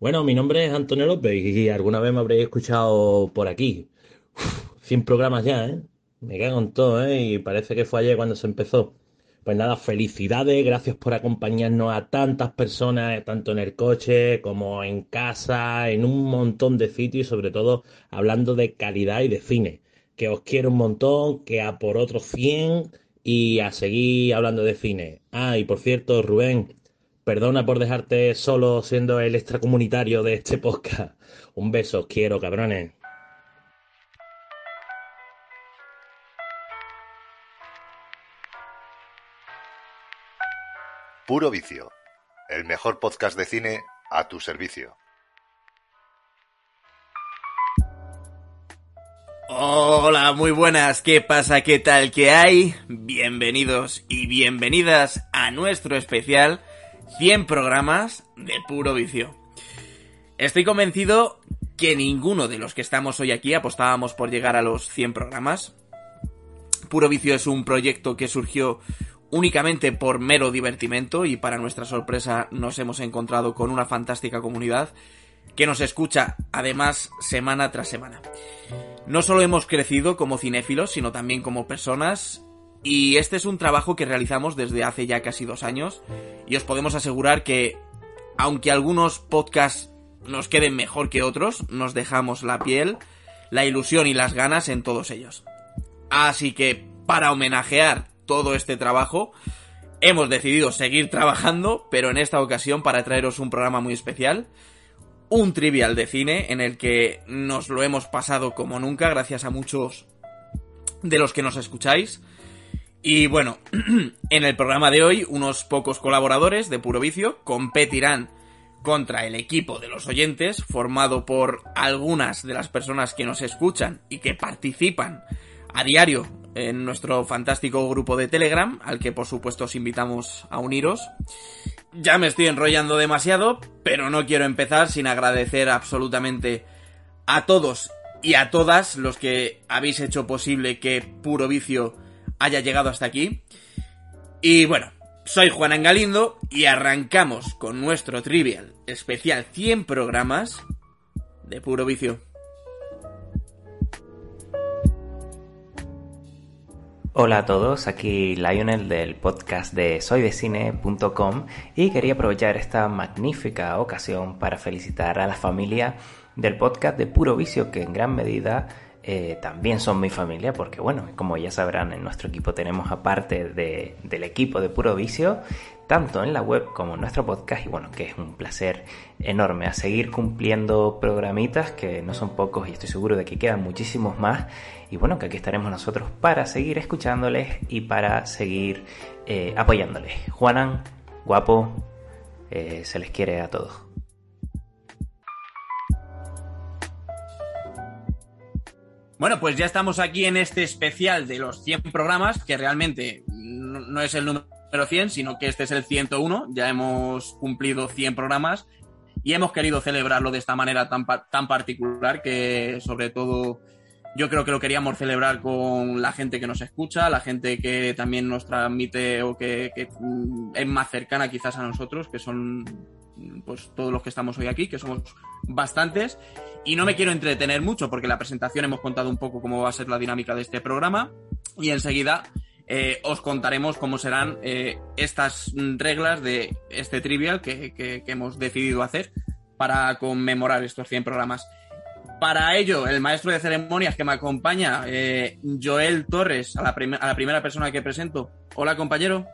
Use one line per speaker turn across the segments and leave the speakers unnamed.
Bueno, mi nombre es Antonio López y alguna vez me habréis escuchado por aquí. Uf, 100 programas ya, ¿eh? Me cago en todo, ¿eh? Y parece que fue ayer cuando se empezó. Pues nada, felicidades, gracias por acompañarnos a tantas personas, eh, tanto en el coche como en casa, en un montón de sitios y sobre todo hablando de calidad y de cine. Que os quiero un montón, que a por otros 100 y a seguir hablando de cine. Ah, y por cierto, Rubén, perdona por dejarte solo siendo el extracomunitario de este podcast. Un beso, os quiero, cabrones.
Puro Vicio, el mejor podcast de cine a tu servicio.
Hola, muy buenas, ¿qué pasa? ¿Qué tal? ¿Qué hay? Bienvenidos y bienvenidas a nuestro especial 100 programas de puro vicio. Estoy convencido que ninguno de los que estamos hoy aquí apostábamos por llegar a los 100 programas. Puro vicio es un proyecto que surgió únicamente por mero divertimento y para nuestra sorpresa nos hemos encontrado con una fantástica comunidad que nos escucha además semana tras semana. No solo hemos crecido como cinéfilos, sino también como personas y este es un trabajo que realizamos desde hace ya casi dos años y os podemos asegurar que, aunque algunos podcasts nos queden mejor que otros, nos dejamos la piel, la ilusión y las ganas en todos ellos. Así que, para homenajear todo este trabajo, hemos decidido seguir trabajando, pero en esta ocasión para traeros un programa muy especial. Un trivial de cine en el que nos lo hemos pasado como nunca gracias a muchos de los que nos escucháis. Y bueno, en el programa de hoy, unos pocos colaboradores de Puro Vicio competirán contra el equipo de los oyentes, formado por algunas de las personas que nos escuchan y que participan a diario en nuestro fantástico grupo de Telegram, al que por supuesto os invitamos a uniros. Ya me estoy enrollando demasiado, pero no quiero empezar sin agradecer absolutamente a todos y a todas los que habéis hecho posible que Puro Vicio haya llegado hasta aquí. Y bueno, soy Juan Angalindo y arrancamos con nuestro trivial especial 100 programas de puro vicio.
Hola a todos, aquí Lionel del podcast de soydecine.com y quería aprovechar esta magnífica ocasión para felicitar a la familia del podcast de Puro Vicio que en gran medida eh, también son mi familia, porque bueno, como ya sabrán, en nuestro equipo tenemos aparte de, del equipo de Puro Vicio, tanto en la web como en nuestro podcast, y bueno, que es un placer enorme a seguir cumpliendo programitas, que no son pocos y estoy seguro de que quedan muchísimos más, y bueno, que aquí estaremos nosotros para seguir escuchándoles y para seguir eh, apoyándoles. Juanan, guapo, eh, se les quiere a todos.
Bueno, pues ya estamos aquí en este especial de los 100 programas, que realmente no, no, es el número 100, sino que este es el 101. Ya hemos cumplido 100 programas y hemos querido celebrarlo de esta manera tan, tan particular que sobre todo yo creo que lo queríamos celebrar con la gente que nos escucha, la gente que también nos transmite o que, que mm, es más cercana quizás a nosotros, que son pues todos los que estamos hoy aquí, que somos bastantes. Y no me quiero entretener mucho porque en la presentación hemos contado un poco cómo va a ser la dinámica de este programa y enseguida eh, os contaremos cómo serán eh, estas reglas de este trivial que, que, que, hemos decidido hacer para conmemorar estos 100 programas. Para ello, el maestro de ceremonias que me acompaña, eh, Joel Torres, a la, a la primera persona que presento. Hola, compañero.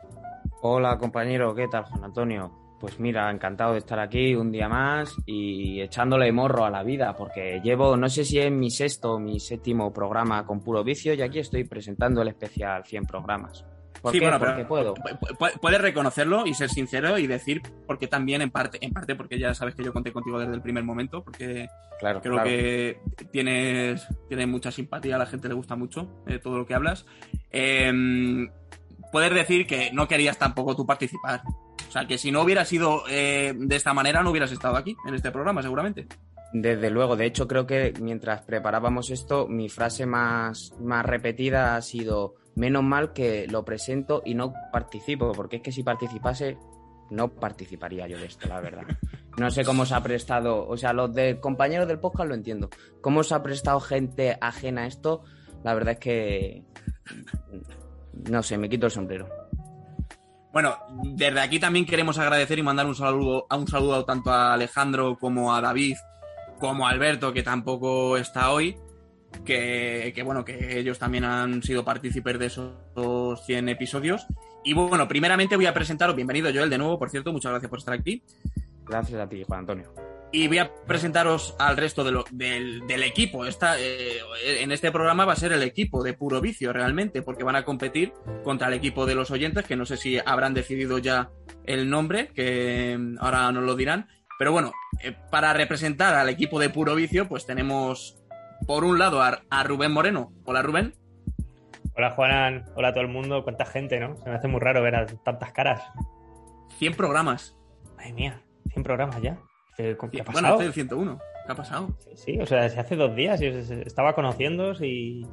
Hola, compañero. ¿Qué tal, Juan Antonio? Pues mira, encantado de estar aquí un día más y echándole morro a la vida, porque llevo, no sé si es mi sexto o mi séptimo programa con puro vicio y aquí estoy presentando el especial 100 programas. ¿Por sí, qué? Bueno, porque puedo.
Puedes reconocerlo y ser sincero y decir, porque también en parte, en parte porque ya sabes que yo conté contigo desde el primer momento, porque claro, creo claro. que tienes, tienes, mucha simpatía, a la gente le gusta mucho eh, todo lo que hablas. Eh, puedes decir que no querías tampoco tú participar. O sea, que si no hubiera sido eh, de esta manera, no hubieras estado aquí, en este programa, seguramente.
Desde luego, de hecho creo que mientras preparábamos esto, mi frase más, más repetida ha sido, menos mal que lo presento y no participo, porque es que si participase, no participaría yo de esto, la verdad. No sé cómo se ha prestado, o sea, los de compañeros del podcast lo entiendo. Cómo se ha prestado gente ajena a esto, la verdad es que no sé, me quito el sombrero.
Bueno, desde aquí también queremos agradecer y mandar un saludo a un saludo tanto a Alejandro como a David, como a Alberto, que tampoco está hoy. Que, que bueno, que ellos también han sido partícipes de esos 100 episodios. Y bueno, primeramente voy a presentaros, bienvenido Joel de nuevo, por cierto, muchas gracias por estar aquí.
Gracias a ti, Juan Antonio.
Y voy a presentaros al resto de lo- del, del equipo. Esta, eh, en este programa va a ser el equipo de puro vicio realmente, porque van a competir contra el equipo de los oyentes, que no sé si habrán decidido ya el nombre, que mm, ahora nos lo dirán. Pero bueno, eh, para representar al equipo de puro vicio, pues tenemos por un lado a, a Rubén Moreno. Hola Rubén.
Hola Juanan, hola a todo el mundo, cuánta gente, ¿no? Se me hace muy raro ver a tantas caras.
100 programas.
Madre mía, 100 programas ya. ¿Qué, qué ha
Bueno,
pasado?
hace el 101. ¿Qué ha pasado?
Sí, o sea, se hace dos días y os- estaba conociéndoos y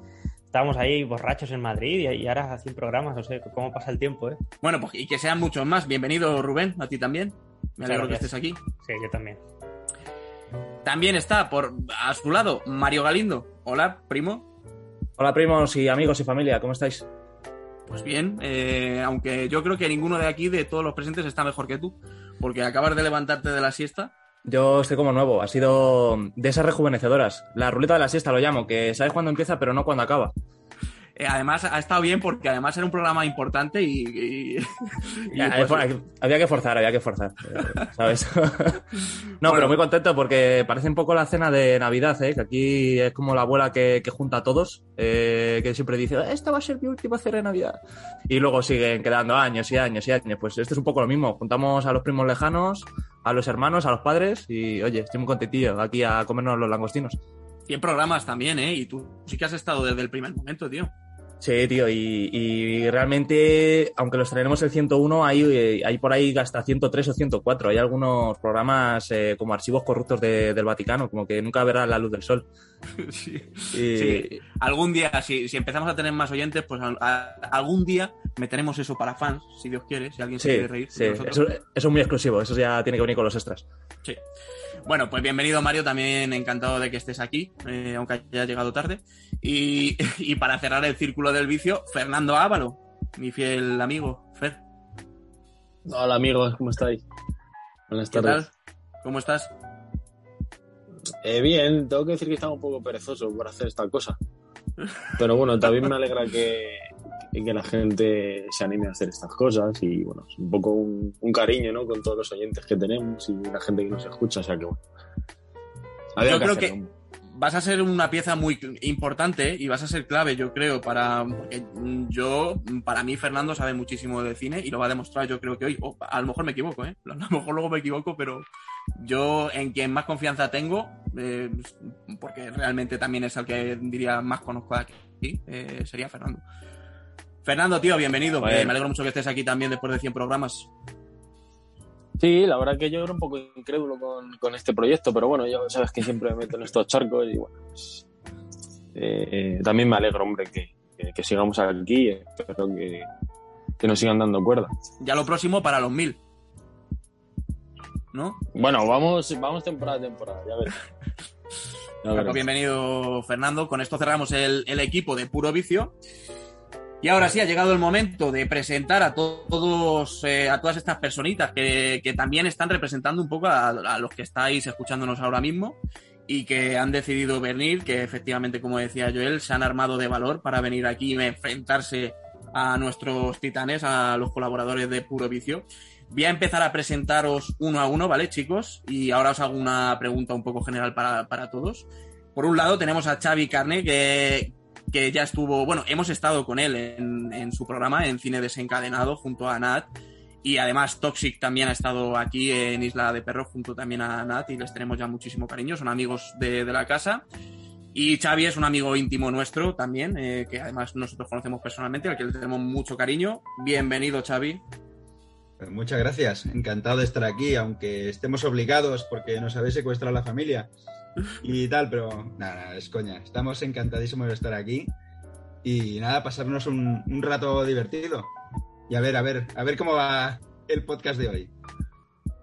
estábamos ahí borrachos en Madrid y, y ahora a 100 programas, o sea, cómo pasa el tiempo, ¿eh?
Bueno, pues y que sean muchos más. Bienvenido Rubén, a ti también. Me
Muchas
alegro que
gracias.
estés aquí.
Sí, yo también.
También está por a su lado Mario Galindo. Hola, primo.
Hola primos y amigos y familia, ¿cómo estáis?
Pues bien, eh, aunque yo creo que ninguno de aquí, de todos los presentes, está mejor que tú, porque acabas de levantarte de la siesta.
Yo estoy como nuevo, ha sido de esas rejuvenecedoras. La ruleta de la siesta lo llamo, que sabes cuándo empieza pero no cuándo acaba.
Eh, además, ha estado bien porque además era un programa importante y, y- y,
Ya,
pues,
eh, había que forzar, había que forzar, eh, ¿sabes? no,
Bueno.
pero muy contento porque parece un poco la cena de Navidad, ¿eh? que aquí es como la abuela que, que junta a todos, eh, que siempre dice, esta va a ser mi última cena de Navidad. Y luego siguen quedando años y años y años. Pues esto es un poco lo mismo, juntamos a los primos lejanos, a los hermanos, a los padres y, oye, estoy muy contentillo aquí a comernos los langostinos.
100 programas también, ¿eh? Y tú sí que has estado desde el primer momento, tío.
Sí, tío, y, y realmente, aunque los tenemos el 101, hay, eh, hay por ahí hasta 103 o 104. Hay algunos programas eh, como archivos corruptos de- del Vaticano, como que nunca verá la luz del sol.
Sí.
Y-
Sí. Algún día, si, si empezamos a tener más oyentes, pues al- a- algún día meteremos eso para fans, si Dios quiere, si alguien se
sí,
quiere reír. de
sí,
nosotros.
eso, eso es muy exclusivo, eso ya tiene que venir con los extras.
Sí. Bueno, pues bienvenido Mario, también encantado de que estés aquí, eh, aunque haya llegado tarde. Y, y para cerrar el círculo del vicio, Fernando Ávalo, mi fiel amigo, Fer.
Hola amigos, ¿cómo estáis? Buenas
¿Qué
tardes.
tal? ¿Cómo estás?
Eh, bien, tengo que decir que estaba un poco perezoso por hacer esta cosa. Pero bueno, también me alegra que, que la gente se anime a hacer estas cosas y bueno, es un poco un, un cariño, ¿no? Con todos los oyentes que tenemos y la gente que nos escucha, o sea que bueno. Había
Yo creo
hacerlo.
que- Vas a ser una pieza muy cl- importante y vas a ser clave, yo creo, para. Porque mm, yo, para mí, Fernando sabe muchísimo de cine y lo va a demostrar, yo creo que hoy. O a lo mejor me equivoco, ¿eh? A lo mejor luego me equivoco, pero yo, en quien más confianza tengo, eh, porque realmente también es al que diría más conozco aquí, eh, sería Fernando. Fernando, tío, bienvenido.
Bueno.
Eh, me alegro mucho que estés aquí también después de 100 programas.
Sí, la verdad que yo era un poco incrédulo con, con este proyecto, pero bueno, yo sabes que siempre me meto en estos charcos y bueno, pues, eh, eh, también me alegro, hombre, que, que- que sigamos aquí y espero que, que nos sigan dando cuerda.
Ya lo próximo para los 1000. ¿No?
Bueno, vamos, vamos temporada a temporada, ya veremos. Ya
Paco,
veremos.
bienvenido Fernando. Con esto cerramos el, el equipo de puro vicio. Y ahora sí, ha llegado el momento de presentar a to- todos, eh, a todas estas personitas que, que también están representando un poco a, a los que estáis escuchándonos ahora mismo y que han decidido venir, que efectivamente, como decía Joel, se han armado de valor para venir aquí y enfrentarse a nuestros titanes, a los colaboradores de Puro Vicio. Voy a empezar a presentaros uno a uno, ¿vale, chicos? Y ahora os hago una pregunta un poco general para, para todos. Por un lado tenemos a Xavi Carne, que, que ya estuvo, bueno, hemos estado con él en, en su programa, en Cine Desencadenado, junto a Nat. Y además Toxic también ha estado aquí en Isla de Perros junto también a Nat y les tenemos ya muchísimo cariño, son amigos de, de la casa. Y Xavi es un amigo íntimo nuestro también, eh, que además nosotros conocemos personalmente, al que le tenemos mucho cariño. Bienvenido Xavi.
Pues muchas gracias, encantado de estar aquí, aunque estemos obligados porque nos habéis secuestrado a la familia y tal, pero nada, nada, es coña. Estamos encantadísimos de estar aquí y nada, pasarnos un, un rato divertido. Y a ver, a ver, a ver cómo va el podcast de hoy.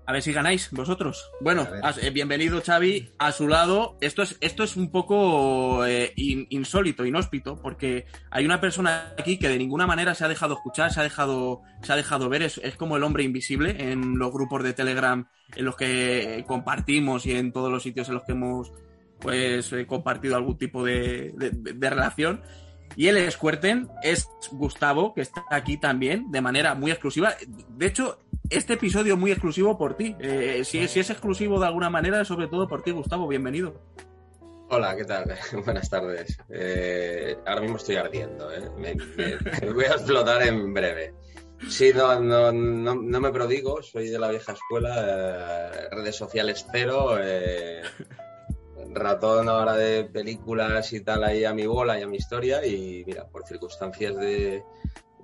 A ver si ganáis vosotros. Bueno,
A ver.
as- eh, bienvenido Xavi a su lado. Esto es, esto es un poco eh, in- insólito, inhóspito, porque hay una persona aquí que de ninguna manera se ha dejado escuchar, se ha dejado, se ha dejado ver. Es, es como el hombre invisible en los grupos de Telegram en los que compartimos y en todos los sitios en los que hemos pues eh, compartido algún tipo de, de- de- de relación. Y el escuerten es Gustavo, que está aquí también de manera muy exclusiva. De hecho, este episodio es muy exclusivo por ti. Eh, si, si es exclusivo de alguna manera, sobre todo por ti, Gustavo, bienvenido.
Hola, ¿qué tal? Buenas tardes. Eh, ahora mismo estoy ardiendo, ¿eh? Me, me- me voy a explotar en breve. Sí, no, no, no, no me prodigo, soy de la vieja escuela, eh, redes sociales cero, eh, ratón ahora de películas y tal ahí a mi bola y a mi historia y mira, por circunstancias de,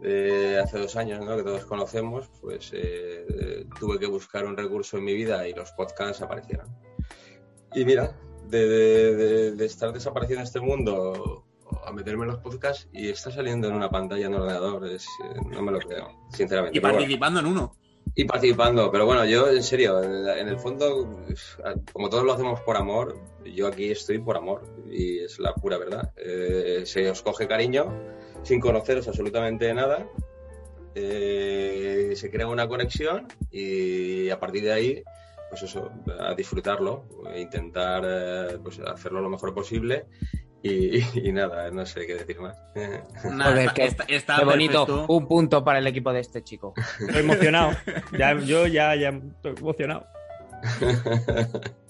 de eh, hace dos años, ¿no? Que todos conocemos, pues eh, tuve que buscar un recurso en mi vida y los podcasts aparecieron. Y mira, de, de- de- de estar desapareciendo de este mundo a meterme en los podcasts y está saliendo en una pantalla en un ordenador, es, eh, no me lo creo, sinceramente.
Y
Pero bueno.
participando en uno.
Y participando, pero bueno, yo en serio, en el fondo, como todos lo hacemos por amor, yo aquí estoy por amor y es la pura verdad. Eh, se os coge cariño sin conoceros absolutamente nada, eh, se crea una conexión y a partir de ahí, pues eso, a disfrutarlo, e intentar eh, pues hacerlo lo mejor posible y, y nada, no sé qué decir más.
Nada,
Joder,
está-
qué-
está- está
Qué bonito.
perfecto.
Un punto para el equipo de este chico.
Estoy emocionado. Ya, yo ya, ya estoy emocionado.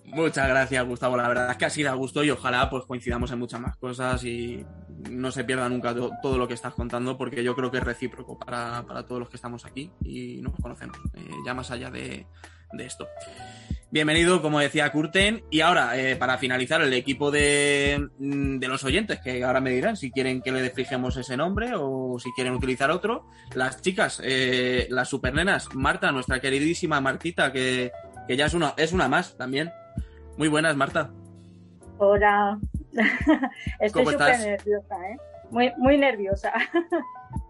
Muchas gracias, Gustavo. La verdad es que ha sido a gusto y ojalá pues coincidamos en muchas más cosas y no se pierda nunca to- todo lo que estás contando porque yo creo que es recíproco para, para todos los que estamos aquí y nos conocemos, eh, ya más allá de, de esto. Bienvenido, como decía Curten. Y ahora, eh, para finalizar, el equipo de, mm, de los oyentes, que ahora me dirán si quieren que le desprijemos ese nombre o si quieren utilizar otro. Las chicas, eh, las supernenas, Marta, nuestra queridísima Martita, que, que ya es una, es una más también. Muy buenas, Marta.
Hola. Estoy
¿Cómo
súper
estás?
nerviosa, ¿eh? Muy, muy nerviosa.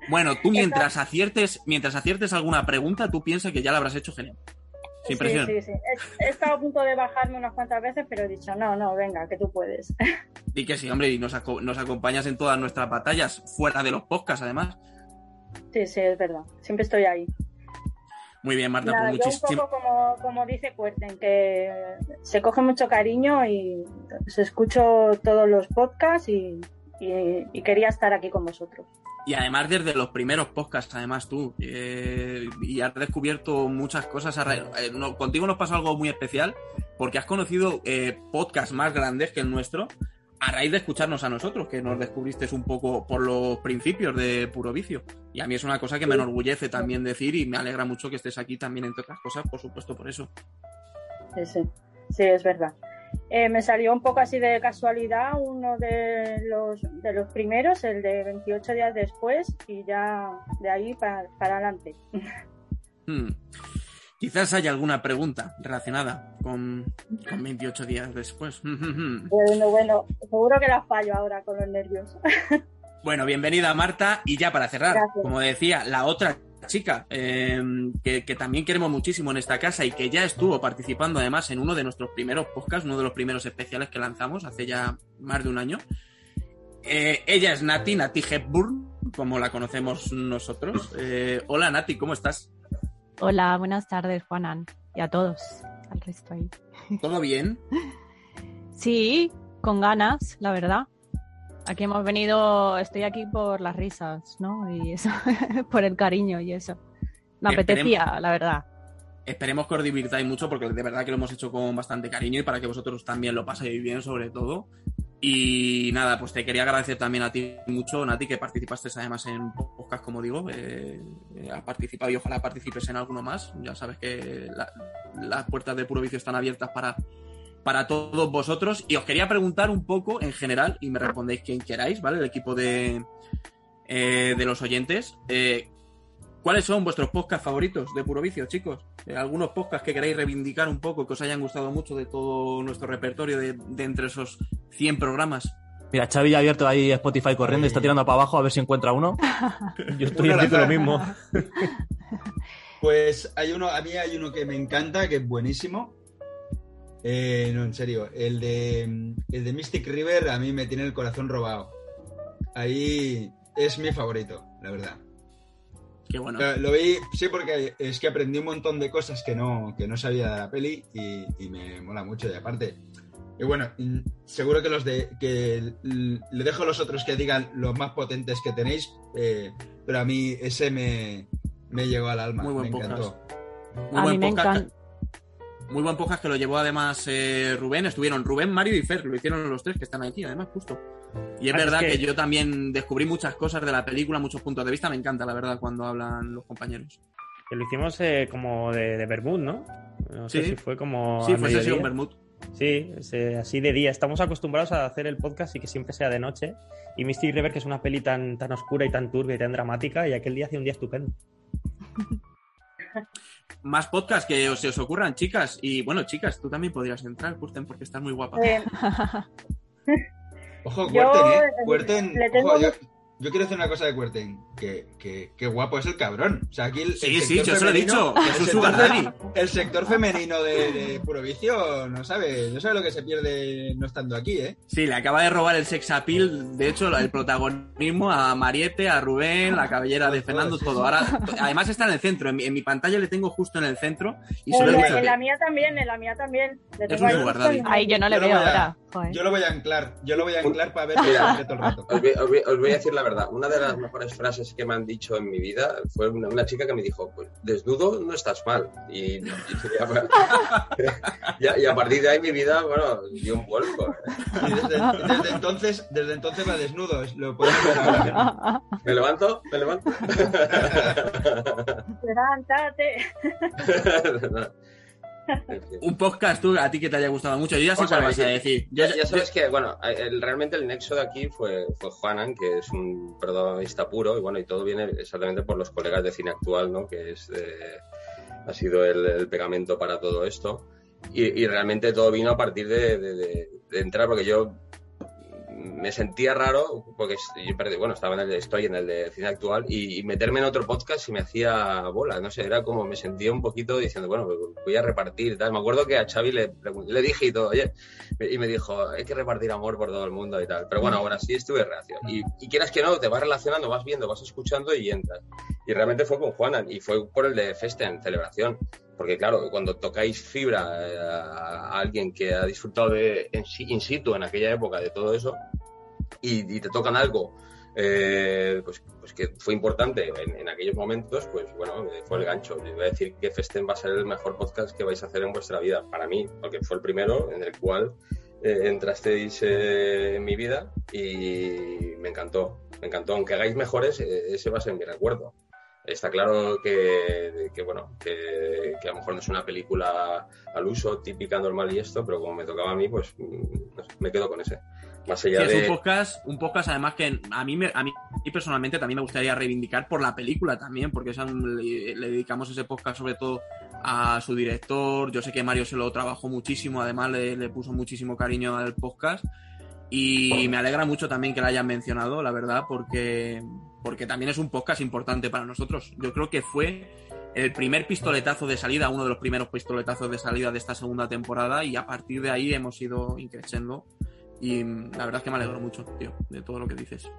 Bueno, tú mientras aciertes, mientras aciertes alguna pregunta, tú piensas que ya la habrás hecho genial. Sin presión.
Sí, sí, sí. He, he estado a punto de bajarme unas cuantas veces, pero he dicho, no, no, venga, que tú puedes.
Di que sí, hombre, y nos, aco- nos acompañas en todas nuestras batallas, fuera de los podcasts, además.
Sí, sí, es verdad. Siempre estoy ahí.
Muy bien, Marta,
Nada,
pues
yo un
muchísimas.
poco como, como dice Cuerten, que se coge mucho cariño y se escucho todos los podcasts y, y- y quería estar aquí con vosotros.
Y además desde los primeros podcasts, además tú. eh, y has descubierto muchas cosas. a ra- eh, no- contigo nos pasó algo muy especial porque has conocido eh, podcasts más grandes que el nuestro a raíz de escucharnos a nosotros, que nos descubriste un poco por los principios de Puro Vicio. Y a mí es una cosa que me enorgullece también decir y me alegra mucho que estés aquí también, entre otras cosas, por supuesto, por eso.
Sí, sí, sí, es verdad. Eh, me salió un poco así de casualidad uno de los, de los primeros, el de 28 días después, y ya de ahí para, para adelante.
Hmm. Quizás haya alguna pregunta relacionada con, con 28 días después. Hmm,
Bueno, bueno, seguro que las fallo ahora con los nervios.
Bueno, bienvenida Marta. Y ya para cerrar,
Gracias.
como decía, la otra chica eh, que, que también queremos muchísimo en esta casa y que ya estuvo participando además en uno de nuestros primeros podcasts, uno de los primeros especiales que lanzamos hace ya más de un año. Eh, ella es Nati, Nati Hepburn, como la conocemos nosotros. Eh, hola Nati, ¿cómo estás?
Hola, buenas tardes, Juanan, y a todos, al resto ahí.
¿Todo bien?
Sí, con ganas, la verdad. Aquí hemos venido, estoy aquí por las risas, ¿no? Y eso, por el cariño y eso. Me
Esperemos-
apetecía, la verdad.
Esperemos que os divirtáis mucho porque de verdad que lo hemos hecho con bastante cariño y para que vosotros también lo paséis bien sobre todo. Y nada, pues te quería agradecer también a ti mucho, Nati, que participaste además en podcast, como digo. eh, eh, has participado y ojalá participes en alguno más. Ya sabes que la- las puertas de Puro Vicio están abiertas para, para todos vosotros. Y os quería preguntar un poco en general, y me respondéis quien queráis, ¿vale? El equipo de, eh, de los oyentes. eh, ¿Cuáles son vuestros podcasts favoritos de Puro Vicio, chicos? Eh, ¿Algunos podcasts que queráis reivindicar un poco, que os hayan gustado mucho de todo nuestro repertorio de, de entre esos 100 programas?
Mira, Xavi ya ha abierto ahí Spotify corriendo y está tirando para abajo a ver si encuentra uno. Yo estoy
Uno al
haciendo lo
azar.
mismo.
Pues hay uno, a mí hay uno que me encanta, que es buenísimo. Eh, no, en serio, el de, el de Mystic River a mí me tiene el corazón robado. Ahí es mi favorito, la verdad. Eh,
Qué bueno.
Lo, lo vi, sí, porque es que aprendí un montón de cosas que no, que no sabía de la peli y, y me mola mucho. Y aparte, y bueno, mm, seguro que los de que l- le dejo a los otros que digan los más potentes que tenéis, eh, pero a mí ese me, me llegó al alma,
Muy buen
me
podcast.
encantó.
Muy
A
buen
mí me
podcast.
encanta.
Muy buen podcast que lo llevó además eh, Rubén. Estuvieron Rubén, Mario y Fer. Lo hicieron los tres que están aquí, además, justo. Y es
Ah, es
verdad
que-
que... yo también descubrí muchas cosas de la película, muchos puntos de vista. Me encanta, la verdad, cuando hablan los compañeros.
Que lo hicimos eh, como de, de Bermud, ¿no? No sé
Sí.
si fue como.
sí,
al
fue sesión
mediodía.
Bermud.
Sí, es, eh, así de día. Estamos acostumbrados a hacer el podcast y que siempre sea de noche. Y Mystic River, que es una peli tan, tan oscura y tan turbia y tan dramática, y aquel día hacía un día estupendo.
Más podcasts que os- se os ocurran, chicas. Y bueno, chicas, tú también podrías entrar, Curten, porque estás muy guapa.
Eh,
Ojo,
Yo-
Cuerten, ¿eh? Cuerten,
le tengo
ojo, yo,
mucho-
yo quiero hacer una cosa de Cuerten, que, que, que guapo es el cabrón. O sea, aquí el, el
Sí, sí,
sector
yo se lo he
femenino-
dicho. que Es
el
un
sector
sugar daddy.
El sector femenino de, de Puro Vicio no sabe, no sabe lo que se pierde no estando aquí, ¿eh?
Sí, le acaba de robar el sex appeal, de hecho, el protagonismo a Mariette, a Rubén, la cabellera de Fernando, todo. Ahora, además está en el centro, en mi, en mi pantalla le tengo justo en el centro y se
en,
lo
la,
he dicho.
en la mía también, en la mía también. Le
Es
tengo
un
ahí
lugar,
justo
Daddy.
en-
Ay, yo no le
Yo lo
veo
voy a-
ahora. Joder.
Yo lo voy a anclar, yo lo voy a anclar para ver
Mira.
que todo el rato.
Os voy, os voy- os voy a decir la verdad. Una de las mejores frases que me han dicho en mi vida fue una, una chica que me dijo, pues desnudo no estás mal. Y, y- y a, y a- y a partir de ahí mi vida, bueno, dio un vuelco. ¿eh?
Y desde, desde entonces, desde entonces va desnudo, es- lo podemos ver ahora.
Me levanto, me levanto.
Levántate.
En fin.
Un podcast tú, a ti que te haya gustado mucho. Yo ya sé
Vamos Pues a
cuál
ver,
vas a
sí.
decir. Yo-
Ya, ya sabes que, bueno, eh, el- realmente el nexo de aquí fue, fue Juanan, que es un protagonista puro, y bueno, y todo viene exactamente por los colegas de cine actual, ¿no? Que es, eh, ha sido el, el pegamento para todo esto. Y, y realmente todo vino a partir de, de- de- de entrar, porque yo me sentía raro, porque es- yo perdí- bueno, estaba en el de, estoy en el de cine actual, y, y meterme en otro podcast y me hacía bola, no sé, era como me sentía un poquito diciendo, bueno, voy a repartir, tal. Me acuerdo que a Xavi le, pregun- le dije y todo, oye, y me dijo, hay que repartir amor por todo el mundo y tal. Pero bueno, ahora sí estuve reacio. Y, y quieras que no, te vas relacionando, vas viendo, vas escuchando y entras. Y realmente fue con Juana y fue por el de Festen, celebración. Porque claro, cuando tocáis fibra eh, a alguien que ha disfrutado de en si- in situ en aquella época de todo eso y, y te tocan algo eh, pues, pues que fue importante en, en aquellos momentos, pues bueno, eh, fue el gancho. Yo iba a decir que Festen va a ser el mejor podcast que vais a hacer en vuestra vida, para mí, porque fue el primero en el cual eh, entrasteis eh, en mi vida y me encantó, me encantó. Aunque hagáis mejores, eh, ese va a ser mi recuerdo. Está claro que, que, bueno, que, que a lo mejor no es una película al uso, típica, normal y esto, pero como me tocaba a mí, pues mm, no sé, me quedo con ese. Más
Sí,
allá
es
de...
un podcast, un podcast además que a mí, me- a mí personalmente también me gustaría reivindicar por la película también, porque esa- le, le dedicamos ese podcast sobre todo a su director. Yo sé que Mario se lo trabajó muchísimo, además le, le puso muchísimo cariño al podcast. Y me alegra mucho también que la hayan mencionado, la verdad, porque, porque también es un podcast importante para nosotros. Yo creo que fue el primer pistoletazo de salida, uno de los primeros pistoletazos de salida de esta segunda temporada, y a partir de ahí hemos ido increciendo. Y mm, la verdad es que me alegro mucho, tío, de todo lo que dices.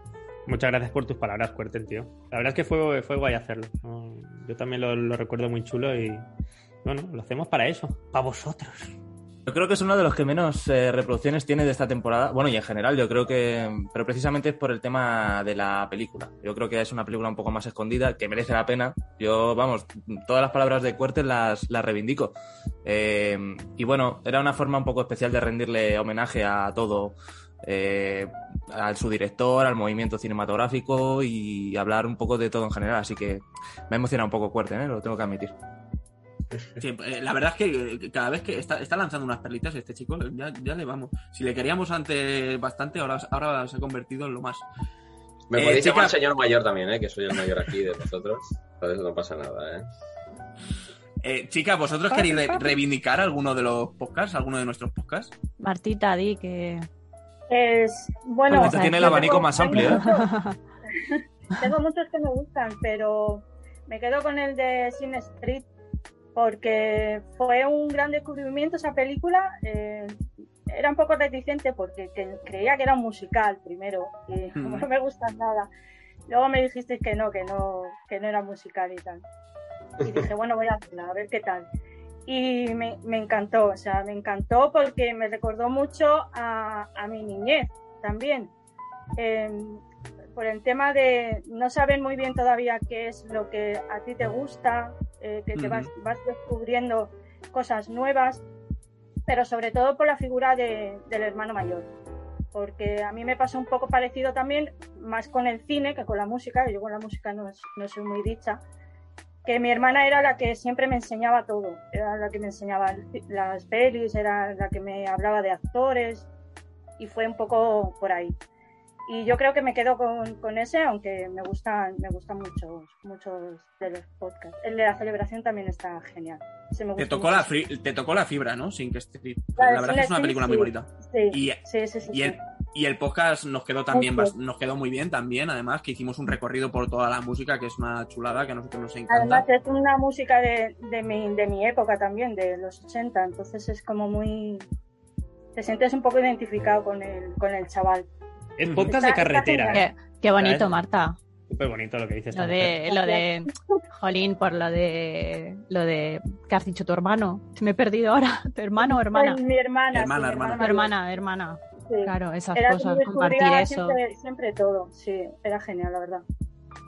Muchas gracias por tus palabras, Cuerten, tío. La verdad es que fue, fue guay hacerlo. ¿no? Yo también lo, lo recuerdo muy chulo y. Bueno, lo hacemos para eso, para vosotros.
Yo creo que es uno de los que menos eh, reproducciones tiene de esta temporada. Bueno, y en general, yo creo que. Pero precisamente es por el tema de la película. Yo creo que es una película un poco más escondida, que merece la pena. Yo, vamos, todas las palabras de Cuertes las, las reivindico. Eh, y bueno, era una forma un poco especial de rendirle homenaje a todo. eh, a su director, al movimiento cinematográfico y hablar un poco de todo en general. Así que me ha emocionado un poco Cuerten, ¿eh? lo tengo que admitir.
Sí, eh, la verdad es que eh, cada vez que está, está lanzando unas perlitas este chico, ya, ya le vamos. Si le queríamos antes bastante, ahora, ahora se ha convertido en lo más.
Me
Eh,
podéis llamar
chicas-
señor mayor también, ¿eh? que soy el mayor aquí de vosotros. Entonces no pasa nada, ¿eh?
Eh, chicas, ¿vosotros queréis re- reivindicar alguno de los podcasts, alguno de nuestros podcasts?
Pues Martita, di que.
Es, bueno,
Martita tiene el
yo
abanico
tengo-
más
hay
amplio, ¿eh?
muchos- tengo muchos que me gustan, pero me quedo con el de Sin Street porque fue un gran descubrimiento esa película. eh, era un poco reticente porque que- creía que era un musical primero y como no me gusta nada. Luego me dijisteis que no, que no, que no era musical y tal. Y dije, bueno, voy a verla, a ver qué tal. Y me, me encantó, o sea, me encantó porque me recordó mucho a, a mi niñez también. Em, por el tema de no saber muy bien todavía qué es lo que a ti te gusta, eh, que te vas,
Ujú.
vas descubriendo cosas nuevas, pero sobre todo por la figura de- del hermano mayor. Porque a mí me pasó un poco parecido también, más con el cine que con la música, yo con la música no, es- no soy muy dicha, que mi hermana era la que siempre me enseñaba todo, era la que me enseñaba el- las pelis, era la que me hablaba de actores y fue un poco por ahí y yo creo que me quedo con, con ese, aunque me gustan, me gustan muchos, muchos de los podcasts. El de la celebración también está genial. Se me
Te
gusta
tocó, la
mucho.
fri- te tocó la fibra, ¿no? Sin que Street.
La de
La verdad que es una
Silent
película muy
Hill,
bonita.
Sí,
Y-
sí, sí, sí,
Y el,
sí.
y el podcast nos quedó también
Mucho.
bas- nos quedó muy bien también, además que hicimos un recorrido por toda la música, que es una chulada, que a nosotros nos encanta.
Además es una música de, de, mi, de mi época también, de los 80, entonces es como muy... Te sientes un poco identificado con el, con el chaval.
Es podcast
Está-
de
está
carretera.
genial.
¿eh?
Qué bonito,
¿Sabes?
Marta.
Súper bonito lo que dices.
Lo de, lo de, jolín, por lo de, lo de, ¿qué has dicho tu hermano? Me he perdido ahora. ¿Tu hermano o hermana?
Ay, mi hermana.
Hermana,
sí, mi
hermana.
mayor.
Hermana, hermana.
Sí.
Claro, esas
Era que
cosas,
yo
compartir
descubría
eso.
Siempre, siempre todo, sí, era genial, la verdad.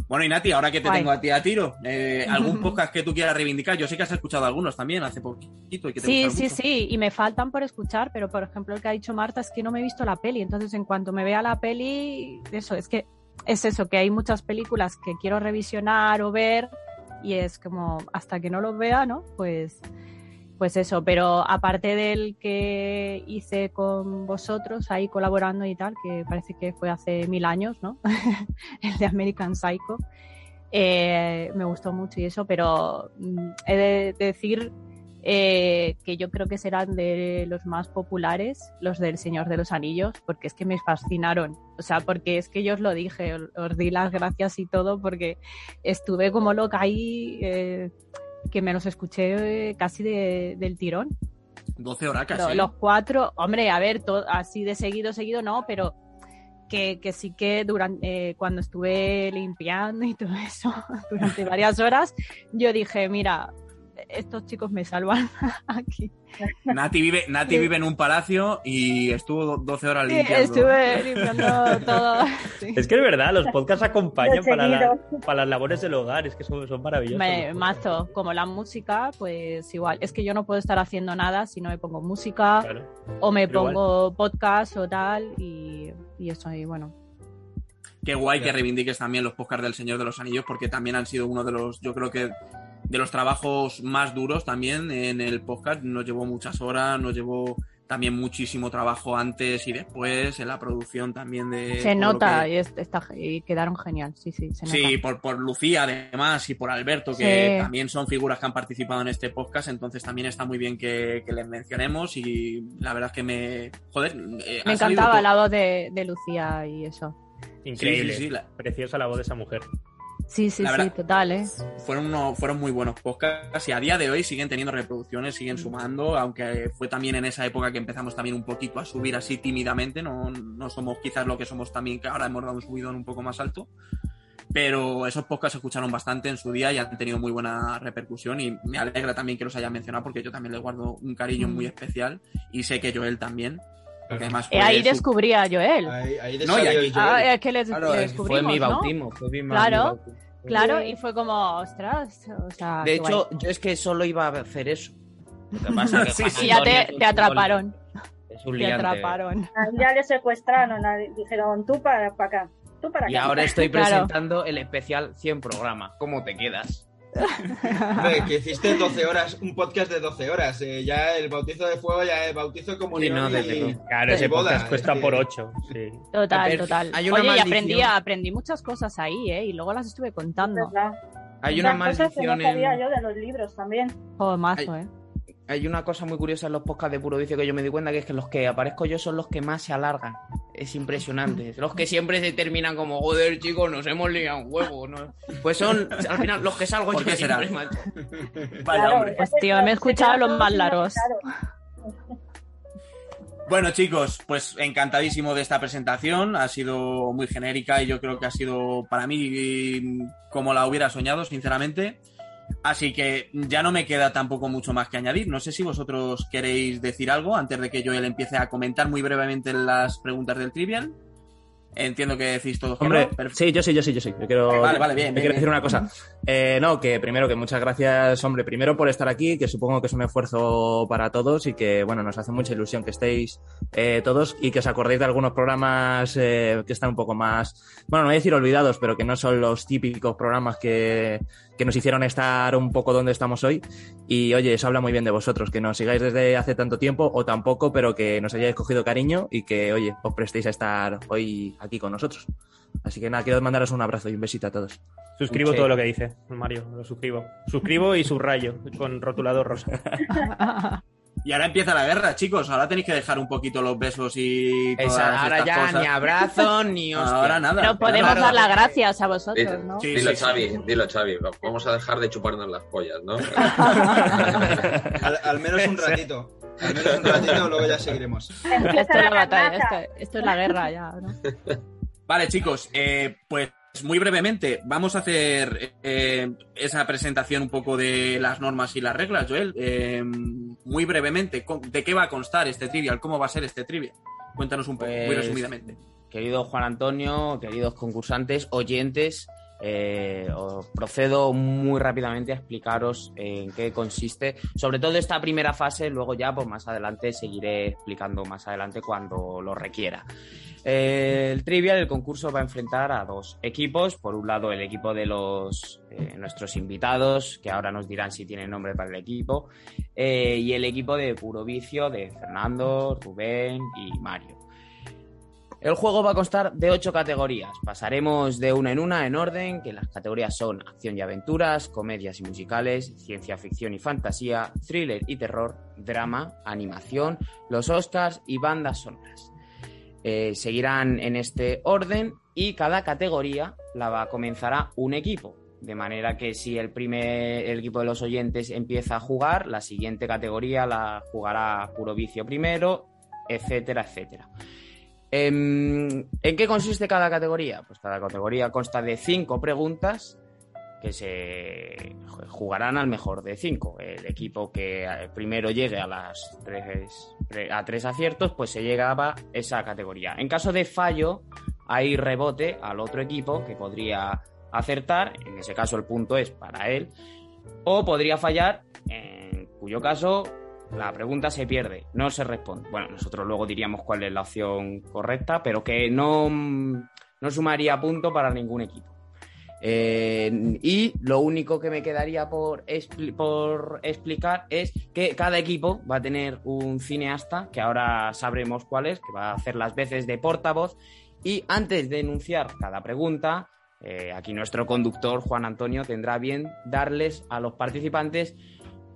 Bueno, y Nati, ahora que te
Guay.
tengo a ti a tiro, eh, ¿algún podcast que tú quieras reivindicar? Yo sé que has escuchado algunos también hace poquito y que te
Sí,
gustan
sí,
mucho.
sí, y me faltan por escuchar, pero por ejemplo el que ha dicho Marta es que no me he visto la peli, entonces en cuanto me vea la peli, eso, es que es eso, que hay muchas películas que quiero revisionar o ver y es como hasta que no los vea, ¿no? Pues, pues eso, pero aparte del que hice con vosotros ahí colaborando y tal, que parece que fue hace mil años, ¿no? el de American Psycho. Eh, me gustó mucho y eso, pero mm, he de decir eh, que yo creo que serán de los más populares, los del Señor de los Anillos, porque es que me fascinaron. O sea, porque es que yo os lo dije, os- os di las gracias y todo, porque estuve como loca ahí, eh, que me los escuché eh, casi de- del tirón.
12 horas
Lo-
casi. ¿eh?
Los cuatro, hombre, a ver, to- así de seguido, seguido no, pero que, que sí que durante eh, cuando estuve limpiando y todo eso durante varias horas, yo dije, mira, estos chicos me salvan aquí.
Nati, vive, Nati
Sí.
vive en un palacio y estuvo 12 horas
Sí,
limpiando.
estuve limpiando todo. sí.
Es que es verdad, los podcasts acompañan
Lo
para, la-
seguido.
para las labores del hogar, es que son, son maravillosos.
Me, mazo, como la música, pues igual. Es que yo no puedo estar haciendo nada si no me pongo música o me
Pero igual.
pongo podcast o tal y, y eso, y bueno.
Qué guay que reivindiques también los podcasts del Señor de los Anillos, porque también han sido uno de los, yo creo que de los trabajos más duros también en el podcast. Nos llevó muchas horas, nos llevó también muchísimo trabajo antes y después, en la producción también
se
de. todo Eh, lo
nota
que-
y, es- está, y quedaron genial, sí, sí, se nota.
Sí, por, por Lucía además y por Alberto, que
Sí.
también son figuras que han participado en este podcast, entonces también está muy bien que, que les mencionemos y la verdad es que me... Joder, eh,
Me
ha salido
encantaba
todo.
la voz de, de Lucía y eso.
Increíble.
Sí, sí, sí, la-
Preciosa la voz de esa mujer.
Sí, sí, sí,
La verdad- Pues
total, ¿eh?
fueron, uno- fueron muy buenos podcasts y a día de hoy siguen teniendo reproducciones, siguen sumando, aunque fue también en esa época que empezamos también un poquito a subir así tímidamente, no, no somos quizás lo que somos también, que ahora hemos dado un subidón un poco más alto, pero esos podcasts se escucharon bastante en su día y han tenido muy buena repercusión y me alegra también que los hayan mencionado porque yo también les guardo un cariño
Mm.
muy especial y sé que Joel también. Porque además
Eh, ahí
fue su-
descubrí a Joel.
ahí pues, No, y descubrí ahí- a Joel.
Ah, es que le,
Claro,
le
es- fue
descubrimos,
mi
¿no?
bautismo, fue mi- mi
Claro,
bautismo.
claro, y fue como, ostras, o sea,
De
Ah, qué guay.
hecho, yo es que solo iba a hacer eso. Lo que pasa que Juan
y ya
Antonio
te,
es un
te atraparon,
liante, Es un
te
liante.
atraparon.
Ah, Ya le secuestraron, a- dijeron tú para, para acá, tú para acá.
Y ahora estoy
Claro.
presentando el especial 100 programas. ¿Cómo te quedas?
Hombre, que hiciste 12 horas, un podcast de 12 horas. eh, ya el bautizo de fuego, ya el bautizo de comunión.
Sí, no, desde
y-
luego.
Claro, ese
y boda,
podcast cuesta
es que-
por 8. Sí.
Total,
Pero
total.
hay
Oye,
una
y
maldición.
aprendí, aprendí muchas cosas ahí, ¿eh? Y luego las estuve contando.
Hay una
Las cosas que
maldición
no sabía
en...
yo de los libros también.
Joder, mazo, ¿eh?
hay una cosa muy curiosa en los podcasts de Puro Vicio que yo me di cuenta que es que los que aparezco yo son los que más se alargan. Es impresionante. Los que siempre se terminan como, joder, chicos, nos hemos liado un huevo. ¿no? Pues son, al final, los que salgo yo
¿Por qué
que
será?
siempre, macho.
Vaya hombre.
Pues tío, me he escuchado los más largos.
Bueno, chicos, pues encantadísimo de esta presentación. Ha sido muy genérica y yo creo que ha sido para mí como la hubiera soñado, sinceramente. Así que ya no me queda tampoco mucho más que añadir. No sé si vosotros queréis decir algo antes de que Joel empiece a comentar muy brevemente las preguntas del trivial. Entiendo que decís todos que
Hombre,
no. Perfecto.
sí, yo sí, yo sí, yo sí. Yo quiero,
Vale, vale, bien,
yo
bien,
quiero
bien.
decir una cosa. Eh, no, que primero que muchas gracias, hombre, primero por estar aquí, que supongo que es un esfuerzo para todos y que, bueno, nos hace mucha ilusión que estéis eh, todos y que os acordéis de algunos programas eh, que están un poco más, bueno, no voy a decir olvidados, pero que no son los típicos programas que, que nos hicieron estar un poco donde estamos hoy. Y oye, eso habla muy bien de vosotros, que nos sigáis desde hace tanto tiempo o tampoco, pero que nos hayáis cogido cariño y que, oye, os prestéis a estar hoy aquí con nosotros. Así que nada, quiero mandaros un abrazo y un besito a todos.
Suscribo
Sí.
todo lo que dice Mario, lo suscribo. Suscribo y subrayo con rotulador rosa.
Y ahora empieza la guerra, chicos. Ahora tenéis que dejar un poquito los besos y todas
Esa- ahora
estas
ya
cosas.
ni abrazo ni hostia.
Ahora nada.
Pero podemos
Claro.
dar las gracias a
Dilo,
vosotros, ¿no?
Sí,
dilo,
sí, sí.
Xavi, dilo, Xavi. Vamos a dejar de chuparnos las pollas, ¿no?
Al, al menos un ratito. Al menos un ratito, luego ya seguiremos.
Esto es la
la
batalla,
garnacha.
esto, esto es la guerra ya, ¿no?
Vale, chicos, eh, pues muy brevemente, vamos a hacer eh, esa presentación un poco de las normas y las reglas, Joel. Eh, muy brevemente, co- ¿de qué va a constar este trivial? ¿Cómo va a ser este trivial? Cuéntanos un poco, muy
Pues,
resumidamente.
Querido Juan Antonio, queridos concursantes, oyentes, eh, os procedo muy rápidamente a explicaros en qué consiste, sobre todo esta primera fase, luego ya pues más adelante seguiré explicando más adelante cuando lo requiera. Eh, el trivial, el concurso va a enfrentar a dos equipos, por un lado el equipo de los eh, nuestros invitados, que ahora nos dirán si tienen nombre para el equipo, eh, y el equipo de Puro Vicio de Fernando, Rubén y Mario. El juego va a constar de ocho categorías. Pasaremos de una en una en orden, que las categorías son acción y aventuras, comedias y musicales, ciencia ficción y fantasía, thriller y terror, drama, animación, los Oscars y bandas sonoras. Eh, seguirán en este orden y cada categoría la va, comenzará un equipo. De manera que si el primer el equipo de los oyentes empieza a jugar, la siguiente categoría la jugará puro vicio primero, etcétera, etcétera. Em, ¿En qué consiste cada categoría? Pues cada categoría consta de cinco preguntas que se jugarán al mejor de cinco. El equipo que eh, primero llegue a las tres, pre- a tres aciertos, pues se llegaba esa categoría. En caso de fallo, hay rebote al otro equipo que podría acertar. En ese caso, el punto es para él. O podría fallar, en cuyo caso la pregunta se pierde, no se responde. Bueno, nosotros luego diríamos cuál es la opción correcta, pero que no, mm, no sumaría punto para ningún equipo. Eh, y lo único que me quedaría por, expli- por explicar es que cada equipo va a tener un cineasta, que ahora sabremos cuál es, que va a hacer las veces de portavoz. Y antes de enunciar cada pregunta, eh, aquí nuestro conductor, Juan Antonio, tendrá a bien darles a los participantes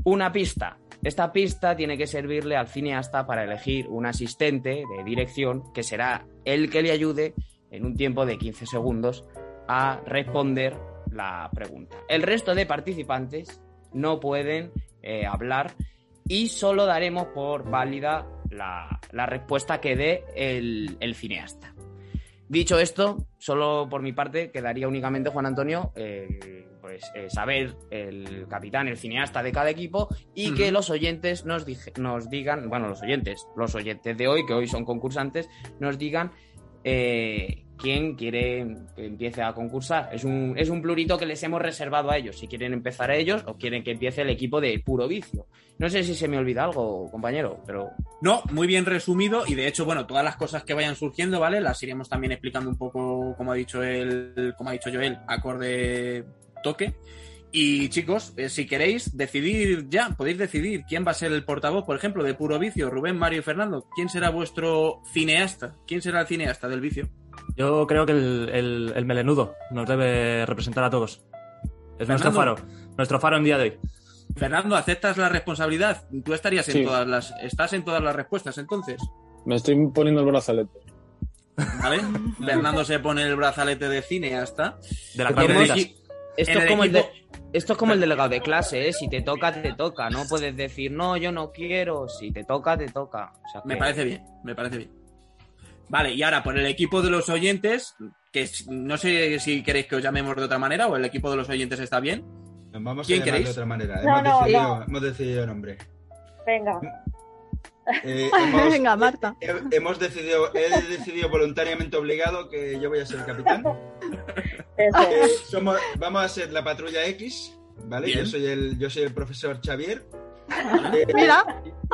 una pista. Esta pista tiene que servirle al cineasta para elegir un asistente de dirección que será el que le ayude en un tiempo de 15 segundos a responder la pregunta. El resto de participantes no pueden eh, hablar y solo daremos por válida la, la respuesta que dé el, el cineasta. Dicho esto, solo por mi parte quedaría únicamente Juan Antonio eh, pues, eh, saber el capitán, el cineasta de cada equipo y
Ujú.
que los oyentes nos, dije- nos digan, bueno, los oyentes, los oyentes de hoy, que hoy son concursantes, nos digan eh, quién quiere que empiece a concursar. Es un, es un plurito que les hemos reservado a ellos, si quieren empezar a ellos o quieren que empiece el equipo de puro vicio. No sé si se me olvida algo, compañero, pero
No, muy bien resumido y de hecho, bueno, todas las cosas que vayan surgiendo, ¿vale? Las iremos también explicando un poco, como ha dicho él, como ha dicho Joel, acorde toque. Y chicos, eh, si queréis decidir ya, podéis decidir quién va a ser el portavoz, por ejemplo, de Puro Vicio, Rubén, Mario y Fernando. ¿Quién será vuestro cineasta? ¿Quién será el cineasta del vicio?
Yo creo que el, el- el melenudo nos debe representar a todos. Es nuestro
Fernando.
faro, nuestro faro en día de hoy.
Fernando, ¿aceptas la responsabilidad? Tú estarías
Sí.
en todas las. Estás en todas las respuestas entonces.
Me estoy poniendo el brazalete.
¿Vale? Fernando se pone el brazalete de cineasta.
De
las
Esto es, como el de- esto es como el delegado de clase, ¿eh? Si te toca, te toca. No puedes decir, no, yo no quiero. Si te toca, te toca. O sea,
Me
que-
parece bien, me parece bien. Vale, y ahora por el equipo de los oyentes, que es- no sé si queréis que os llamemos de otra manera o el equipo de los oyentes está bien.
Vamos
¿Quién
a llamar
queréis?
de otra manera. ¿eh?
No,
hemos,
no,
decidido,
no.
hemos decidido nombre.
Venga.
Eh, hemos,
Venga, Marta.
he- hemos decidido, he decidido voluntariamente obligado que yo voy a ser el capitán. Eh, somos, vamos a ser la patrulla X, ¿vale?
Bien.
Yo soy el, yo soy el profesor Xavier.
Mira,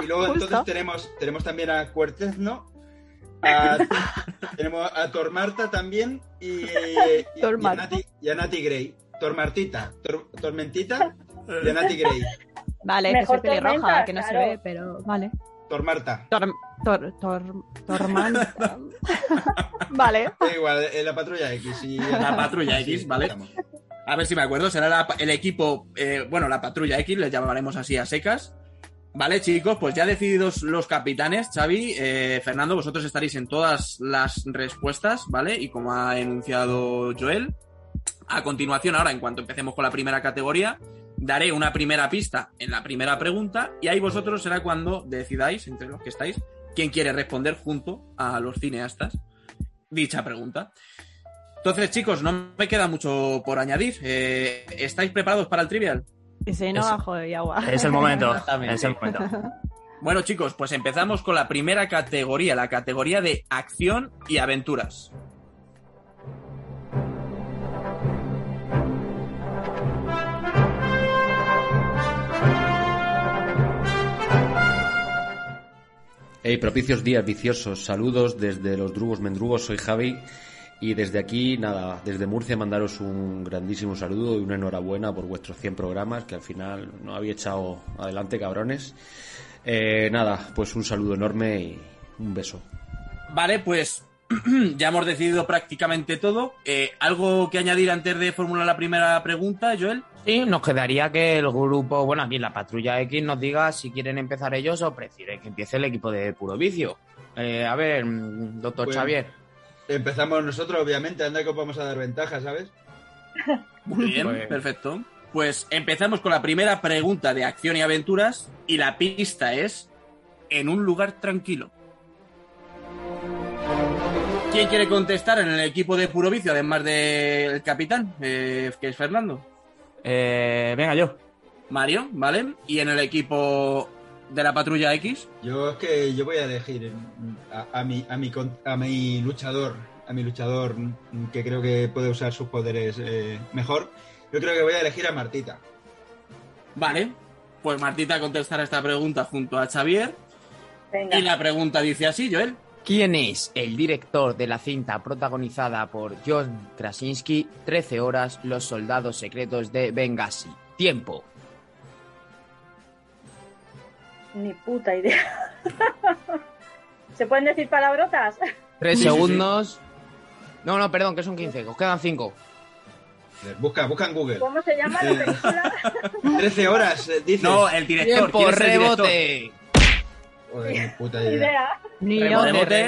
Y luego
Justo.
entonces tenemos, tenemos también a Cuartez, ¿no? A- tenemos a Tor Marta también y, eh, y-
Tor
y a
Marta.
Nati, y a Nati Grey. Tor Martita, Tor- Tormentita y a Nati Grey.
Vale, que
Mejor
soy pelirroja,
tormenta,
que no
claro.
se ve, pero vale.
Tor Marta.
Tor, tor, tor, tormenta. vale.
Da igual, eh, la patrulla X. Y
La patrulla X, ¿vale?
estamos.
A ver si me acuerdo, será la- el equipo, eh, bueno, la patrulla X, les llamaremos así a secas. Vale, chicos, pues ya decididos los capitanes, Xavi, eh, Fernando, vosotros estaréis en todas las respuestas, ¿vale? Y como ha enunciado Joel, a continuación, ahora, en cuanto empecemos con la primera categoría, daré una primera pista en la primera pregunta y ahí vosotros será cuando decidáis, entre los que estáis, quién quiere responder junto a los cineastas dicha pregunta. Entonces, chicos, no me queda mucho por añadir. Eh, ¿Estáis preparados para el trivial?
Y si no,
Eso.
ajo y agua.
Es el momento.
Exactamente.
es el momento.
Bueno, chicos, pues empezamos con la primera categoría, la categoría de acción y aventuras.
Hey, propicios días viciosos. Saludos desde los Drugos Mendrugos. Soy Javi. Y desde aquí, nada, desde Murcia mandaros un grandísimo saludo y una enhorabuena por vuestros 100 programas que al final no había echado adelante, cabrones. Eh, nada, pues un saludo enorme y un beso.
Vale, pues ya hemos decidido prácticamente todo. Eh, ¿Algo que añadir antes de formular la primera pregunta, Joel?
Sí, nos quedaría que el grupo, bueno, aquí la patrulla X nos diga si quieren empezar ellos o prefieren que empiece el equipo de puro vicio. Eh, a ver, mm, doctor
Pues-
Xavier.
Empezamos nosotros, obviamente, anda que os vamos a dar ventaja, ¿sabes?
Muy bien,
Bueno.
perfecto. Pues empezamos con la primera pregunta de acción y aventuras y la pista es en un lugar tranquilo. ¿Quién quiere contestar en el equipo de Puro Vicio, además del capitán, eh, que es Fernando?
Eh, venga, yo.
Mario, ¿vale? Y en el equipo de la patrulla X,
Yo es que yo voy a elegir eh, a, a mi, a, mi, con- a mi luchador, a mi luchador mm, que creo que puede usar sus poderes eh, mejor. Yo creo que voy a elegir a Martita.
¿vale? Pues Martita contestará esta pregunta junto a Xavier.
Venga.
Y la pregunta dice así, Joel.
¿Quién es el director de la cinta protagonizada por John Krasinski, 13 horas, Los soldados secretos de Benghazi? Tiempo.
Ni puta idea. ¿Se pueden decir palabrotas?
Tres
Sí, sí, sí.
segundos. No, no, perdón, que son 15. Os quedan 5.
Busca, busca en Google.
¿Cómo se llama la película?
13 horas, eh, dice.
No, el director.
Tiempo,
¿quién es el director?
rebote.
Joder, mi puta
Ni
idea.
idea.
Ni yo.
Rebote,
Rebote.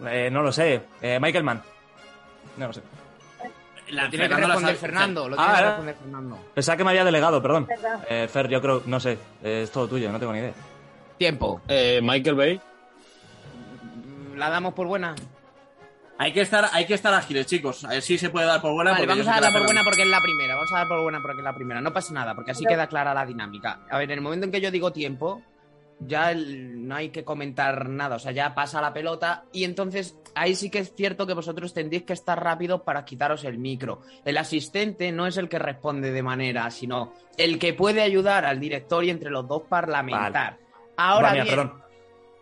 rebote.
Eh, no lo sé. Eh, Michael Mann. No lo sé.
La
Tiene que
Fernando la
responder
sabe.
Fernando. Lo
Ah,
tiene que
era-
responder Fernando.
Pensaba que me había delegado, perdón.
Verdad.
Eh, Fer, yo creo, no sé. Eh, es todo tuyo, no tengo ni idea.
Tiempo.
Eh, Michael Bay.
La damos por buena.
Hay que estar, hay que estar ágiles, chicos. A ver si se puede dar por buena.
Vale,
porque
vamos
yo sé
a
que la
dar por
Fernanda-
buena porque es la primera. Vamos a dar por buena porque es la primera. No pasa nada, porque así
Pero-
queda clara la dinámica. A ver, en el momento en que yo digo tiempo, ya el- no hay que comentar nada. O sea, ya pasa la pelota. Y entonces ahí sí que es cierto que vosotros tendréis que estar rápido para quitaros el micro. El asistente no es el que responde de manera, sino el que puede ayudar al director y entre los dos parlamentar. Ahora
Va, mía,
bien,
perdón.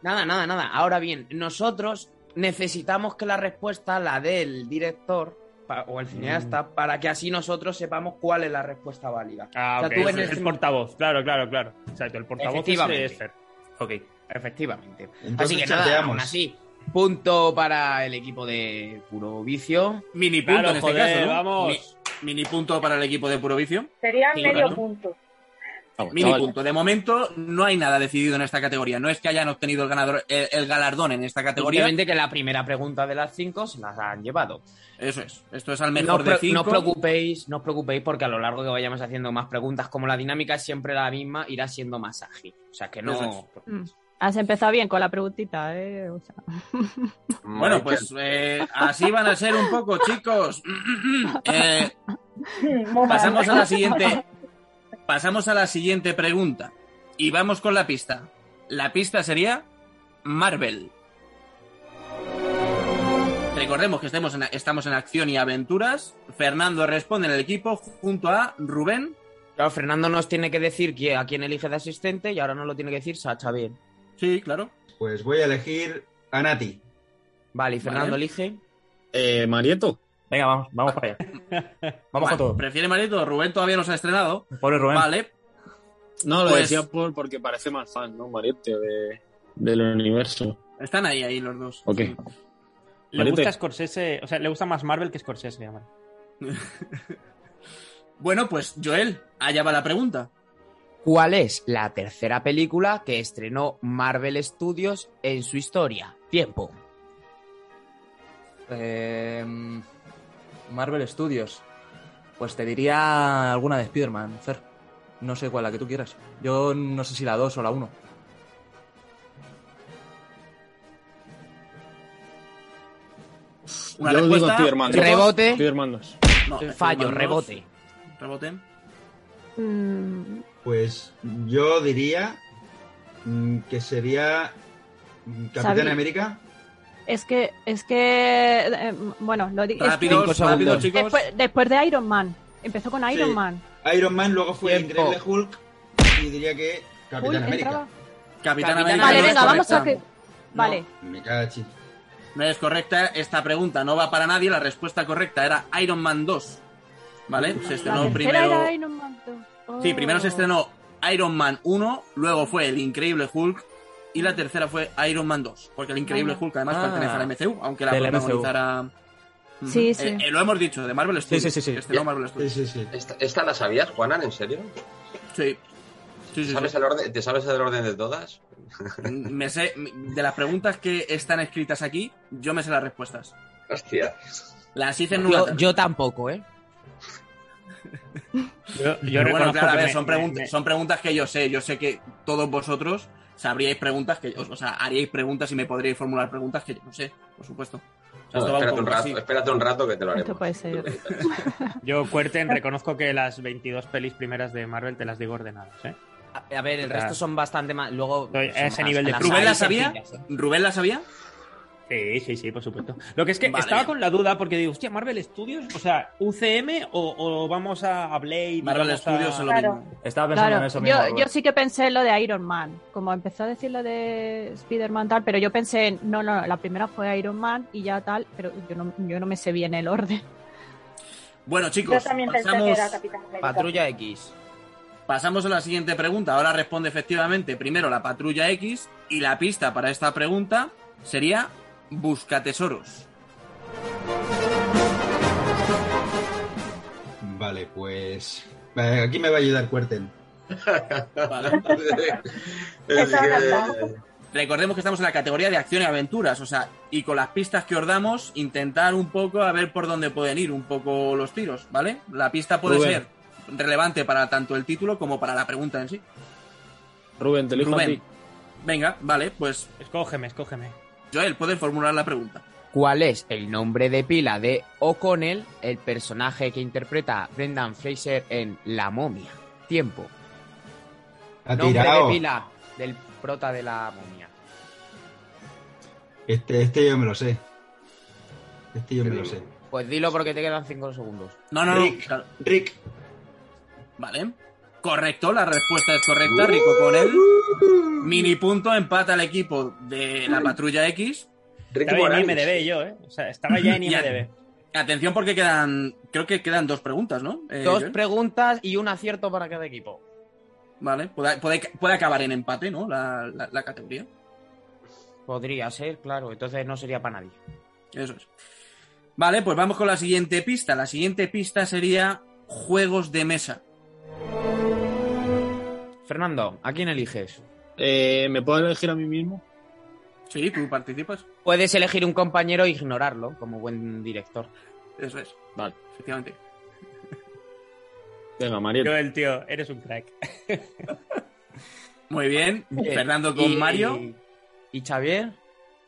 Nada, nada, nada. Ahora bien, nosotros necesitamos que la respuesta la dé el director pa- o el cineasta
Mm.
para que así nosotros sepamos cuál es la respuesta válida.
Ah,
O sea,
ok,
tú en
ese es
este-
el portavoz. Claro, claro, claro. Exacto, el portavoz es
Efectivamente.
eh, Fer.
Ok.
Efectivamente.
Entonces
así que nada,
chateamos.
aún así, punto para el equipo de Puro Vicio.
Mini punto
Claro,
en este
joder,
caso, ¿no?
vamos.
Mi- mini punto para el equipo de Puro Vicio.
Sería
Sí,
medio
claro.
punto.
Vamos,
Mini
chaval.
punto. De momento no hay nada decidido en esta categoría. No es que hayan obtenido el ganador, el, el galardón en esta categoría.
Obviamente que la primera pregunta de las cinco se las han llevado.
Eso es. Esto es al
no, os
mejor de
pre- no
cinco.
os preocupéis, no os preocupéis porque a lo largo que vayamos haciendo más preguntas, como la dinámica es siempre la misma, irá siendo más ágil. O sea que no.
Eso
Mm. Has empezado bien con la preguntita, ¿eh? O sea,
Bueno, pues eh, así van a ser un poco, chicos. Eh,
Mm,
pasamos a la siguiente. Pasamos a la siguiente pregunta. Y vamos con la pista. La pista sería Marvel. Recordemos que estemos en, estamos en acción y aventuras. Fernando responde en el equipo junto a Rubén.
Claro, Fernando nos tiene que decir qui- a quién elige de asistente y ahora nos lo tiene que decir Sacha bien.
Sí, claro.
Pues voy a elegir a Nati.
Vale, y Fernando
Vale.
elige.
Eh, Marieto.
Venga, vamos, vamos para allá. Vamos con todo.
¿Prefiere Marito? Rubén todavía no se ha estrenado.
Pobre Rubén.
Vale.
No, lo
Pues-
decía por, porque parece más fan, ¿no? Marieto de, del universo.
Están ahí, ahí los dos.
¿O qué?
Sí.
Le
Mariette.
gusta Scorsese, o sea, le gusta más Marvel que Scorsese, además.
Bueno, pues Joel, allá va la pregunta.
¿Cuál es la tercera película que estrenó Marvel Studios en su historia? Tiempo.
Eh, Marvel Studios. Pues te diría alguna de Spider-Man, Fer. No sé cuál, la que tú quieras. Yo no sé si la 2 o la 1.
Una
Yo digo
respuesta.
Spider-Man 2.
Rebote.
Spider-Man 2.
No,
Fallo,
Spider-Man 2.
rebote.
Rebote.
mm,
Pues yo diría mm, que sería mm, Capitán
Sabía.
América.
es que, es que, eh, bueno, lo digo.
Rápido,
Cinco
rápido,
segundos.
chicos.
Después, después de Iron Man. Empezó con Iron
Sí.
Man.
Iron Man, luego fue
Tiempo.
Increíble Hulk y diría que Capitán
Hulk
América.
entraba.
Capitán
Capitán
América.
Vale,
no es
venga, vamos a que.
correcta.
Vale.
Me cachi.
No es correcta esta pregunta, no va para nadie. La respuesta correcta era Iron Man 2. ¿Vale? Se
La
estrenó
tercera
primero.
era Iron Man 2. Oh.
Sí, primero se estrenó Iron Man 1, luego fue El Increíble Hulk y la tercera fue Iron Man 2. Porque El Increíble
Vaya.
Hulk además
Ah.
pertenece a la MCU, aunque la
Del MCU.
protagonizara. Ujú.
Sí, sí.
Eh, eh, lo hemos dicho, de Marvel Studios.
sí, sí, sí.
que estrenó Marvel
Sí,
Studios.
sí, sí.
¿Esta, esta la sabías, Juanan, en serio?
Sí. Sí, sí, sí.
¿Sabes el orden, ¿Te sabes el orden de todas?
Me sé, de las preguntas que están escritas aquí, yo me sé las respuestas.
Hostia.
Las hice en una.
Yo,
tarde.
yo tampoco, ¿eh?
Yo, yo
Pero bueno,
reconozco
claro, a
que
ver,
me-
son,
me-
pregun-
me-
son preguntas que yo sé. Yo sé que todos vosotros sabríais preguntas que. O sea, haríais preguntas y me podríais formular preguntas que yo no sé, por supuesto. O sea, esto va
Bueno,
un
espérate,
poco
un rato,
así.
espérate un rato que te lo haremos.
Esto puede ser.
Yo, Cuerten, reconozco que las 22 pelis primeras de Marvel te las digo ordenadas, ¿eh?
A, a ver, el
Claro.
resto son bastante más. Luego.
Estoy a
Pues son
ese
más-
nivel de
las
friki.
¿Rubén la
hay
sabía?
sencillas, ¿eh?
¿Rubén la sabía?
Sí, sí, sí, por supuesto. Lo que es que
Vale.
estaba con la duda porque digo, hostia, Marvel Studios, o sea, UCM o, o vamos a, a Blade.
Marvel
vamos a-
Studios es lo
Claro.
mismo.
Estaba pensando en
Claro,
eso mismo.
yo,
Rubén.
yo sí que pensé en lo de Iron Man, como empezó a decir lo de Spider-Man tal, pero yo pensé, en- no, no, la primera fue Iron Man y ya tal, pero yo no, yo no me sé bien el orden.
Bueno,
Yo
chicos,
también pensé que
pasamos,
era Capitán América.
Patrulla X.
pasamos a la siguiente pregunta. Ahora responde efectivamente primero la patrulla X y la pista para esta pregunta sería busca tesoros.
Vale, pues. eh, aquí me va a ayudar Cuerten.
¿vale?
Es
Esa
que-
verdad.
Recordemos que estamos en la categoría de acción y aventuras, o sea, y con las pistas que os damos, intentar un poco a ver por dónde pueden ir un poco los tiros, ¿vale? La pista puede
Rubén.
ser relevante para tanto el título como para la pregunta en sí.
Rubén, te elijo a
Rubén,
ti.
venga, vale, pues
Escógeme, escógeme.
Joel, puedes formular la pregunta.
¿Cuál es el nombre de pila de O'Connell, el personaje que interpreta Brendan Fraser en La momia? Tiempo.
Ha
nombre
tirado.
de pila del prota de La momia.
Este, este yo me lo sé. Este yo me lo sé.
Pues dilo porque te quedan 5 segundos.
No, no, no.
Rick.
claro,
Rick.
Vale. Correcto, la respuesta es correcta, Rico con él.
Uh.
Mini punto, empata al equipo de la patrulla X.
Ricky
Estaba ya en
Morales.
IMDB yo, ¿eh? O sea, estaba ya en
Ya.
IMDB.
Atención porque quedan, creo que quedan dos preguntas, ¿no? Eh,
Dos
Joel.
preguntas y un acierto para cada equipo.
Vale, puede, puede, puede acabar en empate, ¿no? La, la- la categoría.
Podría ser, claro. Entonces no sería para nadie.
Eso es. Vale, pues vamos con la siguiente pista. La siguiente pista sería juegos de mesa.
Fernando, ¿a quién eliges?
Eh, ¿Me puedo elegir a mí mismo?
Sí, tú participas.
Puedes elegir un compañero e ignorarlo, como buen director.
Eso es.
Vale.
Efectivamente.
Venga, Mariel.
Joel, tío, eres un crack. Eh,
Muy bien. Fernando con
Y-
Mario.
¿Y Xavier?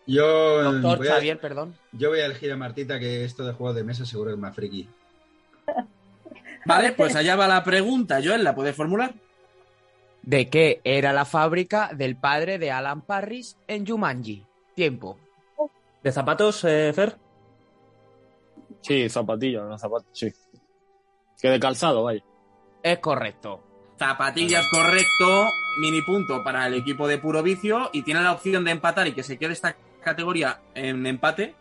Yo,
Doctor
voy a-
Xavier, perdón.
yo voy a elegir a Martita, que esto de juego de mesa seguro que es más friki.
Vale, pues allá va la pregunta, Joel, ¿la puedes formular?
¿De qué era la fábrica del padre de Alan Parris en Jumanji? Tiempo.
¿De zapatos, eh, Fer?
Sí, zapatillas, no zapatos, sí. Que de calzado, vaya.
Es correcto.
Zapatillas correcto, mini punto para el equipo de puro vicio y tiene la opción de empatar y que se quede esta categoría en empate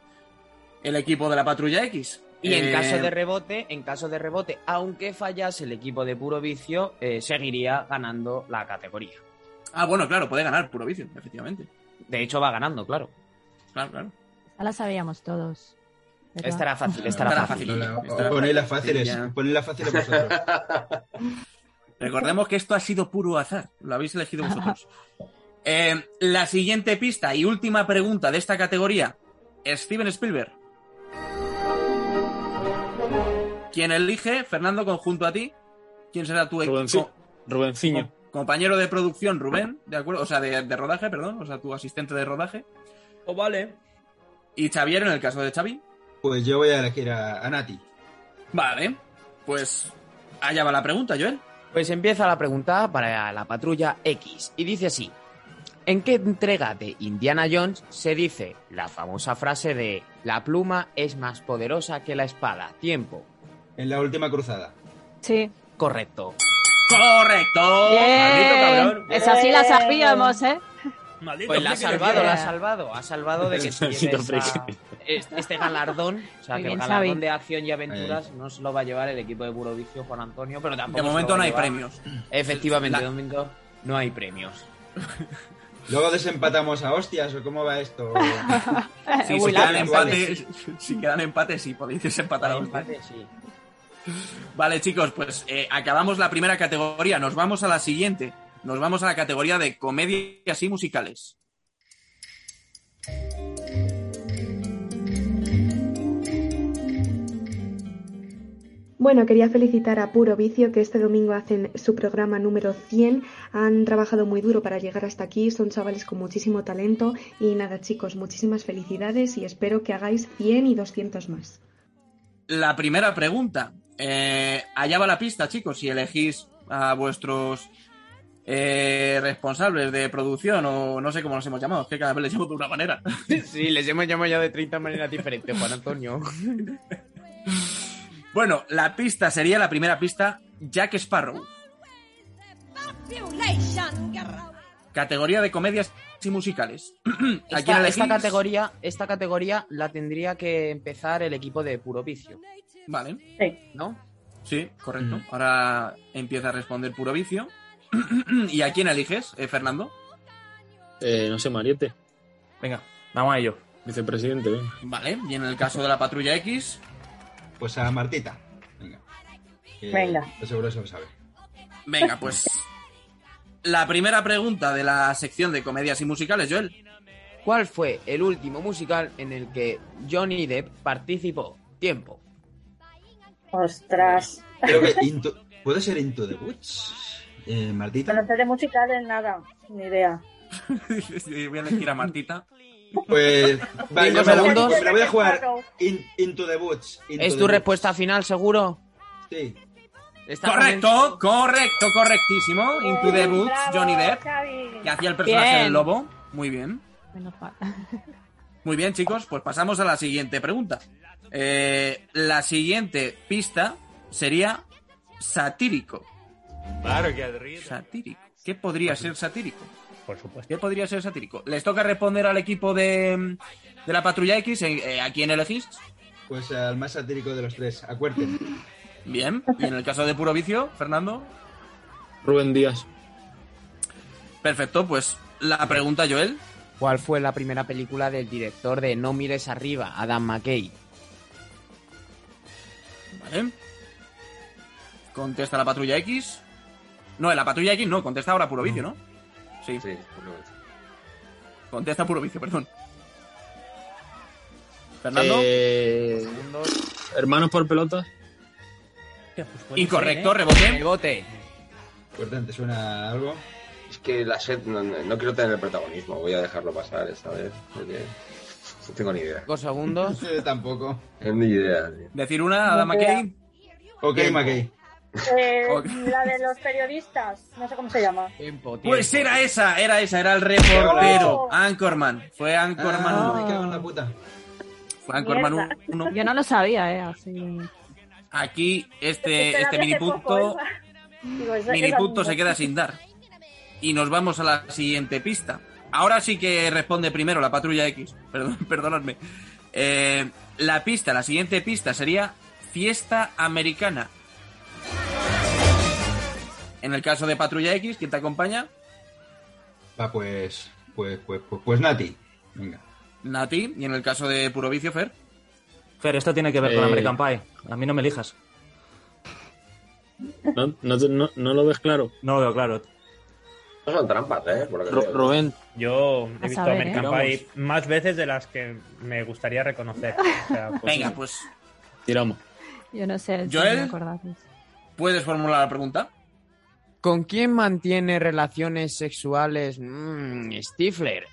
el equipo de la patrulla X.
Y en
Eh,
caso de rebote, en caso de rebote, aunque fallase el equipo de puro vicio, eh, seguiría ganando la categoría.
Ah, bueno, claro, puede ganar puro vicio, efectivamente.
De hecho, va ganando, claro.
Claro, claro.
Ya la sabíamos todos. ¿verdad?
Estará fácil, estará
Estará
fácil.
facililla,
Hola,
estará
o Poned las
facililla.
fáciles, poned las fáciles vosotros.
Recordemos que esto ha sido puro azar, lo habéis elegido vosotros. Eh, la siguiente pista y última pregunta de esta categoría, Steven Spielberg. ¿Quién elige? Fernando, conjunto a ti. ¿Quién será tu equipo?
Rubenci- Rubenciño.
compañero de producción, Rubén, ¿de acuerdo? O sea, de, de rodaje, perdón, o sea, tu asistente de rodaje.
Oh, vale.
Y Xavier, en el caso de Xavi.
Pues yo voy a elegir a, a Nati.
Vale, pues allá va la pregunta, Joel.
Pues empieza la pregunta para la patrulla X y dice así. ¿En qué entrega de Indiana Jones se dice la famosa frase de la pluma es más poderosa que la espada? Tiempo.
En la última cruzada.
Sí.
Correcto.
¡Correcto!
Bien.
cabrón!
Esa sí la sabíamos, ¿eh?
Maldito
Pues la ha
friki que
salvado, la ha
Yeah.
salvado. Ha salvado de que se lleve
Maldito
esa- es- este galardón. O sea,
Muy
que el
bien,
galardón
Xavi.
de acción y aventuras no se lo va a llevar el equipo de Burovicio Juan Antonio, pero tampoco.
De
se lo
momento
va
no
a
hay
llevar.
premios.
Efectivamente,
La-
de momento no hay premios.
Luego desempatamos a hostias, o cómo va esto.
Sí, si
Uy, la-
quedan
actual,
empates, si quedan empates, sí, podéis desempatar a
Hay
los tres.
empate, sí.
Vale, chicos, pues eh, acabamos la primera categoría. Nos vamos a la siguiente. Nos vamos a la categoría de comedias y musicales.
Bueno, quería felicitar a Puro Vicio que este domingo hacen su programa número 100. Han trabajado muy duro para llegar hasta aquí, son chavales con muchísimo talento y nada chicos, muchísimas felicidades y espero que hagáis 100 y 200 más.
La primera pregunta. Eh, allá va la pista, chicos. Si elegís a vuestros eh, responsables de producción o no sé cómo los hemos llamado, es que cada vez les llamo de una manera.
Sí, les hemos llamado ya de 30 maneras diferentes, Juan Antonio.
Bueno, la pista sería la primera pista, Jack Sparrow. Categoría de comedias y musicales. ¿A quién
Esta, esta
elegís?
categoría, esta categoría la tendría que empezar el equipo de Puro Vicio,
Vale,
¿no?
sí, correcto. Ahora empieza a responder puro vicio. ¿Y a quién eliges, eh, Fernando?
Eh, no sé, Mariete.
Venga, vamos a ello.
Vicepresidente, venga.
Vale, y en el caso de la patrulla X,
Pues a Martita. Venga. Que
Venga.
yo Seguro eso lo sabe.
venga, pues. La primera pregunta de la sección de comedias y musicales, Joel.
¿Cuál fue el último musical en el que Johnny Depp participó? Tiempo.
Ostras.
Creo que Into- ¿Puede ser Into the Woods? Eh, Martita.
No sé de musicales nada, ni idea.
Voy a elegir a Martita.
Pues. Vale,
Cinco
yo me la, voy-
segundos.
me la voy a jugar. In- into the Woods. Into
¿Es
the
tu
Woods.
respuesta final, seguro?
Sí.
¿Estás
Correcto,
convencido?
correcto, correctísimo. Into the
Eh,
Boots,
bravo,
Johnny Depp,
Xavi.
que hacía el personaje
Bien.
del lobo. Muy bien.
Menos mal.
Muy bien, chicos, pues pasamos a la siguiente pregunta. Eh, la siguiente pista sería satírico.
Claro que arriba.
Satírico. ¿Qué podría ser satírico?
Por supuesto.
¿Qué podría ser satírico? Les toca responder al equipo de, de la patrulla X. eh, eh, ¿A quién elegís?
Pues al más satírico de los tres. Acuérdense.
Bien. Y en el caso de puro vicio, Fernando.
Rubén Díaz.
Perfecto, pues la pregunta, Joel.
¿Cuál fue la primera película del director de No mires arriba, Adam McKay?
Vale. Contesta la patrulla X. No, en la patrulla X no, contesta ahora puro vicio, ¿no? Sí. Contesta puro vicio, perdón. Fernando.
Eh, Hermanos por pelota.
pues
¿eh?
Incorrecto,
¿eh?
rebote.
Rebote.
¿te suena algo?
Es que la set no, no- no quiero tener el protagonismo, voy a dejarlo pasar esta vez, porque no tengo ni idea.
Dos segundos.
Eh, Tampoco.
Ni idea.
Decir una, Adam McKay.
Ok, McKay.
Eh, La de los periodistas, no sé cómo se llama.
Pues era esa, era esa, era el reportero.
Oh.
Anchorman. Fue Anchorman
Ah,
1.
me cago en la puta.
Fue Anchorman 1.
Yo no lo sabía, ¿eh? Así.
Aquí
Te la
este, este
vi hace
minipunto,
poco, esa. Digo, esa- esa
minipunto
misma.
se queda sin dar. Y nos vamos a la siguiente pista. Ahora sí que responde primero la patrulla X. Perdón, perdonadme. Eh, la pista, la siguiente pista sería Fiesta Americana. En el caso de Patrulla X, ¿quién te acompaña?
Va, pues, pues, pues, pues, pues Nati. Venga.
Nati. Y en el caso de Puro Vicio, Fer.
Fer, esto tiene que ver con
Eh.
American Pie. A mí no me elijas.
¿No, no te- no- no lo ves claro?
No lo veo claro.
No son trampas, ¿eh? Por lo que veo.
Rubén.
Yo he
A
visto
saber,
American
¿eh?
Pie más veces de las que me gustaría reconocer.
Venga, pues
Tiramos.
Yo no sé. si
Joel.
me acordaba.
puedes formular la pregunta.
¿Con quién mantiene relaciones sexuales mm, Stifler?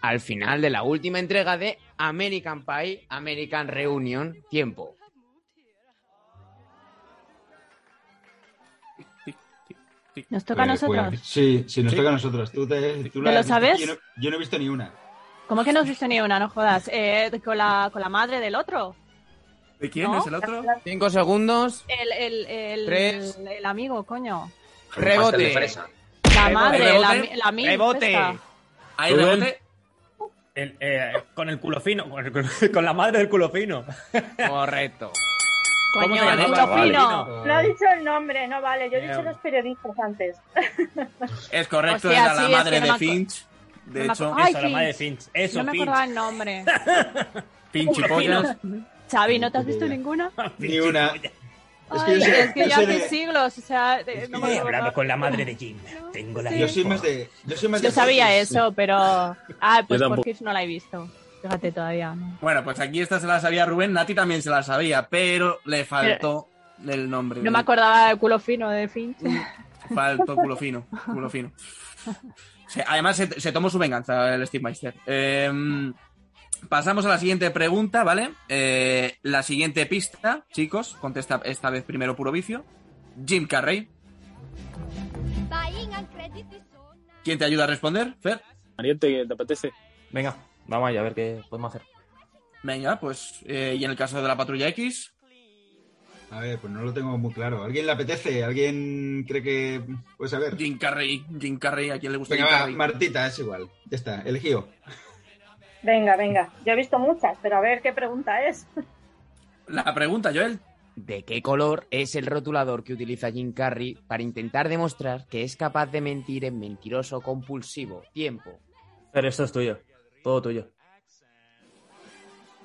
Al final de la última entrega de American Pie, American Reunion, tiempo.
Nos toca a
Eh,
Pues,
nosotros.
pues, sí, sí, nos toca a nosotros. ¿Tú, te, tú
¿Te
la
lo
has visto?
sabes?
Yo no, yo no he visto ni una.
¿Cómo que no has visto ni una? No jodas. Eh, con, la, con la madre del otro.
¿De
quién ¿No? es el otro?
Cinco segundos.
El, el, el,
Tres.
el, amigo, coño.
Pastel de
Rebote.
fresa.
La madre, la,
¿Rebote?
la amiga.
Rebote.
¿Hay
Rubén.
rebote?
El, eh, con el culo fino, con, el culo- con la madre del culo fino.
Correcto.
¿Cómo
Coño,
te
el
llamabas?
culo fino.
No ha dicho el nombre, no vale. Yo he dicho
Mierda.
los periodistas antes.
Es correcto,
Hostia, sí,
era la
es que
madre
no me
de
acu-
Finch. De
no me
hecho,
acu- Ay,
Eso, la madre de Finch. Eso,
no me
Finch.
acordaba el nombre.
Finch y
Culo fino.
pollas.
Xavi, ¿no te has visto ninguna?
Ni una. Es que
Ay,
yo soy-
es que
yo
ya
soy
hace
de-
siglos, o sea, de- no me
He
acuerdo.
hablado con la madre de Jim. Tengo la
Yo soy más de. Yo soy más
Yo
de
sabía
Porky's.
eso, pero... Ah, pues
Yo tampoco.
Porky's no la he visto. Fíjate todavía. ¿no?
Bueno, pues aquí esta se la sabía Rubén, Nati también se la sabía, pero le faltó el nombre.
No me acordaba del culo fino de Finch.
Faltó culo fino, culo fino. Se- además, se, se tomó su venganza el Steve Meister. Eh, pasamos a la siguiente pregunta, ¿vale? Eh, la siguiente pista, chicos, contesta esta vez primero puro vicio. Jim Carrey. ¿Quién te ayuda a responder, Fer?
Mariette, ¿te apetece?
Venga, vamos allá a ver qué podemos hacer.
Venga, pues, eh, y en el caso de la patrulla X,
A ver, pues no lo tengo muy claro. ¿Alguien le apetece? ¿Alguien cree que.? Pues a ver.
Jim Carrey, Jim Carrey, ¿a quién le gusta
Venga,
Jim
va,
Carrey?
Martita, es igual. Ya está, elegido.
Venga, venga. Yo he visto muchas, pero a ver qué pregunta es.
La pregunta, Joel.
¿De qué color es el rotulador que utiliza Jim Carrey para intentar demostrar que es capaz de mentir en mentiroso compulsivo? Tiempo.
Fer, esto es tuyo. Todo tuyo.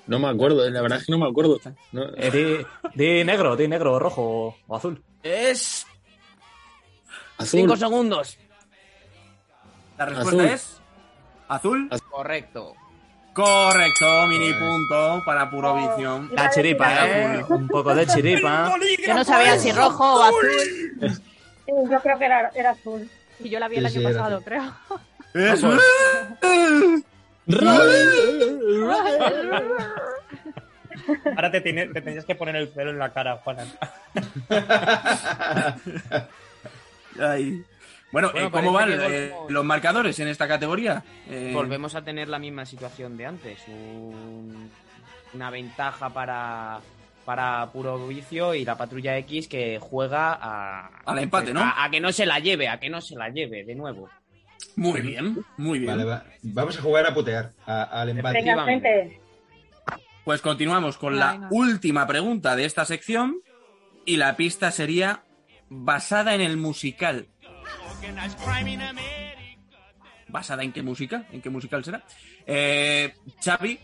No me acuerdo, eh, la verdad es que no me acuerdo. No,
Eh, di, di negro, di negro, o rojo o- o azul.
Es.
Azul.
Cinco segundos.
La respuesta
Azul.
es. ¿Azul?
Correcto.
Correcto, mini punto para puro vicio.
Pues- La chiripa, ¿eh? Un poco de chiripa.
Yo no sabía si rojo o azul.
Sí, Yo creo que era, era azul.
Y yo la vi el
Sí,
año
sí, era
pasado, creo.
Eso
Ahora te, tiene- te tenías que poner el pelo en la cara, Juana.
Ay. Bueno,
Bueno,
eh, ¿cómo van
parece que
eh,
volvemos.
los marcadores en esta categoría? Eh,
Volvemos a tener la misma situación de antes. un- una ventaja para, para puro vicio y la patrulla X que juega a...
Al empate, ¿no?
A, a que no se la lleve, a que no se la lleve de nuevo.
Muy bien, muy bien.
Vale,
Eh,
va- Vamos a jugar a putear, a- al empate.
Venga, gente.
Pues continuamos con la última pregunta de esta sección. Y la pista sería basada en el musical. ¿Basada en qué música? ¿En qué musical será? Eh, Xavi.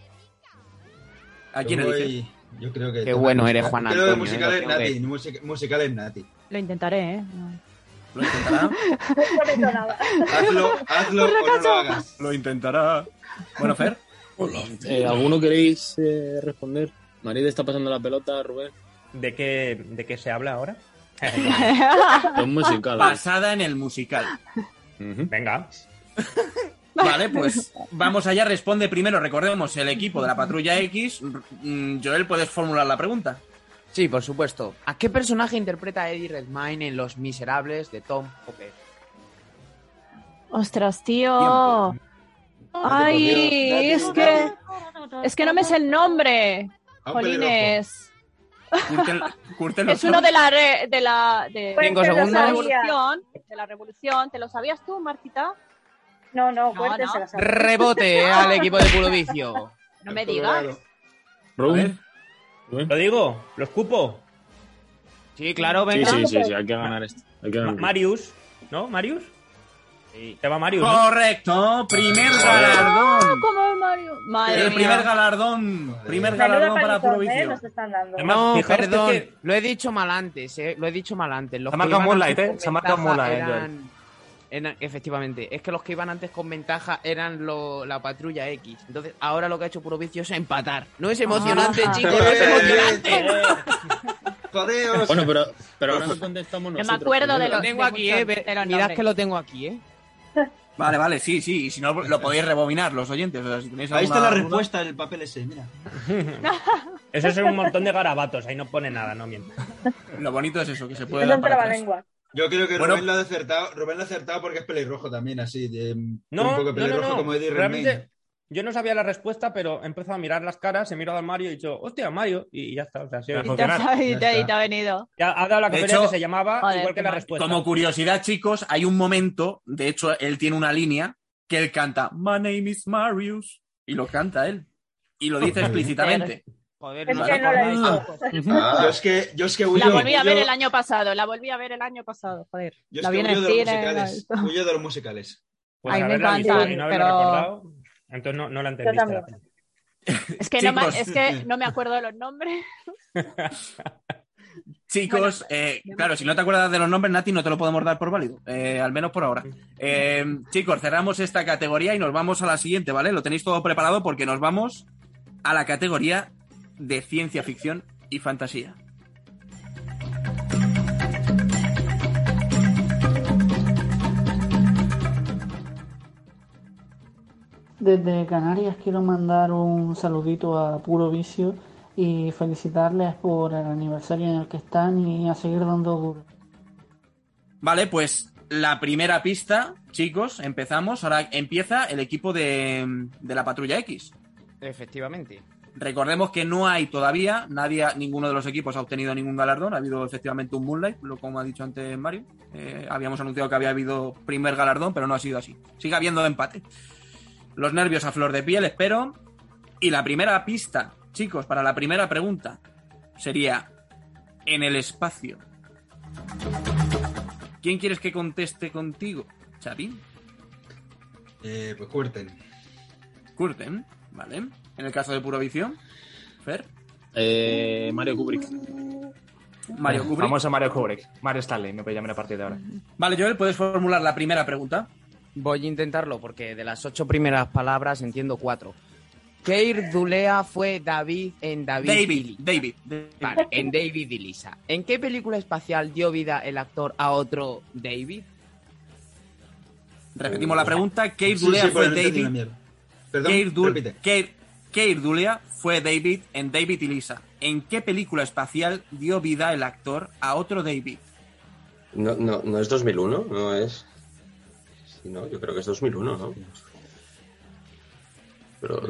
¿A quién
Yo voy-
eliges?
Yo creo que.
Qué bueno eres,
Yo
Juan
Creo que
Antonio,
musical
¿eh?
es
Lo tengo
Nati. music- Musical es Nati.
Lo intentaré, ¿eh? No.
Lo intentará.
No prometo nada.
Hazlo, hazlo o no lo hagas.
Lo intentará. Bueno, Fer.
Eh, ¿Alguno queréis eh, responder? María está pasando la pelota, Rubén.
¿De qué, ¿De qué se habla ahora?
Es musical.
Basada en el musical.
Venga.
Vale, pues vamos allá. Responde primero, recordemos, el equipo de la patrulla X. Mm, Joel, puedes formular la pregunta.
Sí, por supuesto. ¿A qué personaje interpreta Eddie Redmayne en Los Miserables de Tom Hopper?
Ostras, tío. Ay, es que. Es que no me sé el nombre.
Ah, un
Jolines.
Curten- curten los
Es uno de la. re- de la de,
Pues
de
te lo
la
sabía.
revolución. De la revolución. ¿Te lo sabías tú, Marquita?
No, no, fuerte se la sabe.
Rebote eh, al equipo de puro vicio.
No me digas.
¿Lo digo? ¿Lo escupo?
Sí, claro,
Sí, sí, sí, sí, hay que ganar esto. Hay que
Ma-
ganar.
Marius, ¿no? ¿Marius? Te va Marius. ¿no?
Correcto, primer galardón.
como Ah, Mario. Madre
El primer
mía.
galardón. Primer
Menudo
galardón para
palizón,
puro
¿eh?
vicio.
Nos están dando.
Además,
No,
fijaos que
perdón,
es que-
lo he dicho mal antes, eh, lo he dicho mal antes. Los
Se ha
que
marcado
iban
Moonlight,
antes
eh,
con
se ha marcado
ventaja
Moonlight, eh,
eran- eran- efectivamente, es que los que iban antes con ventaja eran lo- la patrulla X. Entonces, ahora lo que ha hecho Puro Vicio es empatar. No es emocionante,
Ah. eh,
chicos, no es emocionante.
Jodeos.
Bueno, pero, pero ahora contestamos
Que
nosotros.
me acuerdo de
primero.
Lo
los.
tengo
de
aquí,
muchos-
eh. ve-
de los
Mirad
nombres.
que lo tengo aquí, eh.
Vale, vale, sí, sí. Y si no, lo podéis rebobinar los oyentes. o sea, si tenéis
Ahí está
alguna
la
duda.
respuesta del papel ese, mira.
Eso son un montón de garabatos, ahí no pone nada, no miento.
Lo bonito es eso, que se puede
Es
dar
un
para atrás.
trabalengua.
Yo creo que
Bueno.
Rubén lo ha acertado. Rubén lo ha acertado porque es pelirrojo también, así. De,
No,
un poco
no, no,
pelirrojo
no.
como Eddie
Realmente,
Redmayne.
Yo no sabía la respuesta, pero he empezado a mirar las caras, he mirado al Mario y he dicho, hostia, Mario, y ya está. O sea, sí,
Ajá.
Y te has- y te- y te
está.
ha venido.
ya ha dado la
De
conferencia
hecho-
que se llamaba,
Joder,
igual que la
qué mal.
Pues
respuesta.
Como curiosidad, chicos, hay un momento, de hecho, él tiene una línea que él canta My name is Marius y lo canta él. Y lo dice explícitamente.
Joder,
Es
no
que
os
no la he
acordáis,
visto.
chicos.
Yo
Ah,
es que, yo es que huyo,
La volví a ver
huyo-
el año pasado, la volví a ver el año pasado, joder.
yo es
la
que
vi en
huyo
el
de los
cine.
musicales.
la-
Huyo de los musicales.
Pues
Ay, me
haberla visto
encantan,
y no haberla
pero-
recordado, entonces no, no la entendiste.
también.
la peli.
Es que, no me,
Chicos.
es que no me acuerdo de los nombres.
Chicos, eh, claro, si no te acuerdas de los nombres, Nati, no te lo podemos dar por válido, eh, al menos por ahora. Eh, chicos, cerramos esta categoría y nos vamos a la siguiente, ¿vale? Lo tenéis todo preparado porque nos vamos a la categoría de ciencia ficción y fantasía.
Desde Canarias quiero mandar un saludito a Puro Vicio y felicitarles por el aniversario en el que están y a seguir dando duro.
Vale, pues la primera pista, chicos, empezamos. Ahora empieza el equipo de, de la patrulla X.
Efectivamente.
Recordemos que no hay todavía, nadie, ha- ninguno de los equipos ha obtenido ningún galardón. Ha habido efectivamente un Moonlight, lo como ha dicho antes Mario. Eh, habíamos anunciado que había habido primer galardón, pero no ha sido así. Sigue habiendo empate. Los nervios a flor de piel, espero. Y la primera pista, chicos, para la primera pregunta sería en el espacio. ¿Quién quieres que conteste contigo? Chavín.
Eh, pues Curten.
Curten, ¿vale? En el caso de Puro Vicio, Fer,
Eh, Mario Kubrick.
Mario Kubrick.
Vamos a Mario Kubrick. Mario Stanley, me puede llamar a partir de ahora.
Vale, Joel, puedes formular la primera pregunta.
Voy a intentarlo porque de las ocho primeras palabras entiendo cuatro. ¿Qué irdulea fue David en David?
David,
Illy?
David. David.
Vale, en David y Lisa. ¿En qué película espacial dio vida el actor a otro David?
Repetimos la pregunta. ¿Qué
Sí, sí,
irdulea
por
fue
el entendí una
David?
mierda. Perdón,
¿Qué, irdu-
repite.
qué- qué irdulea fue David en David y Lisa? ¿En qué película espacial dio vida el actor a otro David?
no, no, no es 2001, no es. Sí, no, yo creo que es 2001, ¿no? Pero.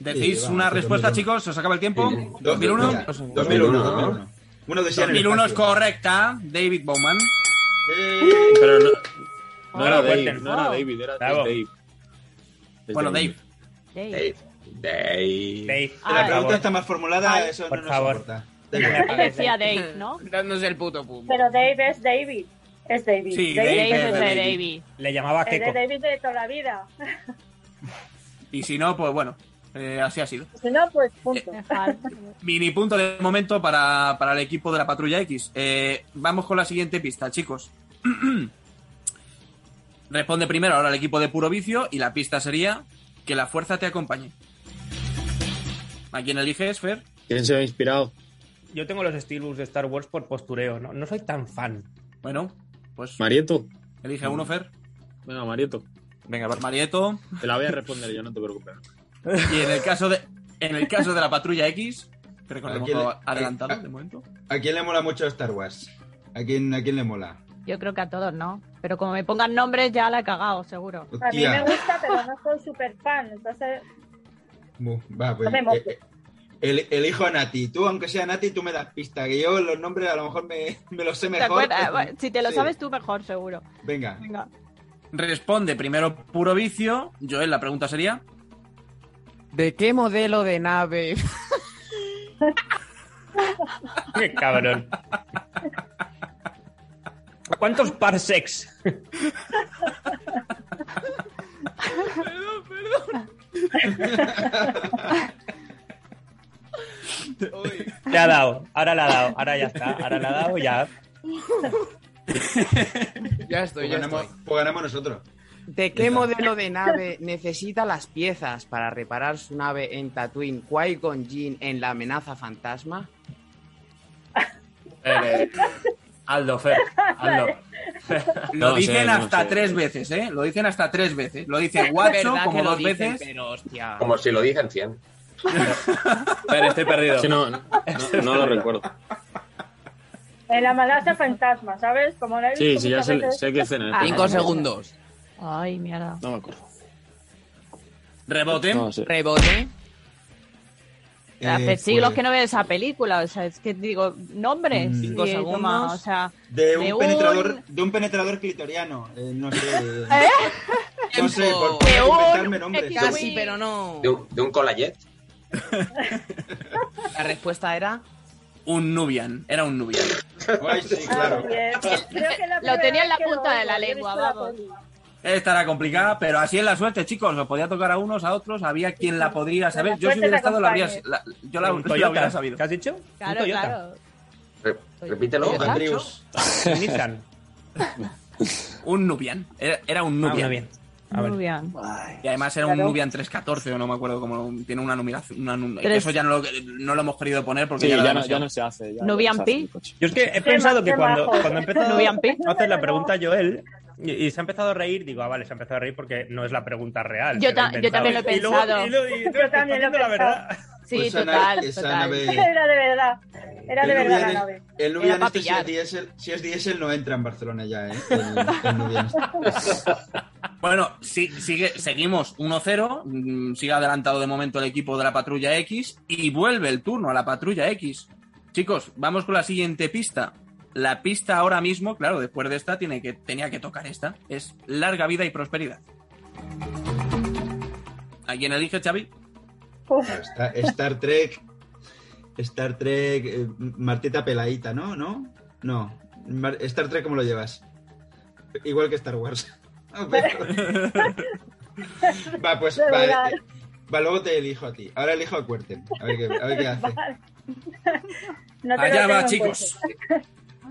Decís
vamos,
una
sí,
respuesta,
2001.
chicos. ¿Os acaba el tiempo?
Sí, sí.
¿2001?
Mira, 2001, 2001. Uno decía en el
2001 es
espacio.
correcta. David Bowman.
Eh,
Pero no, no
Ah,
era
Walter,
Dave, no era
wow.
David, era es
Bravo.
Dave. Es
Bueno, Dave.
Dave. Dave.
Dave,
Ah,
la
por
pregunta está más formulada,
Ay,
eso
por
no
favor.
nos importa. Da
me
igual.
Él
apagues,
decía
eh.
Dave, ¿no?
Dándose el puto pum.
Pero Dave es David. Es David.
Sí,
David
Dave,
Dave
Dave,
es de
Dave.
Davey.
Le llamaba
es
Keiko.
de David de toda la vida.
Y si no, pues bueno, eh, así ha sido.
Si no, pues punto.
Dejar.
Mini punto de momento para, para el equipo de la Patrulla X. Eh, vamos con la siguiente pista, chicos. Responde primero ahora el equipo de Puro Vicio y la pista sería que la fuerza te acompañe. ¿A quién eliges, Fer?
¿Quién se ha inspirado?
Yo tengo los Steelbooks de Star Wars por postureo, no, no soy tan fan.
Bueno, pues.
Marieto.
Elige a uno, Fer.
Venga, Marieto.
Venga, Marieto.
Te la voy a responder yo, no te preocupes.
Y en el caso de, en el caso de la patrulla X, que recordemos
¿A quién
lo
le-
adelantado
a-
de momento.
¿A quién le mola mucho Star Wars? ¿A quién, a quién le mola?
Yo creo que a todos no. Pero como me pongan nombres, ya la he cagado, seguro.
A mí me Hostia.
gusta, pero no soy súper fan. Entonces,
Bu, Va, pues,
No me mojo.
eh, eh, el, elijo a Nati. Tú, aunque sea Nati, tú me das pista. Que yo los nombres a lo mejor me, me los sé
¿Te
mejor.
acuerdas? Bueno, Si te lo
Sí.
sabes tú, mejor, seguro.
Venga.
Venga.
Responde primero Puro Vicio. Joel, la pregunta sería.
¿De qué modelo de nave?
Qué cabrón. ¿A cuántos parsecs? Te ha dado, ahora la ha dado, ahora ya está, ahora la ha dado ya.
ya estoy,
pues, ganamos, pues ganamos nosotros.
¿De qué modelo de nave necesita las piezas para reparar su nave en Tatooine, Qui-Gon Jinn en La amenaza fantasma?
Eh, Aldo, Fer. Aldo.
Lo
No sé,
dicen
no
hasta
sé.
tres veces, ¿eh? Lo dicen hasta tres veces. Lo dice
Es
Watson
verdad
como
que lo
dos
dicen,
veces.
Pero hostia.
Como si lo dicen 100.
Fer, estoy perdido.
Sí, no, no, no, no lo recuerdo.
en la malaza fantasma, ¿sabes? Como la he visto
Sí, sí, ya
muchas
sé,
veces.
sé que escena.
Ah,
es.
Cinco
segundos.
Ay, mierda.
No me acuerdo.
Rebote.
No sé.
Rebote.
Eh,
Hace siglos pues
pues
que no veo esa película, o sea, es que digo, nombres.
Mm.
y
Cinco
toma,
segundos.
o sea,
De un,
de un-
penetrador, de un penetrador clitoriano. Eh, no sé.
¿Eh?
No sé, por, por
De un-
inventarme nombres.
Casi, pero no.
¿De un, de un Colajet?
La respuesta era.
Un Nubian. Era un Nubian.
Ay, sí, claro.
Eh, Creo que la
Lo
primera
tenía en la
vez que lo
punta de la
oigo, yo he
lengua,
visto la
vamos.
peli.
Esta era complicada, pero así es la suerte, chicos. Os podía tocar a unos, a otros. Había quien la podría saber.
La
Yo si
suerte
hubiera
te
estado, la habría,
acompañe.
la- yo la,
Un
la
Toyota.
hubiera sabido.
¿Qué has dicho? Un
claro,
Toyota.
claro.
Re- repítelo.
Toyota.
Andrius.
Un Nissan.
Un Nubian. Era, era un Nubian.
Ah, bien. A ver.
Muy bien.
Y además era un
Claro.
Nubian 314, o no me acuerdo cómo tiene una numeración. una num-
Tres.
Eso ya no lo, no lo hemos querido poner porque
Sí,
ya, lo
ya no,
demasiado.
ya no se hace. ya-
¿No
ya
vi
se
Ampi?
hace mucho.
Yo es que he
Qué
pensado
ma-
que
qué
cuando,
majo.
cuando he empezado
No vi a Pi.
a hacer la pregunta Joel y, y se ha empezado a reír, digo, ah, vale, se ha empezado a reír porque no es la pregunta real.
Yo
se la
ta-
ha
yo
inventado.
también lo he
Y luego-
pensado.
y luego- y tú
Yo también lo he
estás diciendo la verdad.
Sí,
Pues esa
total,
nave- esa
total.
nave-
Esa era de verdad. Era de
El
verdad la
Nubian
nave.
es- El
Era
Nubian
pa'
este, si
pillar.
es diésel, si es diésel, no entra en Barcelona ya, ¿eh? El, el Nubian este.
Bueno, sí, sigue, seguimos 1-0. mm, Sigue adelantado de momento el equipo de la patrulla X. Y vuelve el turno a la patrulla X. Chicos, vamos con la siguiente pista. La pista ahora mismo, claro, después de esta tiene que, tenía que tocar esta. Es larga vida y prosperidad. ¿A quién elige, Xavi?
Uf,
Claro, Star, Star Trek. Star Trek. eh, Martita Peladita, ¿no? ¿No? No. Mar- Star Trek, ¿cómo lo llevas? Igual que Star Wars. Ah, pero- va, pues.
De
Va,
verdad.
eh, va, luego te elijo a ti. Ahora elijo a Cuerten. A ver qué, a ver qué hace.
no te lo
Allá
tengo en
va, chicos.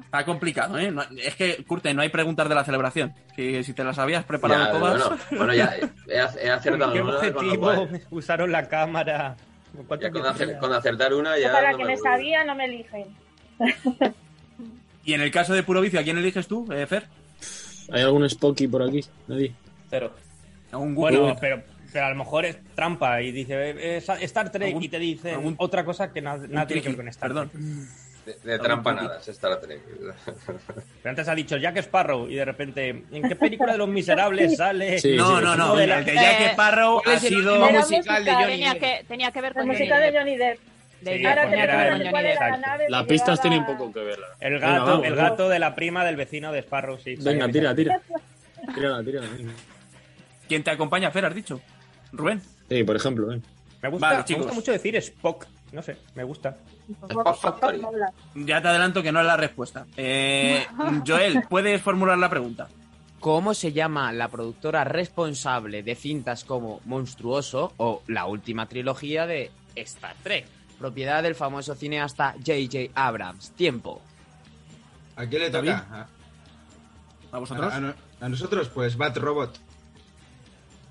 Está complicado, ¿eh? No- es que, Curte, no hay preguntas de la celebración. Que si te las habías preparado
Ya,
todas.
bueno, bueno, ya he, ac- he acertado
¿Qué
una. con lo
objetivo?
cual,
Usaron la cámara. ¿Cuántas
ya con,
veces
acer-
era?
con acertar una ya.
cuenta. Para
no
que
me
me
acuerdo.
sabía, no me eligen.
Y en el caso de Puro Vicio, ¿a quién eliges tú, eh, Fer?
¿Hay algún Spocky por aquí? Nadie.
Cero.
¿A un
Bueno,
Wookiee?
pero, pero a lo mejor es trampa y dice eh, es Star Trek
Algún-
y te dice
algún-
otra cosa que na- nada tiene que ver con Star Trek.
Perdón.
De, de trampa nada, es Star Trek.
Pero antes ha dicho Jack Sparrow y de repente, ¿en qué película de los miserables sale?
Sí,
no, no, no.
De la-
El de Jack
Eh,
Sparrow ha
es el
sido.
último
Era
musical de
musical,
Johnny
Tenía
Depp?
que, tenía que ver
La
con
música
Johnny
de Johnny Depp.
Depp. De
Sí,
Jack,
Ahora te
coño, era
recuerdo
el-
cuál era la
Exacto.
nave.
Las
que
pistas
llevaba-
tienen poco que ver. la verdad.
El
Venga,
gato,
vamos,
el
vamos.
gato de la prima del vecino de Sparrow, sí.
Venga,
sabía
tira,
que-
tira. Tírala, tírala. venga.
¿Quién te acompaña, Fer? Has dicho. Rubén.
Sí, por ejemplo, eh.
Me gusta,
Vale,
me
chicos.
gusta mucho decir Spock. No sé, me gusta.
Spock Factory.
Mola.
Ya te adelanto que no es la respuesta. Eh, Joel, puedes formular la pregunta.
¿Cómo se llama la productora responsable de cintas como Monstruoso o la última trilogía de Star Trek? Propiedad del famoso cineasta J.J. Abrams. Tiempo.
¿A quién le
¿David?
toca?
¿A vosotros?
A, no- a nosotros, pues Bat Robot.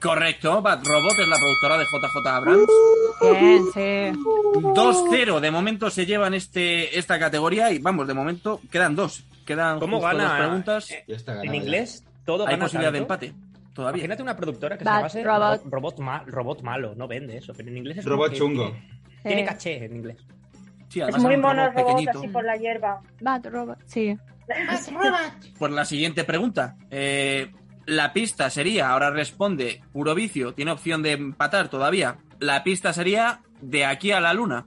Correcto, Bad Robot es la productora de JJ Abrams.
Bien, sí.
2-0 de momento se llevan este, esta categoría y vamos, de momento quedan dos. Quedan
¿Cómo
justo
gana? eh?
dos preguntas.
En inglés, todo
Hay
gana
posibilidad de
tanto.
empate. Todavía.
Imagínate una productora que
Bad
se llama
Robot.
robot. Robot, ma- robot malo, no vende eso, pero en inglés es
Robot
como que-
chungo.
que Tiene caché en inglés.
Es muy mono el robot así por la hierba.
Bad Robot, sí.
Pues la siguiente pregunta. Eh, la pista sería, ahora responde puro vicio, tiene opción de empatar todavía. La pista sería de aquí a la luna.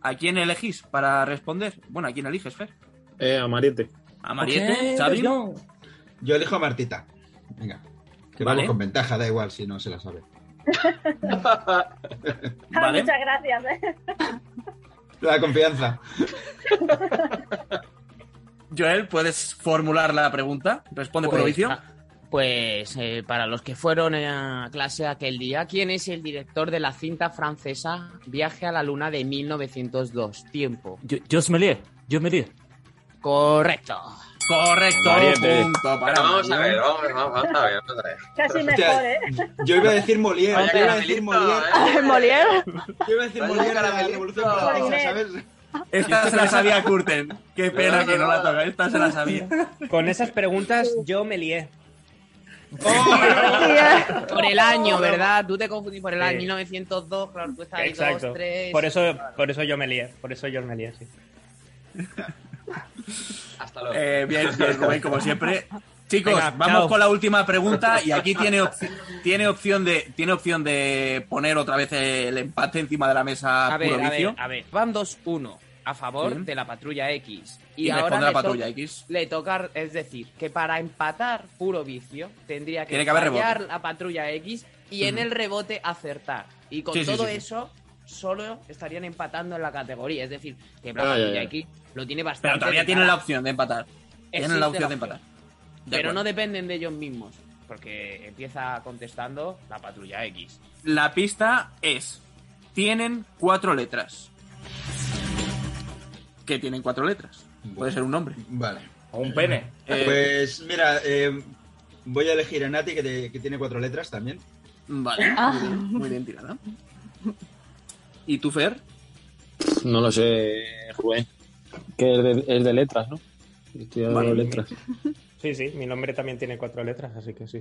¿A quién elegís para responder? Bueno, ¿a quién eliges, Fer?
Eh, Amariete.
¿A Mariette?
pues
¿Xavi?
Yo elijo a Martita. Venga. Que
Vale.
vamos con ventaja, da igual si no se la sabe.
Ah,
Vale.
Muchas gracias. ¿eh?
La confianza.
Joel, ¿puedes formular la pregunta? Responde puro
Pues,
vicio.
ah, Pues eh, para los que fueron a clase aquel día, ¿quién es el director de la cinta francesa Viaje a la Luna de 1902? Tiempo.
Dios me líe, Dios me líe.
Correcto.
Correcto,
Mariette.
punto para
Pero vamos a
Mariette.
ver, vamos, vamos, vamos a ver, vamos a ver.
Casi
Hostia,
mejor, ¿eh?
Yo iba a decir Molière.
Vaya
yo iba a decir
caramelito,
Molière.
¿eh?
Molière.
Yo iba a decir
Vaya
Molière de la
caramelito.
Revolución Francesa, ¿sabes?
Esta se la sabía Curten. Qué pena que no la toca. Esta se la sabía.
Con esas preguntas yo me lié.
Por el año, ¿verdad? Tú te confundís por el
Sí.
año 1902, claro, tú estás ahí
Exacto.
dos, tres.
Por eso, por eso yo me lié. Por eso yo me lié, sí.
Hasta luego.
Eh, bien, bien, Rubén, como siempre. Chicos,
Venga,
vamos
chao.
con la última pregunta y aquí tiene, opci- tiene, opción de, tiene opción de poner otra vez el empate encima de la mesa
A ver,
puro
a
vicio.
ver, a ver. Van 2-1 a favor
Sí.
de la patrulla X.
Y responde
le
la patrulla
to-
X.
Le toca, es decir, que para empatar puro vicio tendría que,
Tiene que haber rebote.
fallar la patrulla X y en
Ujú.
el rebote acertar. Y con
Sí, sí,
todo
sí, sí.
eso solo estarían empatando en la categoría. Es decir, que la
Ah, ya,
patrulla
ya.
X lo tiene bastante.
Pero todavía
de
tienen la
cara.
opción de empatar. Tienen
Existe
la
la
opción de
opción.
empatar. De
Pero
acuerdo.
no dependen de ellos mismos. Porque empieza contestando la patrulla X.
La pista es: tienen cuatro letras. ¿Qué tienen cuatro letras? Puede ser un nombre. Eh,
Vale.
O un pene.
Pues mira, eh, voy a elegir a Nati, que, te- que tiene cuatro letras también.
Vale, muy bien, muy bien tirada. ¿Y tú, Fer?
No lo sé,
Eh,
Rubén. Que es de, es de letras, ¿no? Estoy hablando
Vale.
de letras.
Sí, sí, mi nombre también tiene cuatro letras, así que sí.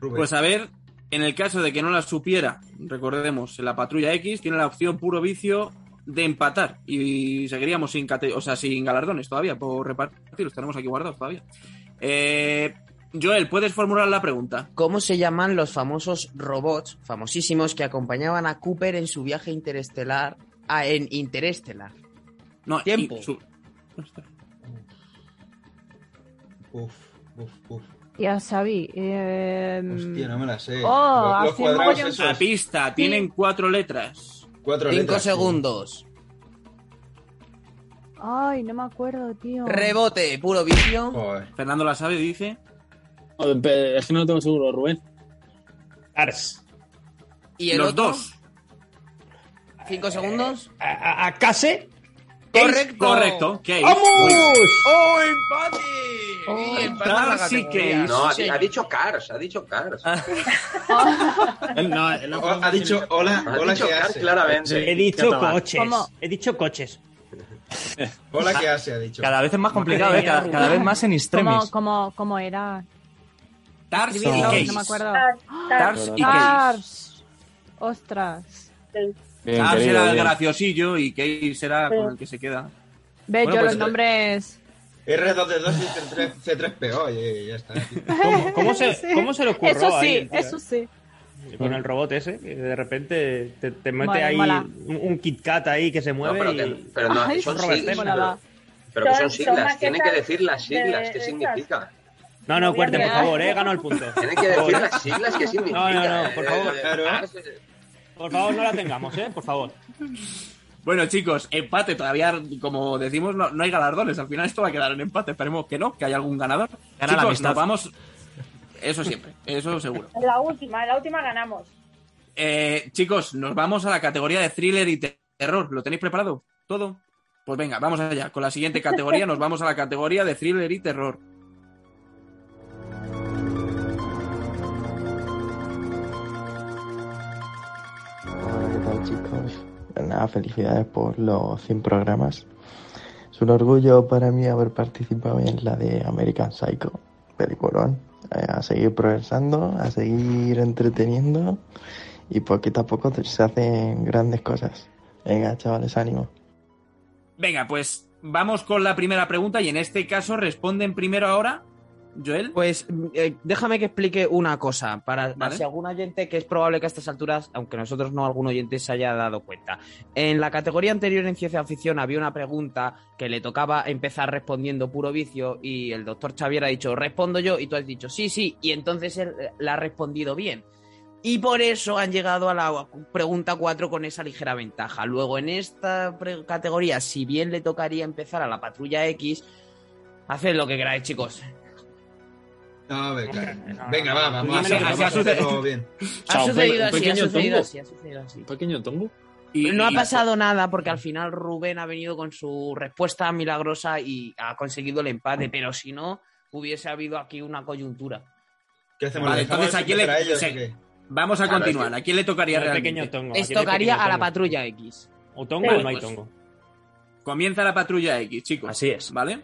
Pues a ver, en el caso de que no la supiera, recordemos, en la patrulla X tiene la opción puro vicio de empatar y seguiríamos sin, cate- o sea, sin galardones todavía por repartir, los tenemos aquí guardados todavía. Eh, Joel, ¿puedes formular la pregunta?
¿Cómo se llaman los famosos robots famosísimos que acompañaban a Cooper en su viaje interestelar? Ah, en Interestelar.
No,
Tiempo.
y su-
Uf, uf, uf.
Ya sabí. Eh,
Hostia, no me la sé.
Oh,
Los- los,
hace
cuadrados
mogollón-
esos.
La pista, tienen cuatro letras.
Cuatro
Cinco
letras. sí.
segundos.
Ay, no me acuerdo, tío.
Rebote, puro vicio.
Joder.
Fernando la sabe, dice.
Joder, pero Es que no lo tengo seguro, Rubén.
Ars.
¿Y el
los
otro?
dos.
¿Cinco segundos?
A, a- a case.
Correcto.
Correcto. ¿Qué hay?
¡Oh, empate! Y empata la
Darcy
categoría.
Case.
No, ha,
Sí,
ha
señor.
dicho Cars, ha dicho Cars.
Ah,
No, él no
O- ha dicho hola,
Ha
hola
dicho
que
Cars
hace.
claramente.
He dicho
Catalán.
coches.
¿Cómo?
He dicho coches.
Hola que hace, ha dicho.
Ah. Cada vez es más complicado, ¿eh? cada, cada vez más en
¿Cómo,
extremis.
cómo, cómo era?
Darcy
Escribirlo,
Case.
no me acuerdo.
Darcy
Cars.
y Case.
Ostras.
Bien,
Cars
querido,
era el
bien.
graciosillo y Case será
Sí.
con el que se queda.
Ve,
Bueno,
yo
pues,
los nombres.
R2D2 y C3, C3PO, y ya está.
¿Cómo, cómo se,
Sí.
cómo se le ocurrió
Eso
ahí,
sí,
tío?
eso sí.
Con el robot ese, que de repente te, te mete
Mola,
ahí
mola.
un, un Kit Kat ahí que se
No,
mueve
pero,
y...
que, pero no,
Ay,
son
Robert
siglas.
Stone.
Pero, pero que son
Son- son
siglas, tienen que
maquetas
decir las siglas,
de
¿qué
esas.
significa?
No, no, cuerte, por
Mira.
favor, eh, gano el punto.
Tienen que
Por
decir
favor,
las siglas, ¿qué significa?
No, no, no, por
Eh,
favor.
eh,
Claro.
Cars, eh,
por favor, no la tengamos, eh, por favor.
Bueno, chicos, empate. Todavía, como decimos, no, no hay galardones. Al final esto va a quedar en empate. Esperemos que no, que haya algún ganador.
la
chicos,
amistad.
nos vamos. Eso siempre, eso seguro.
La última, la última ganamos.
Eh, chicos, nos vamos a la categoría de thriller y te- terror. ¿Lo tenéis preparado? ¿Todo? Pues venga, vamos allá. Con la siguiente categoría nos vamos a la categoría de thriller y terror.
chicos. Pues Nada, felicidades por los 100 programas. Es un orgullo para mí haber participado en la de American Psycho, peliculón. Eh, a seguir progresando, a seguir entreteniendo y poquito a poco se hacen grandes cosas. Venga, chavales, ánimo.
Venga, pues vamos con la primera pregunta y en este caso responden primero ahora Joel.
Pues eh, déjame que explique una cosa, para si algún oyente, que es probable que a estas alturas, aunque nosotros no, algún oyente se haya dado cuenta. En la categoría anterior en ciencia ficción había una pregunta que le tocaba empezar respondiendo puro vicio y el doctor Xavier ha dicho, respondo yo, y tú has dicho, sí, sí, y entonces él eh, la ha respondido bien. Y por eso han llegado a la pregunta 4 con esa ligera ventaja. Luego, en esta pre- categoría, si bien le tocaría empezar a la patrulla X, haced lo que queráis, chicos. Eh,
No, venga, venga, va, vamos a
Así-
hacerlo,
así
vamos a
sucede.
hacerlo bien.
Ha sucedido así, ha
pequeño
sucedido
tongo.
así, ha sucedido así.
Pequeño tongo.
no ha pasado nada porque al final Rubén ha venido con su respuesta milagrosa y ha conseguido el empate, pero si no, hubiese habido aquí una coyuntura.
¿Qué
hacemos?
Vale,
¿Lo dejamos
entonces a quién le...
para ellos
se-
o qué?
Vamos a
Claro,
continuar.
es que-
¿A quién le tocaría
No hay
realmente?
pequeño tongo, Les aquí no hay tocaría pequeño a la tongo. patrulla X.
¿O
tongo o no hay
tongo?
pues, Comienza la patrulla X, chicos. Así es. ¿Vale?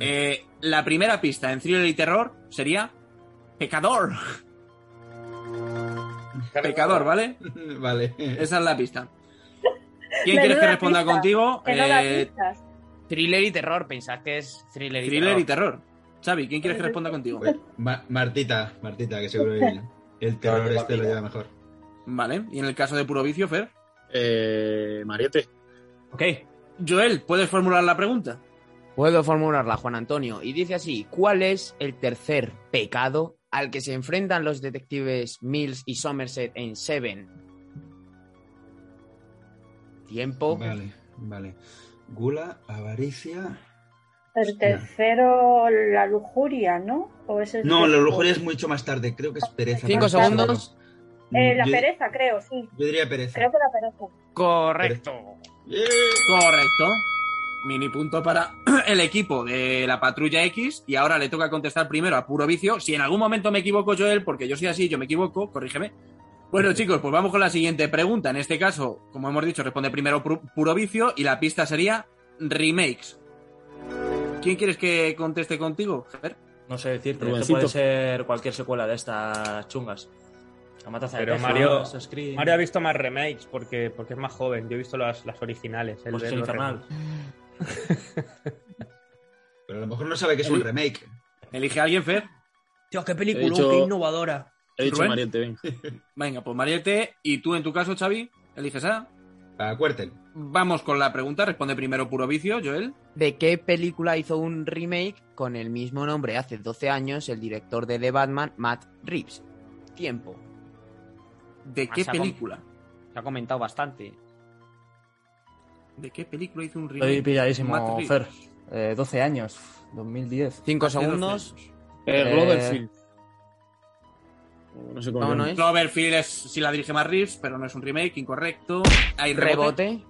Eh, la primera pista en thriller y terror sería pecador.
eh,
pecador, ¿vale?
Vale.
Esa es la pista. ¿Quién
Menuda
quieres que responda
pista,
contigo?
que no da
Eh,
pistas. Thriller y terror, pensad que es thriller y
thriller
terror.
y terror. Xavi, ¿quién quieres que responda
Pues
contigo?
Ma- Martita, Martita, que seguro el, el terror este lo lleva mejor.
Vale. ¿Y en el caso de puro vicio, Fer?
Eh, Mariette.
Ok. Joel, pues, ¿puedes formular la pregunta?
Puedo formularla, Juan Antonio. Y dice así, ¿cuál es el tercer pecado al que se enfrentan los detectives Mills y Somerset en Seven? Tiempo.
Vale, vale. Gula, avaricia.
El tercero, la lujuria, ¿no? ¿O ese es
No,
el
la
tercero?
lujuria es mucho más tarde, creo que es pereza.
Cinco
pero seguro.
segundos.
Eh, la
Yo-
pereza, creo, sí.
Yo diría pereza.
Creo que la pereza.
Correcto.
Correcto. Mini punto para el equipo de la patrulla X. Y ahora le toca contestar primero a puro vicio. Si en algún momento me equivoco, Joel, porque yo soy así, yo me equivoco, corrígeme. Bueno, chicos, pues vamos con la siguiente pregunta. En este caso, como hemos dicho, responde primero Pru- puro vicio y la pista sería remakes. ¿Quién quieres que conteste contigo? Fer?
No sé decirte, esto
Rubencito.
puede ser cualquier secuela de estas chungas. La matanza de
Pero
Texas,
Mario,
Assassin's Creed.
Mario ha visto más remakes porque, porque es más joven. Yo he visto las, las originales. él
Hostia,
ve los
infernal.
remakes.
Pero a lo mejor no sabe que es un
Eli-
remake.
¿Elige a alguien, Fer?
Dios, qué
película, He dicho- qué
innovadora.
he dicho Mariette, venga.
Venga, pues Mariette. Y tú, en tu caso, Xavi, eliges a.
A Cuerten.
Vamos con la pregunta. Responde primero puro vicio, Joel.
¿De qué película hizo un remake con el mismo nombre hace 12 años el director de The Batman, Matt Reeves? Tiempo.
¿De
Ah,
qué película?
Se ha comentado bastante.
¿De qué película hizo un remake?
Estoy
Matt
pilladísimo,
Reeves.
Fer. Eh, 12 años, 2010.
Cinco
Hace 12
segundos.
años.
Eh, Cloverfield.
No sé cómo
No,
se
no
llama.
es. Cloverfield es si la dirige más Reeves, pero no es un remake, incorrecto. Hay rebote.
¿Rebote?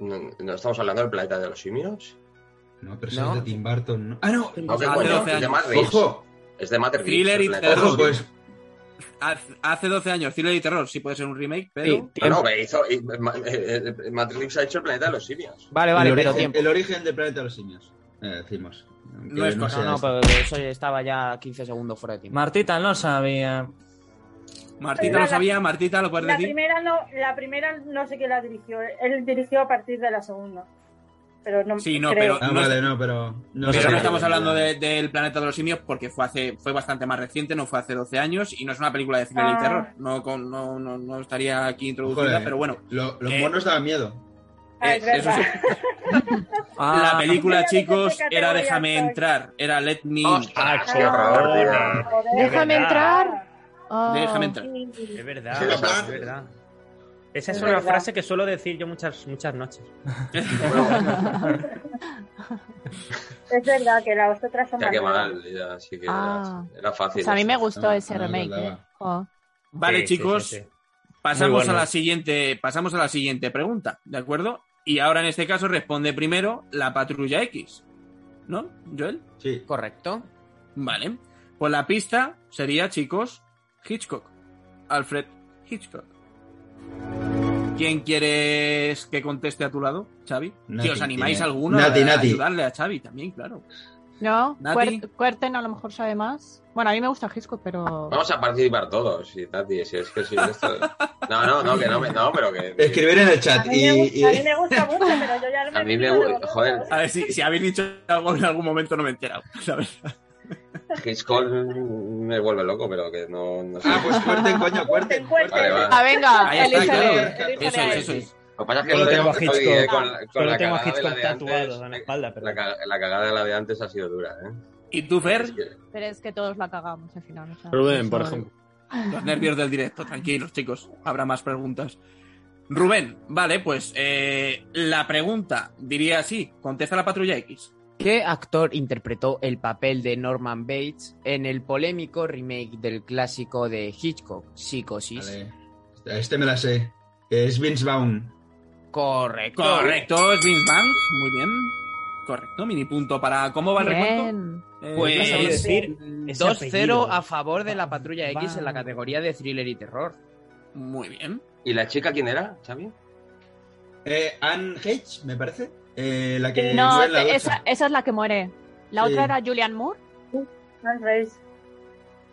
¿No, no- no estamos hablando del planeta de los simios?
No, pero eso es de Tim Burton, ¿no? Ah, no.
No, que
Hace
coño,
12
es de
años.
Matt Reeves.
Ojo. pues.
Es de Matt Reeves.
Thriller y
el planeta de los
terror.
simios.
Hace- Hace 12 años, Thriller y Terror sí puede ser un remake, pero.
No, no, que hizo. y- ma- eh, eh, Matt Reeves ha hecho el planeta de los simios.
el origen, El origen del planeta de los simios. Eh, decimos. Aunque
No es cosa,
sea
no,
este.
pero eso ya estaba ya 15 segundos fuera de tiempo.
Martita no sabía.
Martita lo sabía, Martita lo puedes
La
decir.
primera, no, la primera no sé quién la dirigió. Él dirigió a partir de la segunda. Pero no,
Sí, no,
creo.
pero.
Ah,
no
vale,
es-
no, pero.
No,
sé.
pero no estamos hablando de- del planeta de los simios porque fue hace fue bastante más reciente, no fue hace 12 años y no es una película de thriller
Ah.
y terror. No, con- no, no, no estaría aquí introducida,
Joder,
pero bueno.
lo- los
Eh,
monos daban miedo.
Ah, es
eh, eso
verdad.
la película,
Yo ya me
chicos,
sé qué
era
categoría
Déjame
soy.
entrar. Era Let Me
Ah, qué horror,
Entrar.
Déjame
entrar.
Ah.
Déjame entrar.
Es verdad,
Sí,
es
sí.
verdad. Esa es
Es
una
verdad.
frase que suelo decir yo muchas, muchas noches.
Es verdad que las otras son
Ya,
más
qué
nuevas.
mal, ya, así que
Ah.
era, era fácil.
Pues a mí me gustó
Ah,
ese
no, no,
remake.
no, no.
¿eh? Jo.
Vale,
Sí, sí,
chicos,
sí, sí.
pasamos
Muy bueno.
a la siguiente, pasamos a la siguiente pregunta, ¿de acuerdo? Y ahora en este caso responde primero la patrulla X. ¿No, Joel?
Sí.
Correcto.
Vale. Pues la pista sería, chicos, Hitchcock. Alfred Hitchcock. ¿Quién quieres que conteste a tu lado, Xavi?
Nati,
si os animáis
tiene-
alguno
Nati,
a, a
Nati.
ayudarle a Xavi también, claro.
No,
Nati.
Cuer- Cuerten a lo mejor sabe más. Bueno, a mí me gusta Hitchcock, pero.
Vamos a participar todos, y Tati, si es que soy esto. No, no, no, que no, me- no pero que.
Escribir en el chat
A mí,
y.
me gusta, a mí
y-
me gusta mucho, pero yo ya no me
A mí me
fío de
gusta. Joder,
A ver, si, si habéis dicho algo en algún momento no me he enterado, ¿sabes?
Hitchcock me vuelve loco, pero que no. no sé.
Ah, pues cuerten, coño, cuerten.
Vale, vale.
Ah, venga,
Ahí está,
elígele,
claro.
elígele
Eso
a
es,
él.
eso es. Lo que pasa es que
Solo
estoy-
tengo a
estoy,
Hitchcock.
eh, con la- con
Solo
la
tengo
cagada
a
de la
Hitchcock
de antes, eh,
tatuado en la espalda, pero
La, ca- la cagada de la de antes ha sido dura, ¿eh?
¿Y tú, Fer?
Pero es que todos la cagamos al final. o sea,
Rubén, por
eso-
ejemplo. Los nervios del directo, tranquilos, chicos. Habrá más preguntas. Rubén, vale, pues eh, la pregunta diría así: contesta la patrulla X.
¿Qué actor interpretó el papel de Norman Bates en el polémico remake del clásico de Hitchcock, Psicosis?
Este me la sé. que Es Vince Vaughn.
Correcto.
Correcto, es Vince Vaughn. Muy bien. Correcto, mini punto para. ¿Cómo va el recuento? Eh,
Pues
ya sabes.
decir,
ese
2-0
apellido.
a favor de la patrulla X en la categoría de thriller y terror.
Muy bien.
¿Y la chica quién era, Xavi?
Eh, Anne Hedge, me parece. Eh, la que
No,
muere en la ducha.
esa, esa es la que muere. La
Sí.
otra era Julian Moore.
Anne Rice.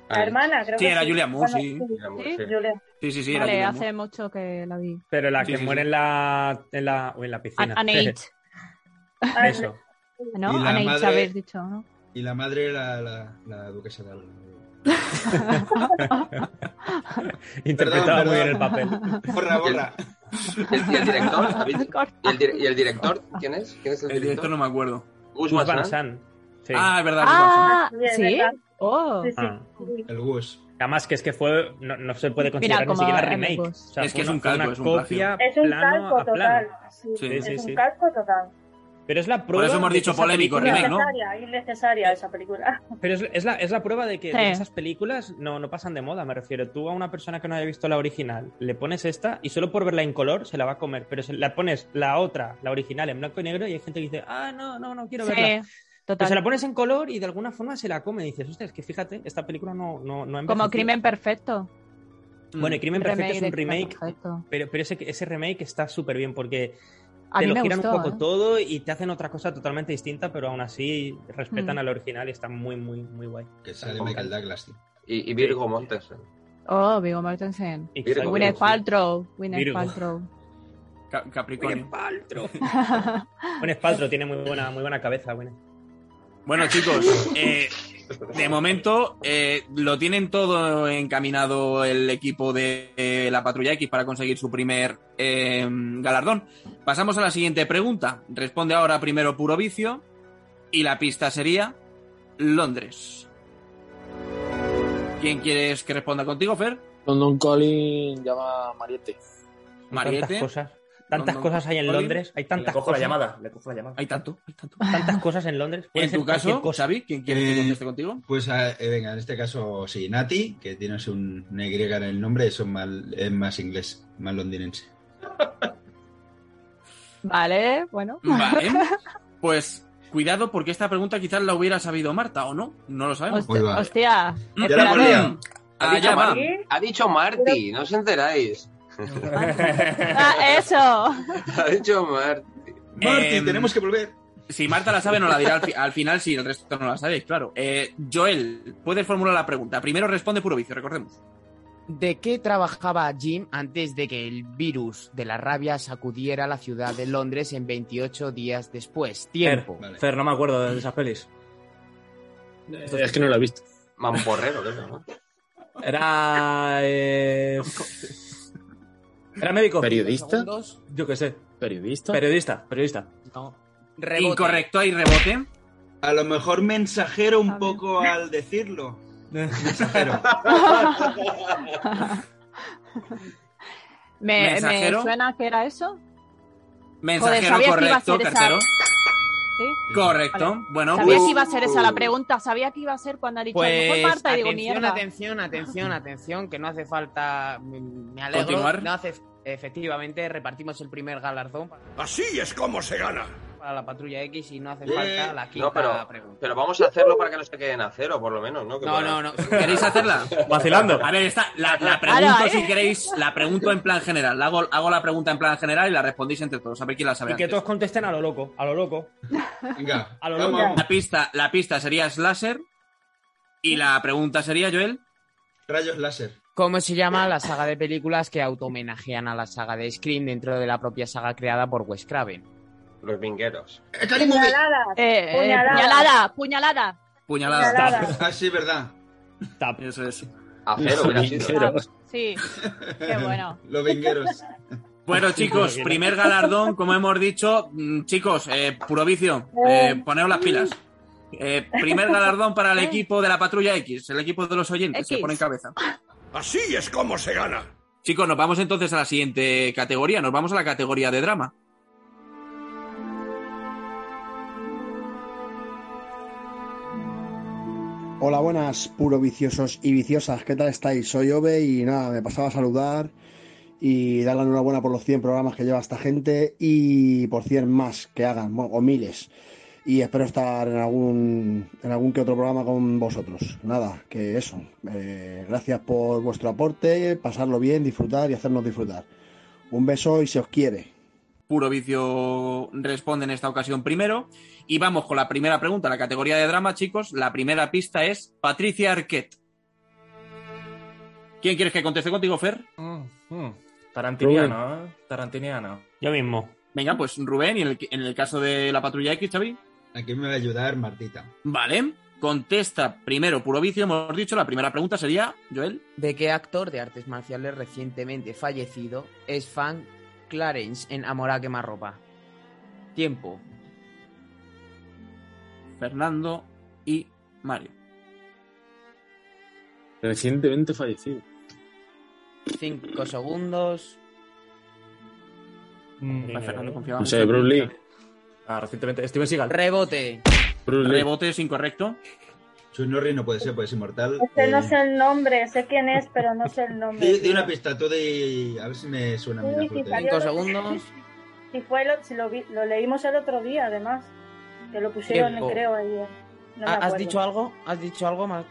Ah, La hermana, creo
Sí,
que
era Julia Moore,
Bueno,
sí.
¿Sí?
Julia.
Sí, sí, sí, era
Vale,
Julia
hace mucho que la vi.
Pero la
Sí,
que
sí,
muere
sí.
en la. Ah, En la, o en la piscina.
An Eight.
Ah,
Eso.
¿No?
Y la
An Eight
madre-
habéis dicho, ¿no?
Y la madre era la, la duquesa de Alba.
Interpretaba
Perdón,
muy bien el
perdón.
papel.
Borra, borra.
¿Y el, y el director? ¿Habéis- ¿Y el, dir- y el director? ¿Quién es? ¿Quién es el,
Moore. El director no me acuerdo.
Gus
Gus
Van
Van
Sant.
Sant. Sí.
Ah, es verdad.
Ah,
Bien,
sí.
¿verdad?
Oh.
Sí, sí.
Ah.
El Gus.
Además, que es que fue. No, no se puede considerar ni
como
siquiera
el
remake.
Gus.
O sea,
Es que
fue
es
una-
un
fue
calco,
una
es un
copia
Es un
plano
calco
a
total.
plano.
Sí,
Sí,
es
sí,
un
sí.
calco total.
Pero es la prueba.
Por eso hemos
de que
dicho
esa
polémico,
película-
remake, ¿no?
Innecesaria, innecesaria esa película.
Pero es, es la, es la prueba de que
Sí.
de que esas películas no, no pasan de moda, me refiero. Tú a una persona que no haya visto la original, le pones esta y solo por verla en color se la va a comer. Pero se la pones la otra, la original, en blanco y negro y hay gente que dice, ah, no, no, no quiero verla.
Sí,
Pero se la
total.
pones en color y de alguna forma se la come. Y dices, hostia, es que fíjate, esta película no, no, no ha
Como
envejecido".
crimen perfecto.
Bueno, y Crimen
Remake
Perfecto es un
de Crimen
remake,
Perfecto.
pero, pero ese, ese remake está súper bien porque
A
te
mí
lo
me
giran
gustó.
un poco
¿eh?
todo y te hacen otra cosa totalmente distinta, pero aún así respetan
Mm.
al original y está muy, muy, muy guay.
Que sale Michael Douglas, tío.
Y, y Virgo Montes. ¿eh?
Oh, Viggo Mortensen.
Virgo,
Exacto.
Gwyneth Paltrow. Gwyneth
Virgo.
Paltrow.
Ca- Capricornio.
Buen espaltro, tiene muy buena, muy buena cabeza. Gwyneth.
Bueno, chicos, eh, de momento eh, lo tienen todo encaminado el equipo de eh, la Patrulla X para conseguir su primer eh, galardón. Pasamos a la siguiente pregunta. Responde ahora primero Puro Vicio y la pista sería Londres. ¿Quién quieres que responda contigo, Fer?
Don Colin llama a Mariette.
Mariette.
Tantas cosas. Tantas
London
cosas hay en
Calling.
Londres. Hay
Le
tantas
cojo la
cosas.
llamada, le cojo la llamada.
Hay tanto, hay tanto.
Tantas cosas en Londres. Puede
En
ser
tu caso,
cualquier cosa.
Xavi, ¿quién quieres que
Eh,
conteste contigo?
Pues ah, eh, venga, en este caso sí, Nati, que tienes un una Y en el nombre, eso es mal- es más inglés, más londinense.
Vale, bueno.
Vale. Pues cuidado porque esta pregunta quizás la hubiera sabido Marta o no. No lo sabemos.
Ahí va. Ya
Hostia, hostia,
la
espérate.
hemos liado.
Ha dicho,
Allá Ah, va.
Marty, ha dicho Marty, no os enteráis.
Ah, eso.
Ha dicho Marty.
Marti,
Em,
tenemos que volver.
Si Marta la sabe, no la dirá al, fi- al final si el resto no la sabéis, claro. Eh, Joel, puedes formular la pregunta. Primero responde puro vicio, recordemos.
¿De qué trabajaba Jim antes de que el virus de la rabia sacudiera la ciudad de Londres en 28 días después? Tiempo.
Vale.
Fer, no me acuerdo de esas pelis.
Eh, Es que no la he visto.
Mamporrero, creo, ¿no?
Era. eh, Era médico.
¿Periodista?
Segundos.
Yo qué sé.
¿Periodista?
Periodista, periodista.
Rebote.
Incorrecto, hay rebote.
A lo mejor mensajero
A
un
ver.
poco al decirlo. Mensajero.
Me, me
¿Mensajero?
suena que era eso.
Mensajero
sabía que iba a
correcto,
ser esa.
tercero.
Sí.
Correcto.
Vale.
Bueno,
Sabía
pues-
que iba a ser esa la pregunta. Sabía que iba a ser cuando ha dicho a lo
Pues
mejor Marta y digo
atención,
mierda.
atención, atención, atención, que no hace falta, me- me alegro,
Continuar.
no hace, efectivamente repartimos el primer galardón.
Así es como se gana.
para la patrulla X y no hace
Eh,
falta la quinta
No, pero,
pregunta.
pero vamos a hacerlo para que no se queden a cero, por lo menos, ¿no? Que
No,
para-
no, no. ¿Queréis hacerla?
Vacilando.
A ver, está, la, la
¿eh?
pregunto si queréis, la pregunto en plan general. La hago, hago la pregunta en plan general y la respondéis entre todos. A ver quién la sabe.
Y que
antes.
todos contesten a lo loco, a lo loco.
Venga,
a lo loco.
La pista, la pista sería slasher y la pregunta sería, Joel.
Rayos láser.
¿Cómo se llama la saga de películas que auto-homenajean a la saga de Scream dentro de la propia saga creada por Wes Craven?
Los vingueros.
Puñalada. Eh, eh,
Puñalada.
puñalada, puñalada.
Puñaladas.
Puñaladas.
Ah, sí, verdad.
Eso es.
Acero, hubiera sido.
Sí. Qué bueno.
Los vingueros.
Bueno, chicos, primer galardón, como hemos dicho, mm, chicos, eh, puro vicio, eh, poneos las pilas. Eh, primer galardón para el equipo de la patrulla X, el equipo de los oyentes, se
X.
pone en cabeza.
Así es como se gana.
Chicos, nos vamos entonces a la siguiente categoría, nos vamos a la categoría de drama.
Hola, buenas, puro viciosos y viciosas. ¿Qué tal estáis? Soy Ove y nada, me pasaba a saludar y dar la enhorabuena por los 100 programas que lleva esta gente y por 100 más que hagan, bueno, o miles. Y espero estar en algún, en algún que otro programa con vosotros. Nada, que eso. Eh, gracias por vuestro aporte, pasarlo bien, disfrutar y hacernos disfrutar. Un beso y se os quiere.
Puro Vicio responde en esta ocasión primero. Y vamos con la primera pregunta, la categoría de drama, chicos. La primera pista es Patricia Arquette. ¿Quién quieres que conteste contigo, Fer?
Hmm.
Tarantiniano, ¿eh? Tarantiniano.
Yo mismo.
Venga, pues Rubén, y en el, en el caso de la patrulla X, Xavi.
Aquí me va a ayudar Martita.
Vale, contesta primero Puro Vicio, hemos dicho, la primera pregunta sería, Joel.
¿De qué actor de artes marciales recientemente fallecido es fan Clarence en Amor a quemarropa? Tiempo.
Fernando y Mario.
Recientemente fallecido.
Cinco segundos.
Mm.
Fernando confiaba
No
mucho
sé,
en
Bruce
ti.
Lee.
Ah, recientemente. Steven Seagal.
Rebote.
Rebote es incorrecto.
Chusnorri no puede ser, puede ser inmortal.
Este no
Eh,
sé el nombre, sé quién es, pero no sé el nombre.
di, di una pista tú de... A ver si me suena a mí la
Sí, sí,
flauta.
salió el otro- Si, fue lo, si lo, vi- lo leímos el otro día, además. Que lo pusieron,
Tiempo.
creo, ahí. eh. No me
¿Ha- ¿Has
acuerdo.
dicho algo? ¿Has dicho algo más?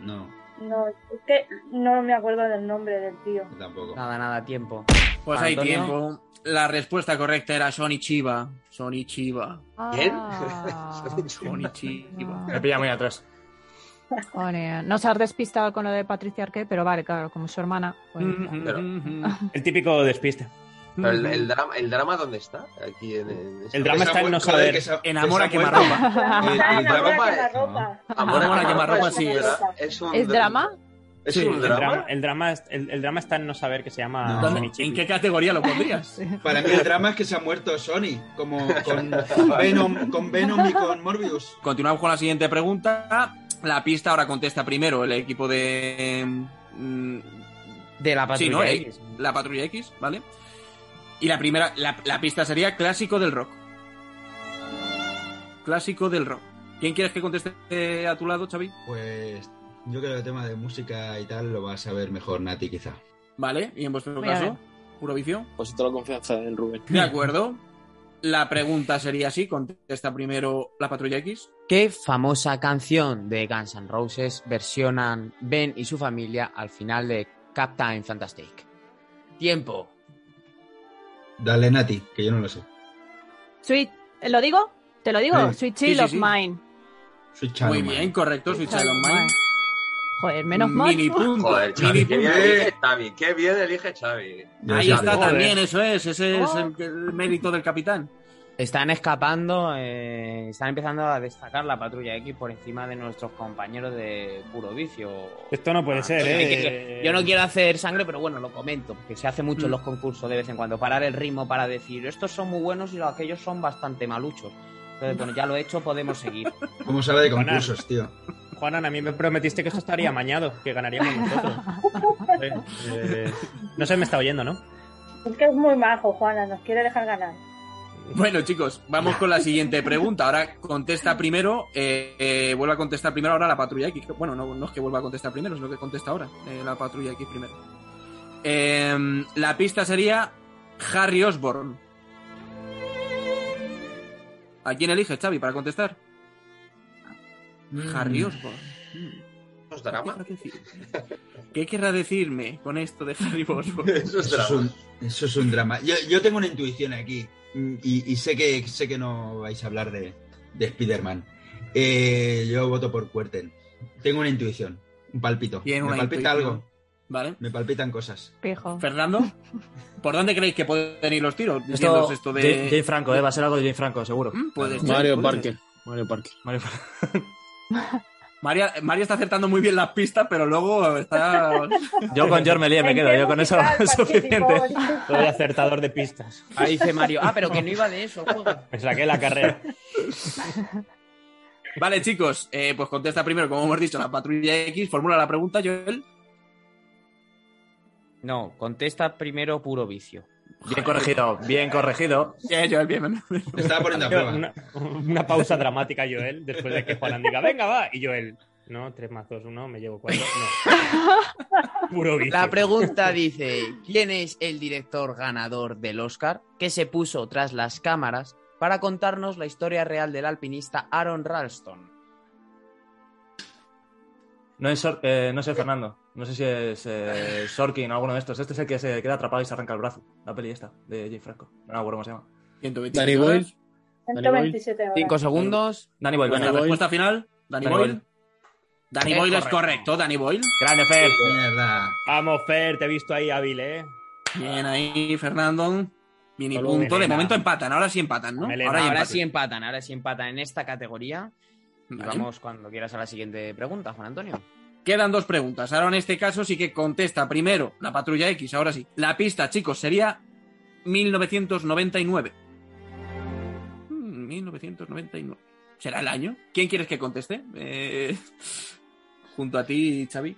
No.
No, es que no me acuerdo del nombre del tío.
Tampoco.
Nada, nada, tiempo.
Pues hay
Antonio.
tiempo. La respuesta correcta era Sony Chiba. Sony Chiba.
¿Quién?
Ah.
Sony Chiba.
Me pilla muy atrás.
Joder, no se has despistado con lo de Patricia Arquette, pero vale, claro, como su hermana. pues,
Mm.
Pero-
El típico despiste.
pero el, el drama, ¿El drama dónde está? Aquí en, en-
El drama está en no
Joder,
saber.
que esa-
Enamora
que esa
quemarropa.
muerte-
El- el
Está en
drama
Enamora
es-
quemarropa.
Amor a quemarropa, sí, es-
es un
¿Es drama?
¿Es
Sí,
un
el
drama?
El drama, es- el, el drama está en no saber que se llama.
No.
Shinichi.
¿En qué categoría lo pondrías?
Para mí el drama es que se ha muerto Sony, como con, con Venom, con Venom y con Morbius.
Continuamos con la siguiente pregunta. La pista ahora contesta primero el equipo de. mm,
De la
sí,
patrulla
¿no?
X.
Eh, La patrulla X, ¿vale? Y la primera, la, la pista sería clásico del rock. Clásico del rock. ¿Quién quieres que conteste eh, a tu lado, Xavi?
Pues yo creo que el tema de música y tal lo vas a ver mejor Nati, quizá.
Vale, y en vuestro
Voy a
caso,
ver.
puro vicio.
Pues toda la confianza en Rubén.
De acuerdo. La pregunta sería así, contesta primero la patrulla X.
¿Qué famosa canción de Guns N' Roses versionan Ben y su familia al final de Captain Fantastic? Tiempo.
Dale Nati, que yo no lo sé.
Sweet, ¿lo digo? ¿Te lo digo?
Sí.
Sweet
Sí,
Child
sí,
of
sí.
Mine.
Soy
Muy bien, correcto, Switch Child of Mine.
Joder, menos mal.
Mini punto.
Joder, Xavi,
mini
qué bien
punto.
elige Xavi, qué bien elige Xavi.
Ahí
Xavi.
está
Joder.
también, eso es, ese es
Oh.
el, el mérito del capitán.
Están escapando, eh, están empezando a destacar la patrulla X por encima de nuestros compañeros de puro vicio.
Esto no puede ser,
Hay
¿eh? Mm.
que- Yo no quiero hacer sangre, pero bueno, lo comento, porque se hace mucho en los concursos de vez en cuando, parar el ritmo para decir, estos son muy buenos y aquellos son bastante maluchos. Entonces, bueno, ya lo he hecho, podemos seguir.
¿Cómo sabe de
Juanan.
concursos, tío?
Juanan, a mí me prometiste que esto estaría mañado, que ganaríamos nosotros. Eh, eh, no se me está oyendo, ¿no?
Es que es muy majo, Juana, nos quiere dejar ganar.
Bueno, chicos, vamos con la siguiente pregunta. Ahora contesta primero, eh, eh, vuelve a contestar primero ahora la patrulla X. Bueno, no, no es que vuelva a contestar primero, es lo que contesta ahora, eh, la patrulla X primero. Eh, la pista sería Harry Osborn. ¿A quién eliges, Xavi, para contestar?
Mm.
Harry Osborn.
¿Eso es drama?
¿Qué querrá decirme con esto de Harry Osborn?
Eso es
Eso es
drama.
un, eso es un drama. Yo, yo tengo una intuición aquí mm, y, y sé, que, sé que no vais a hablar de, de Spider-Man. Eh, yo voto por Cuerten. Tengo una intuición, un palpito.
Tiene
Me
una
palpita
intuición.
algo,
¿Vale?
me palpitan cosas.
Fernando, ¿por dónde creéis que pueden ir los tiros?
Esto,
Diciéndoos esto de... Mm,
Jay- Jay Franco, eh, va a ser algo de Jay Franco, seguro.
puede ser,
Mario
puede
Parker.
Mario Parker.
Mario
María, Mario está acertando muy bien las pistas, pero luego está...
Yo con Jormelía me quedo, yo con eso es suficiente.
Soy acertador de pistas.
Ahí dice Mario, ah, pero que no iba de eso, juega.
Me saqué la carrera.
Vale, chicos, eh, pues contesta primero, como hemos dicho, la patrulla X, formula la pregunta, Joel.
No, contesta primero puro vicio.
Bien corregido, bien corregido.
Bien, Joel, bien.
estaba poniendo a prueba.
Una, una pausa dramática, Joel, después de que Juan diga, venga, va. Y Joel, no, tres más dos, uno, me llevo cuatro. No. Puro vicio.
La pregunta dice, ¿quién es el director ganador del Oscar que se puso tras las cámaras para contarnos la historia real del alpinista Aaron Ralston?
No, es Sor- eh, no sé, Fernando. No sé si es eh, Sorkin o alguno de estos. Este es el que se queda atrapado y se arranca el brazo. La peli esta, de Jay Franco. No me acuerdo cómo se llama.
127
Danny Boyle. horas.
127 horas.
Cinco segundos.
Danny Boyle,
Nuestra
venga.
respuesta final, Danny
Danny
Boyle.
Boyle.
Danny
Es
Boyle es
correcto.
correcto, Danny Boyle.
Grande, Fer.
Vamos, Fer, te he visto ahí hábil, ¿eh?
Bien ahí, Fernando. Mini
Solo
punto. De
Melena.
momento empatan, ahora sí empatan, ¿no?
Ahora,
ya empatan.
sí empatan, ahora sí empatan en esta categoría. Y
Vale.
vamos cuando quieras a la siguiente pregunta, Juan Antonio.
Quedan dos preguntas. Ahora en este caso sí que contesta primero la patrulla X, ahora sí. La pista, chicos, sería 1999. Mm, 1999. ¿Será el año? ¿Quién quieres que conteste? Eh, junto a ti, Xavi.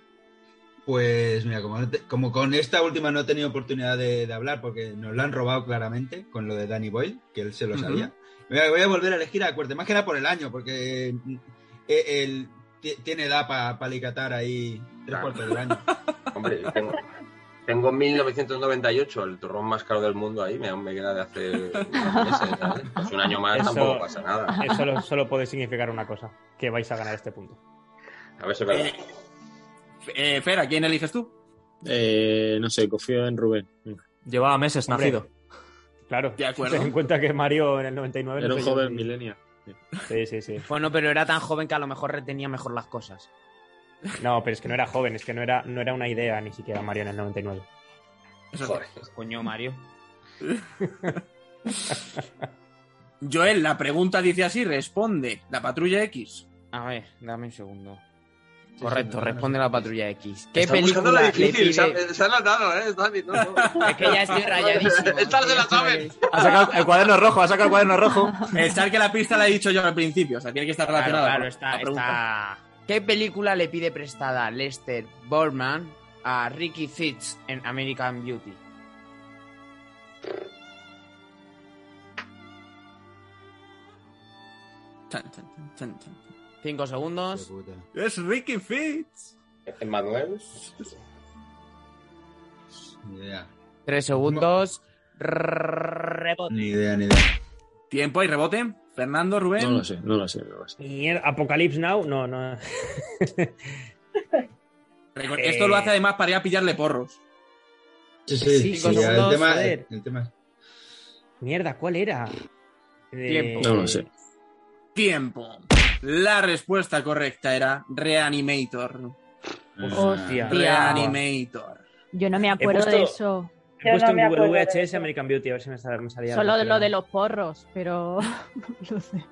Pues mira, como, no te- como con esta última no he tenido oportunidad de, de hablar porque nos la han robado claramente con lo de Danny Boyle, que él se lo
Ujú.
sabía. Voy a, voy a volver a elegir a Cuerte, más que nada por el año, porque mm, eh, él ti- tiene edad para palicatar ahí tres cuartos del año.
Hombre, yo tengo, tengo 1998, el turrón más caro del mundo ahí, me, me queda de hace unos meses. ¿sabes? Pues un año más
Eso-
tampoco pasa nada.
Eso lo- solo puede significar una cosa, que vais a ganar este punto.
A ver si es verdad.
Eh, Fer, ¿a quién eliges tú?
Eh, no sé, confío en Rubén. Venga.
Llevaba meses
Hombre.
nacido.
Claro,
de acuerdo.
Ten en cuenta que Mario en el 99 no
Era un
sé yo
joven
si-
millennial.
Sí, sí, sí.
Bueno, pero era tan joven que a lo mejor retenía mejor las cosas.
No, pero es que no era joven, es que no era, no era una idea ni siquiera Mario en el 99.
Joder.
Coño, Mario.
Joel, la pregunta dice así, responde la patrulla X.
A ver, dame un segundo.
sí,
Correcto,
no, no,
responde la patrulla X. ¿Qué
Está buscando
película
la
le
difícil, se
pide-
ha- se ha notado, ¿eh? Dani, no, no.
Es que ya estoy rayadísimo.
Estas se la saben.
Ha sacado el cuaderno rojo, ha sacado el cuaderno rojo.
Pensar que la pista la he dicho yo al principio, o sea, tiene que estar
Claro,
relacionada.
claro,
con
está-
la pregunta.
¿Qué película le pide prestada Lester Borman a Ricky Fitz en American Beauty?
Chan, chan, chan, chan, chan.
Cinco segundos.
Es Ricky Fitz.
Manuel.
Ni idea.
Tres segundos. Rebote.
Ni idea, ni idea.
Tiempo y rebote. Fernando, Rubén.
No lo sé, no lo sé, no lo sé.
Mierda, Apocalypse Now, no, no.
Recor- Esto lo hace además para ir a pillarle porros.
Sí, sí, sí,
Cinco
el
segundos,
tema-
joder.
el tema-
Mierda, ¿cuál era? Eh,
Tiempo.
No lo sé.
Tiempo. La respuesta correcta era Reanimator.
Hostia.
Reanimator.
Yo no me
He
acuerdo
puesto-
de eso.
He puesto en Google VHS American Beauty, a ver si me sal- me salía.
Solo de
relacionado.
lo de los porros, pero no sé.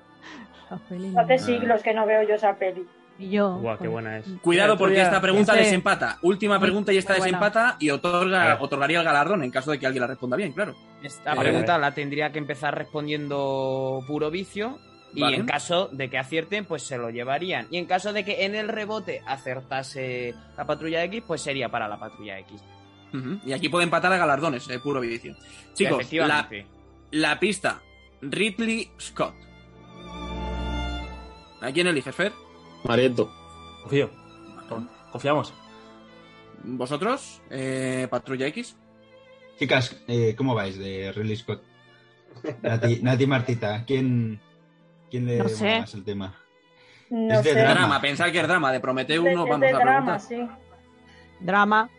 La peli no.
Hace siglos que no veo yo esa peli.
Y yo.
Guau, qué buena es.
Cuidado porque esta pregunta
Sí.
desempata. Última pregunta y esta
este- Muy buena.
desempata y otorga, otorgaría el galardón en caso de que alguien la responda bien, claro.
Esta
Eh,
pregunta la tendría que empezar respondiendo puro vicio. Y
Vale.
en caso de que acierten, pues se lo llevarían. Y en caso de que en el rebote acertase la patrulla X, pues sería para la patrulla X.
Ujú. Y aquí puede empatar a galardones, eh, puro vicio. Chicos, la,
Efectivamente.
la pista. Ridley Scott. ¿A quién eliges, Fer?
Marieto.
Confío. Confiamos.
¿Vosotros? Eh, ¿Patrulla X?
Chicas, eh, ¿cómo vais de Ridley Scott? Nati, Nati Martita, ¿quién, ¿Quién le
No
mola
sé.
más el tema?
No
es de
sé.
drama. pensar que es drama. De Prometeo
Es de-
uno
es
Ah. vamos
de
a
drama,
preguntar.
sí.
Drama.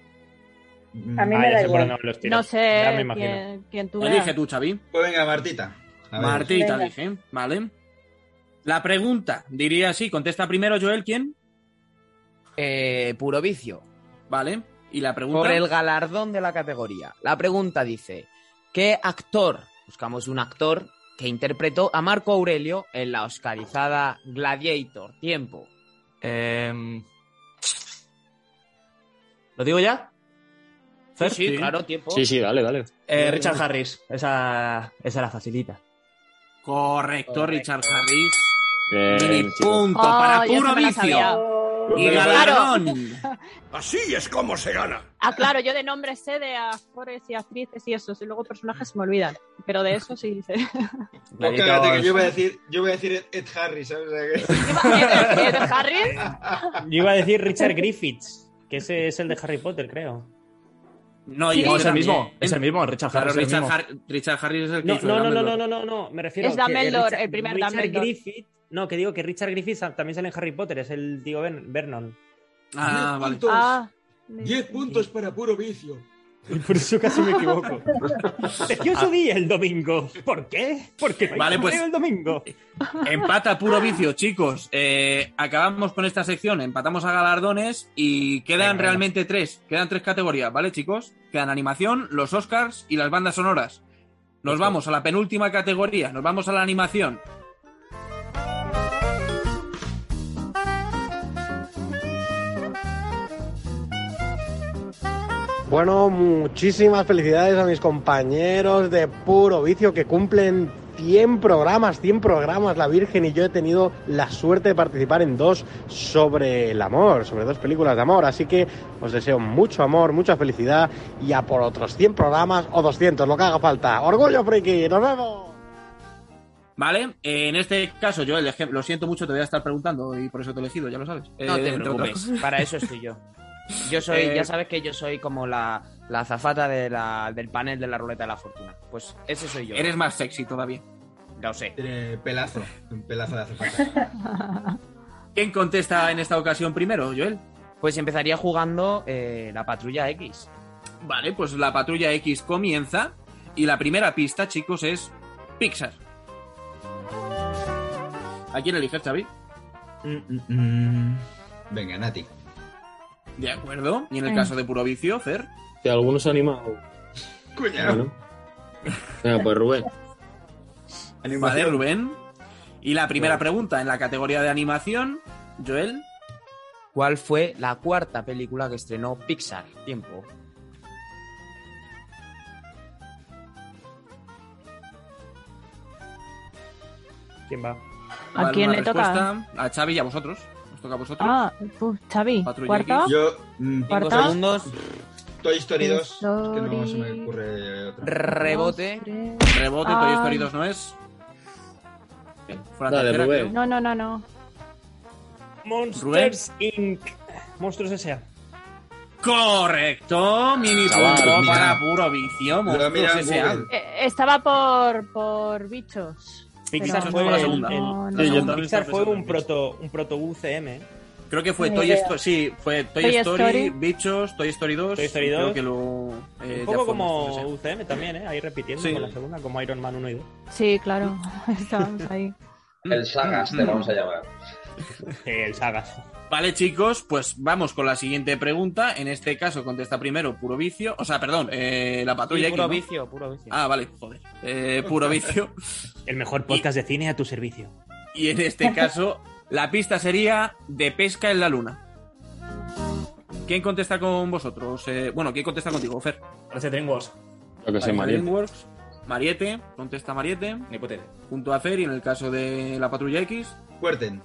Mm,
A mí me da igual.
No sé quién, quién tú
Elige
veas.
tú, Xavi.
Pues venga, Martita. A ver.
Martita,
Venga.
dije. Vale. La pregunta, diría así. Contesta primero, Joel, ¿quién?
Eh, puro vicio.
Vale. Y la pregunta.
Por el galardón de la categoría. La pregunta dice: ¿Qué actor? Buscamos un actor que interpretó a Marco Aurelio en la oscarizada Gladiator. Tiempo.
Em, ¿Lo digo ya?
Sí, sí, claro, tiempo.
Sí, sí,
dale, dale.
Eh, Richard Harris, esa, esa la facilita.
Correcto, Richard Harris.
Bien,
Mini
chicos.
punto
Oh,
para
yo
puro
se me la sabía.
vicio. Y
Claro.
galardón.
Así es como se gana.
Ah, claro, yo de nombres sé de actores y actrices y eso, y luego personajes se me olvidan, pero de eso sí sé.
No, cágate, que yo voy a decir, yo voy a decir Ed, Ed Harris, ¿sabes? O sea que-
¿Ed Harris?
Yo iba a decir Richard Griffiths, que ese es el de Harry Potter, creo.
No,
Sí.
y este
No, es el
también.
mismo, es el mismo, Richard
Claro,
Harris es el
Richard,
mismo.
Har- Richard Harris es el que
No,
hizo
no, no, no,
Dumbledore.
no, no, no, no, me refiero
Es
que
Dumbledore,
Richard-
el primer
Richard
Dumbledore.
Griffith, no, que digo que Richard Griffith también sale en Harry Potter, es el tío Ben- Vernon.
Ah, vale.
Ah,
Diez puntos para puro vicio.
Por eso casi me equivoco. Precioso día el domingo. ¿Por qué? Porque no
Vale,
hay
pues-
torneo el domingo.
Empata puro vicio, chicos. Eh, acabamos con esta sección, empatamos a galardones y quedan realmente tres. Quedan tres categorías, ¿vale, chicos? Quedan animación, los Oscars y las bandas sonoras. Nos vamos a la penúltima categoría, nos vamos a la animación.
Bueno, muchísimas felicidades a mis compañeros de Puro Vicio que cumplen 100 programas, 100 programas. La Virgen y yo he tenido la suerte de participar en dos sobre el amor, sobre dos películas de amor. Así que os deseo mucho amor, mucha felicidad y a por otros 100 programas o 200, lo que haga falta. Orgullo, Friki, nos vemos.
¿Vale? Eh, en este caso, yo lo siento mucho, te voy a estar preguntando y por eso te he elegido, ya lo sabes.
No
Eh,
te
entre otras
preocupes,
cosas.
para eso estoy yo. Yo soy,
Eh,
ya sabes que yo soy como la, la azafata de la- del panel de la ruleta de la fortuna. Pues ese soy yo.
Eres más sexy todavía.
Lo sé.
Tiene pelazo, un pelazo de azafata.
¿Quién contesta en esta ocasión primero, Joel?
Pues empezaría jugando eh, la patrulla X.
Vale, pues la patrulla X comienza y la primera pista, chicos, es Pixar. ¿A quién eliges, Xavi?
Venga, Nati.
De acuerdo. Y en el
Mm.
caso de Puro Vicio, Fer.
Que algunos animados. Bueno. Venga, pues Rubén.
Vale, Rubén. Y la primera pregunta en la categoría de animación, Joel.
¿Cuál fue la cuarta película que estrenó Pixar? Tiempo.
¿Quién va?
¿A quién le toca?
toca? A Xavi y a vosotros. Os toca a vosotros.
Ah, pues, Xavi,
Patrulla
cuarta.
X.
Yo, mm,
Cinco ¿Cuarta?
segundos.
Toy Story 2. Es que no se me ocurre otra.
Rebote.
Rebote,
Ah.
Toy Story 2 no es. Bien, fue la
Dale,
tercera,
Rubén.
creo.
No, no, no, no.
Monsters Inc. Monstruos S.A.
Correcto, mini
Chaval,
punto
mira.
para puro vicio, monstruos
mira en
S.A..
Google.
Eh, estaba por, por bichos.
Pixar
pero
fue
no,
el- el-
no, no.
Sí, yo también Pixar fue un proto, un proto UCM.
Creo que fue
Ni
Toy
idea.
Story, sí, fue Toy,
Toy
Story,
Story.
Bichos, Toy Story 2.
Toy Story 2.
Creo que lo, eh,
un
ya
poco
fue
como
monstruos S.A..
UCM también, ¿eh? Ahí repitiendo
Sí.
con la segunda, como Iron Man 1 y 2.
Sí, claro, estábamos ahí.
Mm.
El Sagas, te vamos a llamar.
El Sagas.
Vale, chicos, pues vamos con la siguiente pregunta. En este caso contesta primero Puro Vicio. O sea, perdón, eh, la patrulla
Sí, puro
X, ¿no?
vicio, puro vicio.
Ah, vale, joder. Eh, puro Vicio.
El mejor podcast de cine a tu servicio.
Y en este caso, la pista sería de pesca en la luna. ¿Quién contesta con vosotros? Eh, bueno, ¿quién contesta contigo, Fer? Parece DreamWorks.
Yo que sé, Mariette.
DreamWorks. Mariette, contesta Mariette. Ni Junto a Fer y en el caso de la patrulla X.
Cuerten,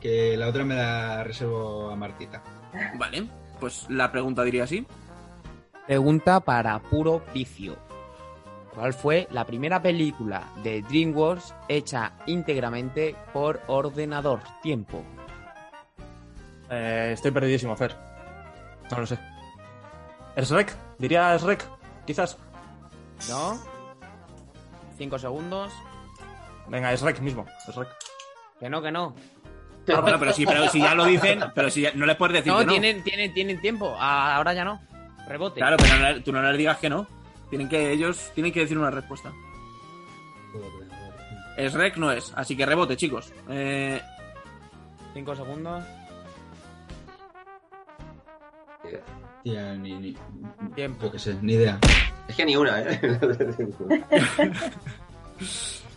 que la otra me la reservo a Martita.
Vale, pues la pregunta diría así.
Pregunta para puro vicio. ¿Cuál fue la primera película de DreamWorks hecha íntegramente por ordenador? Tiempo.
Eh, estoy perdidísimo, Fer. No lo sé. ¿Es Rec? Diría es Rec, quizás.
¿No? Cinco segundos.
Venga, es Rec mismo. Es Rec.
Que no, que no.
Ah, bueno, pero si, pero si ya lo dicen, pero si ya- no les puedes decir
No,
que no.
Tienen, tienen, tienen tiempo. A- Ahora ya no. Rebote.
Claro, pero no le- tú no les digas que no. Tienen que ellos tienen que decir una respuesta. Es rec no es, así que rebote, chicos. Eh,
Cinco segundos.
Tía, ni, ni,
Tiempo.
Yo qué sé, ni idea.
Es que ni una, ¿eh?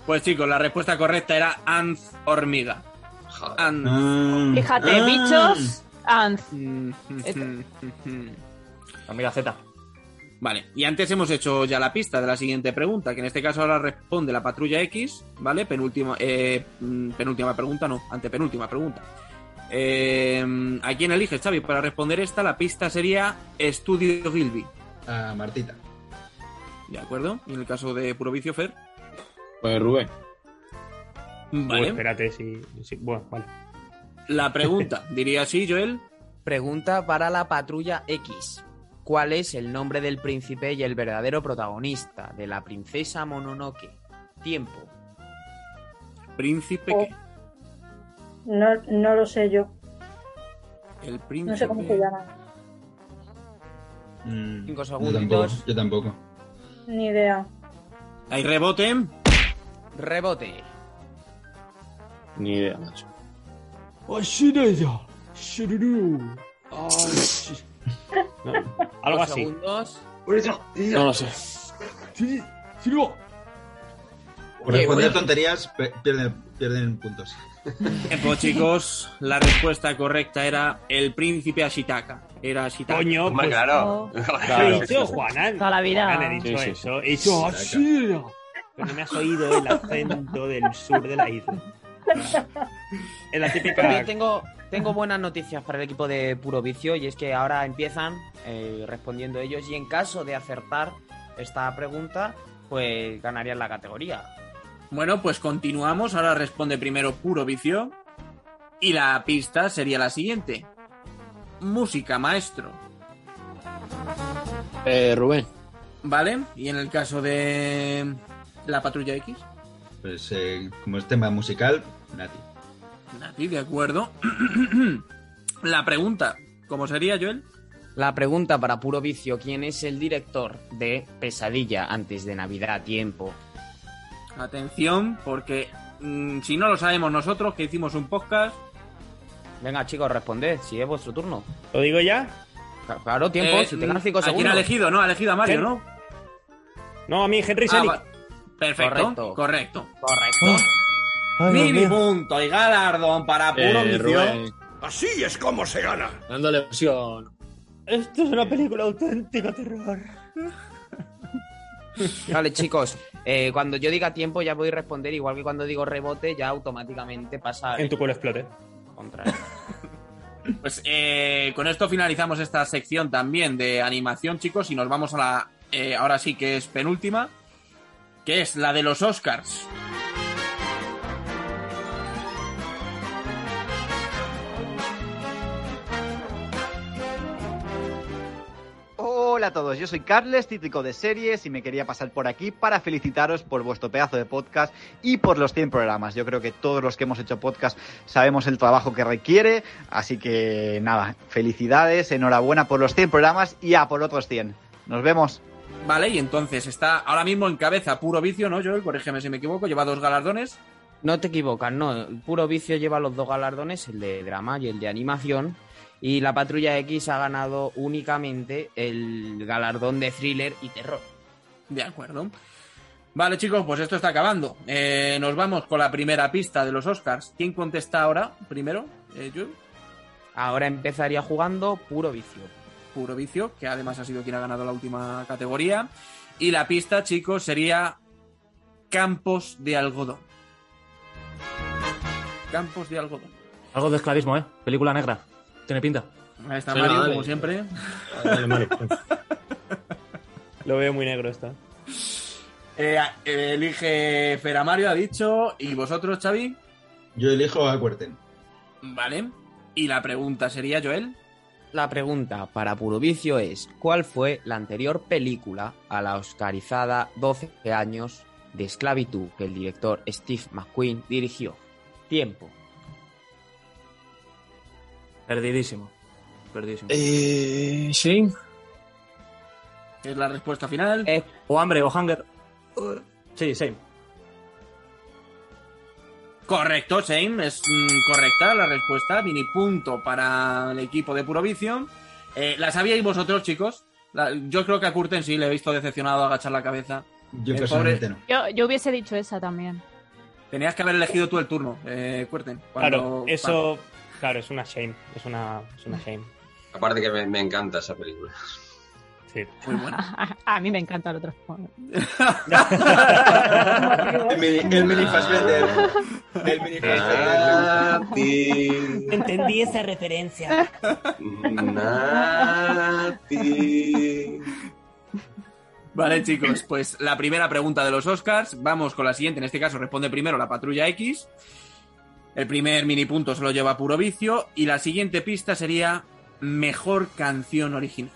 pues chicos, la respuesta correcta era anz hormiga. Anz.
Fíjate,
Ah.
bichos, anz.
Amiga Z. Vale, y antes hemos hecho ya la pista de la siguiente pregunta, que en este caso ahora responde la patrulla X, ¿vale? Penúltima, eh, mm, penúltima pregunta, no, antepenúltima pregunta. Eh, ¿A quién eliges, Xavi? Para responder esta, la pista sería Estudio Gilby.
A Martita.
¿De acuerdo? Y en el caso de Puro Vicio, Fer.
Pues Rubén.
Vale.
espérate, si, si- Bueno, vale.
La pregunta, diría así, Joel.
Pregunta para la patrulla X. ¿Cuál es el nombre del príncipe y el verdadero protagonista de la princesa Mononoke? Tiempo.
Príncipe
No, no lo sé yo.
El príncipe.
No sé cómo se llama.
Cinco
Mm. Yo tampoco.
segunditos.
Yo tampoco.
Ni idea.
Ahí rebote.
Rebote.
Ni idea, macho.
No, algo
Dos
así.
segundos.
No lo sé.
Por responder tonterías, pe- pierden, pierden puntos.
Tiempo, chicos. La respuesta correcta era el príncipe Ashitaka. Era Ashitaka.
Coño, Hombre, pues- claro. He dicho Juanan.
Toda la vida.
Juanan, he dicho
Sí, sí,
eso.
sí.
He eh. dicho "Ah,
Sí,
así. Pero no me has oído el acento del sur de la isla. Es la típica.
También tengo, tengo buenas noticias para el equipo de Puro Vicio y es que ahora empiezan eh, respondiendo ellos y en caso de acertar esta pregunta, pues ganarían la categoría.
Bueno, pues continuamos. Ahora responde primero Puro Vicio. Y la pista sería la siguiente. Música, maestro.
Eh, Rubén.
¿Vale? Y en el caso de la patrulla X.
Pues eh, como es tema musical, Nati.
Nati, de acuerdo. la pregunta, ¿cómo sería, Joel?
La pregunta para Puro Vicio, ¿quién es el director de Pesadilla antes de Navidad? Tiempo.
Atención, porque mm, si no lo sabemos nosotros, que hicimos un podcast.
Venga, chicos, responded, si es vuestro turno.
¿Lo digo ya?
Claro, tiempo,
Eh,
si te ganas 5
¿A
segundos.
quién ha elegido? No, ha elegido a Mario,
Gen-
¿no?
No, a mí, Henry
Ah,
Selick.
va- Perfecto,
Correcto.
correcto.
Correcto.
Ah. Ay, Dios
Mini
mío.
punto y galardón para puro
Eh,
vicio.
Rubén.
Así es como se gana.
Dándole opción.
Esto es una película auténtica terror.
Vale, chicos, eh, cuando yo diga tiempo ya podéis responder, igual que cuando digo rebote ya automáticamente pasa...
En tu culo explote.
Contra.
Pues eh, con esto finalizamos esta sección también de animación, chicos, y nos vamos a la. eh, ahora sí que es penúltima, que es la de los Oscars.
Hola a todos, yo soy Carles, típico de series, y me quería pasar por aquí para felicitaros por vuestro pedazo de podcast y por los 100 programas. Yo creo que todos los que hemos hecho podcast sabemos el trabajo que requiere, así que nada, felicidades, enhorabuena por los 100 programas y a por otros 100. Nos vemos.
Vale, y entonces está ahora mismo en cabeza puro vicio, ¿no, Joel? Corrígeme si me equivoco, lleva dos galardones.
No te equivocas, no. El Puro Vicio lleva los dos galardones, el de drama y el de animación. Y la Patrulla X ha ganado únicamente el galardón de thriller y terror.
De acuerdo. Vale, chicos, pues esto está acabando. Eh, nos vamos con la primera pista de los Oscars. ¿Quién contesta ahora primero? Eh, Joel.
Ahora empezaría jugando Puro Vicio.
Puro Vicio, que además ha sido quien ha ganado la última categoría. Y la pista, chicos, sería Campos de Algodón. Campos de Algodón.
Algo de esclavismo, ¿eh? Película negra. Tiene pinta.
Ahí está
Venga,
Mario,
dale.
como siempre.
pues.
Lo veo muy negro esto.
Eh, eh, elige Fera Mario, ha dicho. ¿Y vosotros, Xavi?
Yo elijo a Cuerten.
Vale. Y la pregunta sería, Joel.
La pregunta para Puro Vicio es: ¿Cuál fue la anterior película a la Oscarizada 12 años de esclavitud que el director Steve McQueen dirigió? Tiempo.
Perdidísimo. Perdidísimo. Eh,
sí. Es la respuesta final.
Eh, O hambre, o hunger. Sí, same.
Correcto, Shane. Es mm, correcta la respuesta. Mini punto para el equipo de Puro Vicio. Eh, ¿La sabíais vosotros, chicos? La- yo creo que a Curten sí le he visto decepcionado agachar la cabeza.
Yo
El
personalmente
pobre-
Yo, yo hubiese dicho esa también.
Tenías que haber elegido tú el turno, eh, Curten.
Claro, eso. Claro, es una shame. Es una, es una shame.
Aparte que me, me encanta esa película.
Sí.
Muy buena.
A mí me encanta el otro.
El mini, el mini Fassbender. El mini Fassbender.
Entendí esa referencia.
Vale, chicos, pues la primera pregunta de los Oscars. Vamos con la siguiente. En este caso responde primero la patrulla X. El primer mini punto se lo lleva puro vicio. Y la siguiente pista sería mejor canción original.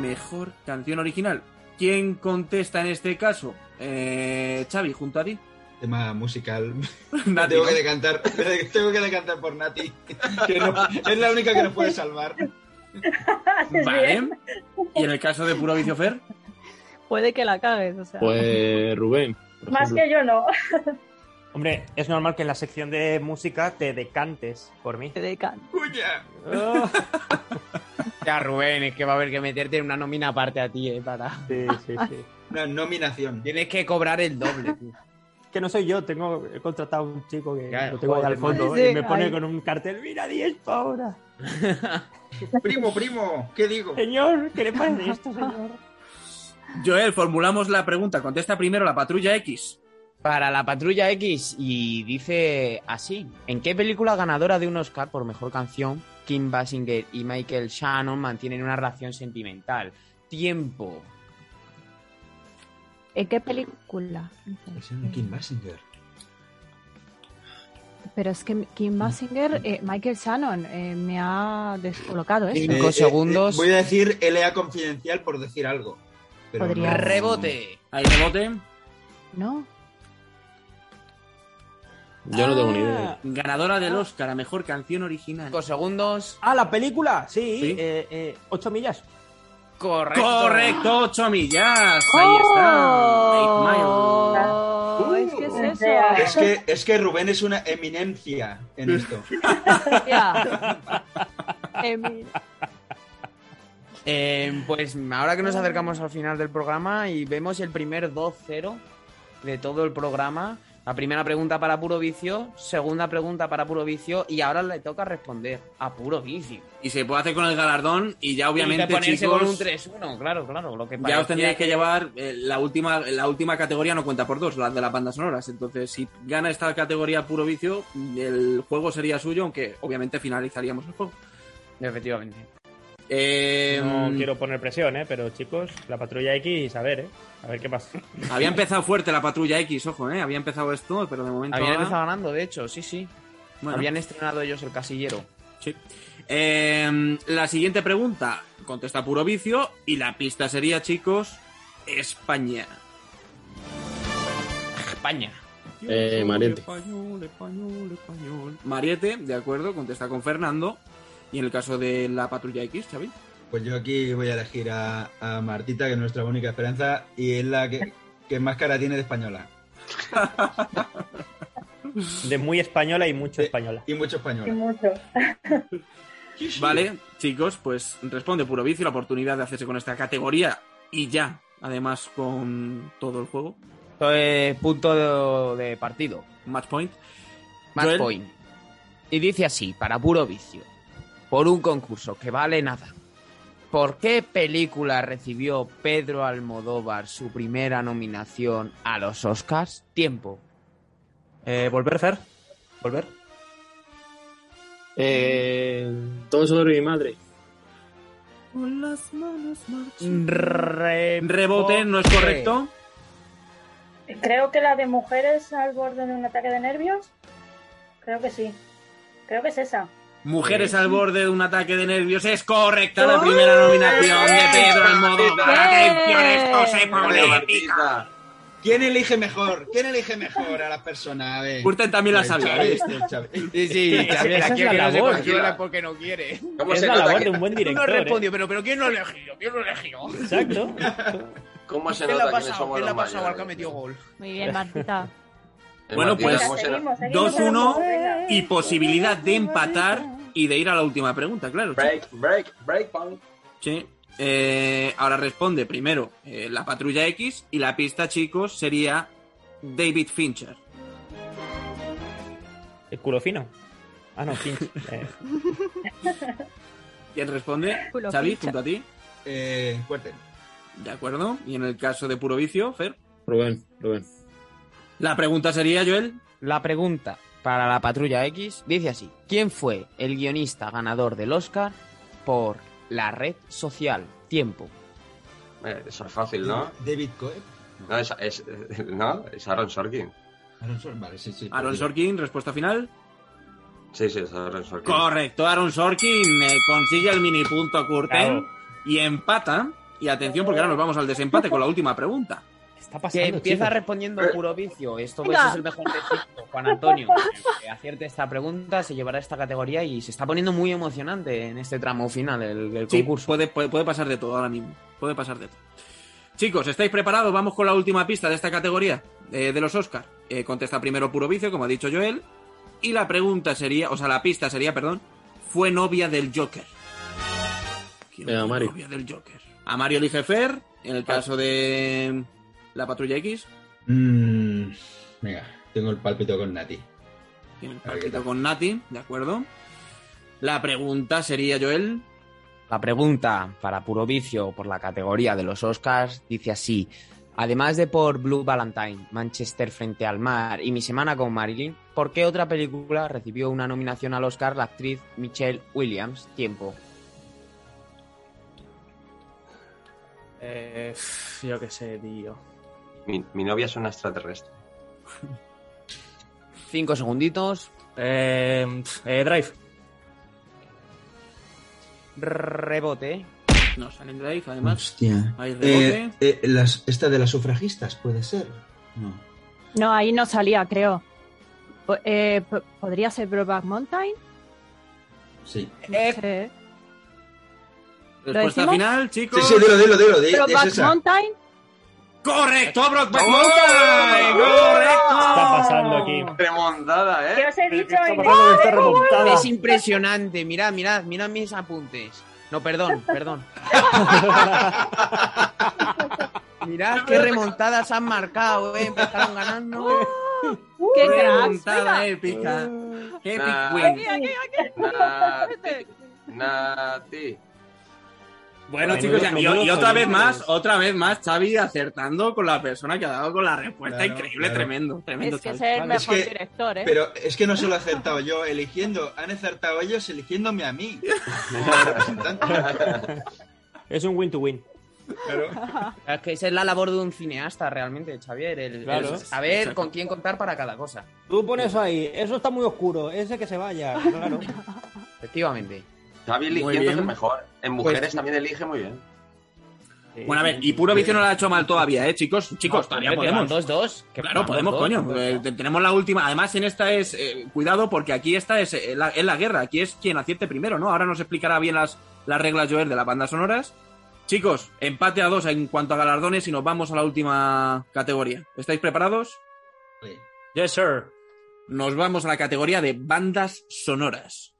Mejor canción original. ¿Quién contesta en este caso? Eh, Xavi, junto a ti.
Tema musical. tengo que decantar. me Tengo que decantar por Nati. que no- es la única que nos puede salvar.
Vale. ¿Y en el caso de puro vicio Fer?
Puede que la cagues, o sea.
Eh,
Pues Rubén.
Más que yo no.
Hombre, es normal que en la sección de música te decantes por mí. Te
decantes.
Ya, Rubén, es que va a haber que meterte en una nómina aparte a ti, ¿eh? Para...
Sí, sí, sí.
Una nominación.
Tienes que cobrar el doble, tío.
Que no soy yo, tengo, he contratado a un chico que
Ya,
lo tengo ahí
joder,
al fondo
madre.
y me pone
Ay.
con un cartel, mira 10 pa' ahora.
primo, primo, ¿qué digo?
Señor, ¿qué le parece esto, señor?
Joel, formulamos la pregunta. Contesta primero la patrulla X.
Para la Patrulla X y dice así, ¿en qué película ganadora de un Oscar por mejor canción Kim Basinger y Michael Shannon mantienen una relación sentimental? Tiempo.
¿En qué película?
Pues,
Es un Kim Basinger.
Pero es que
mm.
Kim Basinger, eh, Michael Shannon, eh, me ha descolocado eso.
Eh, eh, eh, voy a decir LA confidencial por decir algo. pero
Podría
no-
ser.
Rebote.
Ahí rebote.
No.
Yo no tengo ni
Ah.
idea.
Ganadora del Oscar a mejor canción original.
Dos segundos.
Ah, la película, sí. Eh, eh, ocho millas.
Correcto.
Correcto, 8 millas. Ahí
¡Oh!
está.
Oh, es
Uh,
que es eso.
Es que, es que Rubén es una eminencia en esto.
Em,
Eh, pues ahora que nos acercamos al final del programa y vemos el primer 2-0 de todo el programa. La primera pregunta para puro vicio, segunda pregunta para puro vicio y ahora le toca responder a puro vicio.
Y se puede hacer con el galardón y ya obviamente
Y de ponerse
chicos,
con un 3-1, claro, claro. Lo que
ya os
parecía
tendréis que llevar eh, la última la última categoría no cuenta por dos, la de las bandas sonoras. Entonces, si gana esta categoría puro vicio, el juego sería suyo, aunque obviamente finalizaríamos el juego. Em,
Efectivamente. ¡Oh!
Eh,
no quiero poner presión, ¿eh? Pero chicos, la patrulla X, a ver, ¿eh? A ver qué pasa.
Había empezado fuerte la patrulla X, ojo, eh, había empezado esto, pero de momento
Habían
ahora-
empezado ganando, de hecho, sí, sí.
Bueno.
Habían estrenado ellos el casillero.
Sí. Eh, la siguiente pregunta contesta puro vicio y la pista sería, chicos, España.
España.
Eh, Mariette.
Español, español, español. Mariette, de acuerdo, contesta con Fernando. Y en el caso de la patrulla X, Xavi.
Pues yo aquí voy a elegir a, a Martita, que es nuestra única esperanza y es la que, que más cara tiene de española.
De muy española y mucho española.
Y mucho española.
Vale, chicos, pues responde puro vicio la oportunidad de hacerse con esta categoría y ya, además con todo el juego.
Esto es punto de, de partido.
Match point.
Match
Joel.
point. Y dice así, para puro vicio, por un concurso que vale nada. ¿Por qué película recibió Pedro Almodóvar su primera nominación a los Oscars? Tiempo.
Eh, volver, Fer. Volver.
Eh, todo sobre mi madre.
Con las manos
Rebote,
no es correcto.
Creo que la de mujeres al borde de un ataque de nervios. Creo que sí. Creo que es esa.
Mujeres al borde de un ataque de nervios es correcta la primera nominación de Pedro Almodóvar.
¡Bien!
Atención, esto se pone pica.
¿Quién elige mejor? ¿Quién elige mejor a la persona? A ver.
Usted también la
El
sabe.
Xavi, este, el Xavi.
Sí, sí,
Esa-
Xavi la
esa es
quiere, no sé por
labor.
qué, la- porque no quiere.
¿Cómo Es se la nota labor que- de un buen
No
director,
respondió, pero, pero ¿quién lo ha elegido? ¿Quién lo ha elegido?
Exacto. ¿Cómo se
¿Quién le ha
nota quiénes
pasado?
somos
¿Quién
los
le ha pasado al
mayores?
que ha metido gol?
Muy bien, Martita.
Bueno,
Martita,
pues
¿cómo se nota?
2-1 y posibilidad de empatar y de ir a la última pregunta, claro.
Break, break, break, punk.
Sí. Eh, ahora responde primero eh, la patrulla X y la pista, chicos, sería David Fincher.
El culo fino. Ah, no, Finch. Eh,
¿Quién responde?
Culo
Xavi,
Fincher.
junto a ti.
Eh, fuerte.
De acuerdo. Y en el caso de puro vicio, Fer.
Rubén, Rubén.
La pregunta sería, Joel.
La pregunta para la patrulla X dice así: ¿Quién fue el guionista ganador del Oscar por la red social? Tiempo.
Eh, Eso es fácil, ¿no?
David Coe.
No, es, es- ¿no? es Aaron Sorkin.
Aaron Sorkin, vale, sí, sí.
Aaron Sorkin, respuesta final.
Sí, sí, es Aaron Sorkin.
Correcto, Aaron Sorkin eh, consigue el mini punto a Curten
Bravo.
y empata. Y atención, porque ahora nos vamos al desempate con la última pregunta.
Está
pasando,
Que empieza
chicos.
respondiendo
Eh.
puro vicio. Esto
Venga.
pues, es el mejor de Egipto, Juan Antonio. Que acierte esta pregunta, se llevará esta categoría y se está poniendo muy emocionante en este tramo final del, del
Sí,
concurso.
puede, puede, puede pasar de todo ahora mismo. Puede pasar de todo. Chicos, ¿estáis preparados? Vamos con la última pista de esta categoría eh, de los Oscar. Eh, contesta primero puro vicio, como ha dicho Joel. Y la pregunta sería, o sea, la pista sería, perdón, fue novia del Joker. ¿Quién
Venga,
fue
Mario.
novia del Joker? A Mario elige Fer, en el caso de la patrulla X.
Mm, venga, tengo el pálpito con Nati.
Tiene el
A ver qué
partido
tal.
con Nati, ¿de acuerdo? La pregunta sería, Joel,
La pregunta para puro vicio por la categoría de los Oscars dice así. Además de por Blue Valentine, Manchester frente al mar y Mi semana con Marilyn, ¿por qué otra película recibió una nominación al Oscar la actriz Michelle Williams? Tiempo.
Eh, pf, yo qué sé, tío.
Mi, mi novia es una extraterrestre.
Cinco segunditos.
Eh, Drive.
Rebote.
No, salen Drive, además.
Hostia.
Hay rebote.
Eh, eh, las- esta de las sufragistas, puede ser. No.
No, ahí no salía, creo. Po- eh, po- ¿Podría ser Brokeback Mountain?
Sí.
No sé. ¿Lo
Respuesta
decimos?
Eh, final, chicos.
Sí, sí, dilo, dilo, dilo, di-
¿Brokeback Mountain?
¡Correcto, Brockback
¡Oh!
Mountain! ¡Correcto!
está pasando aquí.
Remontada, ¿eh?
¿Qué os he dicho?
Está pasando que está remontada.
Es impresionante. Mirad, mirad, mirad mis apuntes. No, perdón, perdón. mirad qué remontadas han marcado, eh. Empezaron ganando.
¡Oh!
¡Qué
remontada
cracks!
épica!
Ah.
¡Qué
Nah.
big win!
Aquí, aquí, aquí.
Ah.
Este.
Nati. Nati.
Bueno,
Menudo-
chicos, ya- y,
menudo
y otra vez
follones.
más, otra vez más, Xavi acertando con la persona que ha dado con la respuesta.
Claro,
Increíble,
claro.
tremendo, tremendo.
Es que es
Xavi.
el mejor director, ¿eh?
Pero es que no solo he acertado yo eligiendo, han acertado ellos eligiéndome a mí.
Es un win-to-win.
Es que esa es la labor de un cineasta realmente, Xavier. El, el
Claro.
saber
Exacto.
con quién contar para cada cosa.
Tú pones eso ahí. Eso está muy oscuro. Ese que se vaya. Claro.
Efectivamente.
Xavi
Muy
eligiendo es el
bien.
mejor.
Pues
En mujeres también elige muy bien.
Bueno, a ver, y puro vicio no lo ha hecho mal todavía, ¿eh, chicos? Chicos, todavía
hombre, que van
podemos.
dos, dos. Que
Claro,
van
podemos,
dos, pues
coño.
dos.
Eh, te- tenemos la última. Además, en esta es. eh, cuidado, porque aquí esta es, eh, la, es la guerra. Aquí es quien acierte primero, ¿no? Ahora nos explicará bien las, las reglas, Joel, de las bandas sonoras. Chicos, empate a dos en cuanto a galardones y nos vamos a la última categoría. ¿Estáis preparados?
Yes, sir.
Nos vamos a la categoría de bandas sonoras.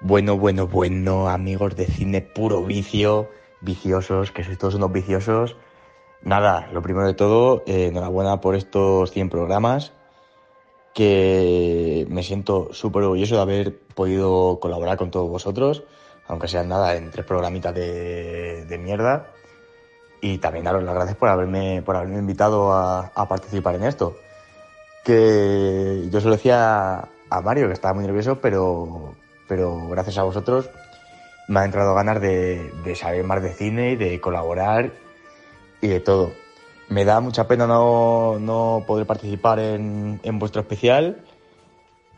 Bueno, bueno, bueno, amigos de cine puro vicio, viciosos, que sois todos unos viciosos. Nada, lo primero de todo, eh, enhorabuena por estos 100 programas, que me siento súper orgulloso de haber podido colaborar con todos vosotros, aunque sean nada, en tres programitas de, de mierda. Y también daros las gracias por haberme, por haberme invitado a- a participar en esto que yo se lo decía a Mario que estaba muy nervioso, pero, pero gracias a vosotros me ha entrado ganas de, de saber más de cine y de colaborar y de todo. Me da mucha pena no, no poder participar en, en vuestro especial,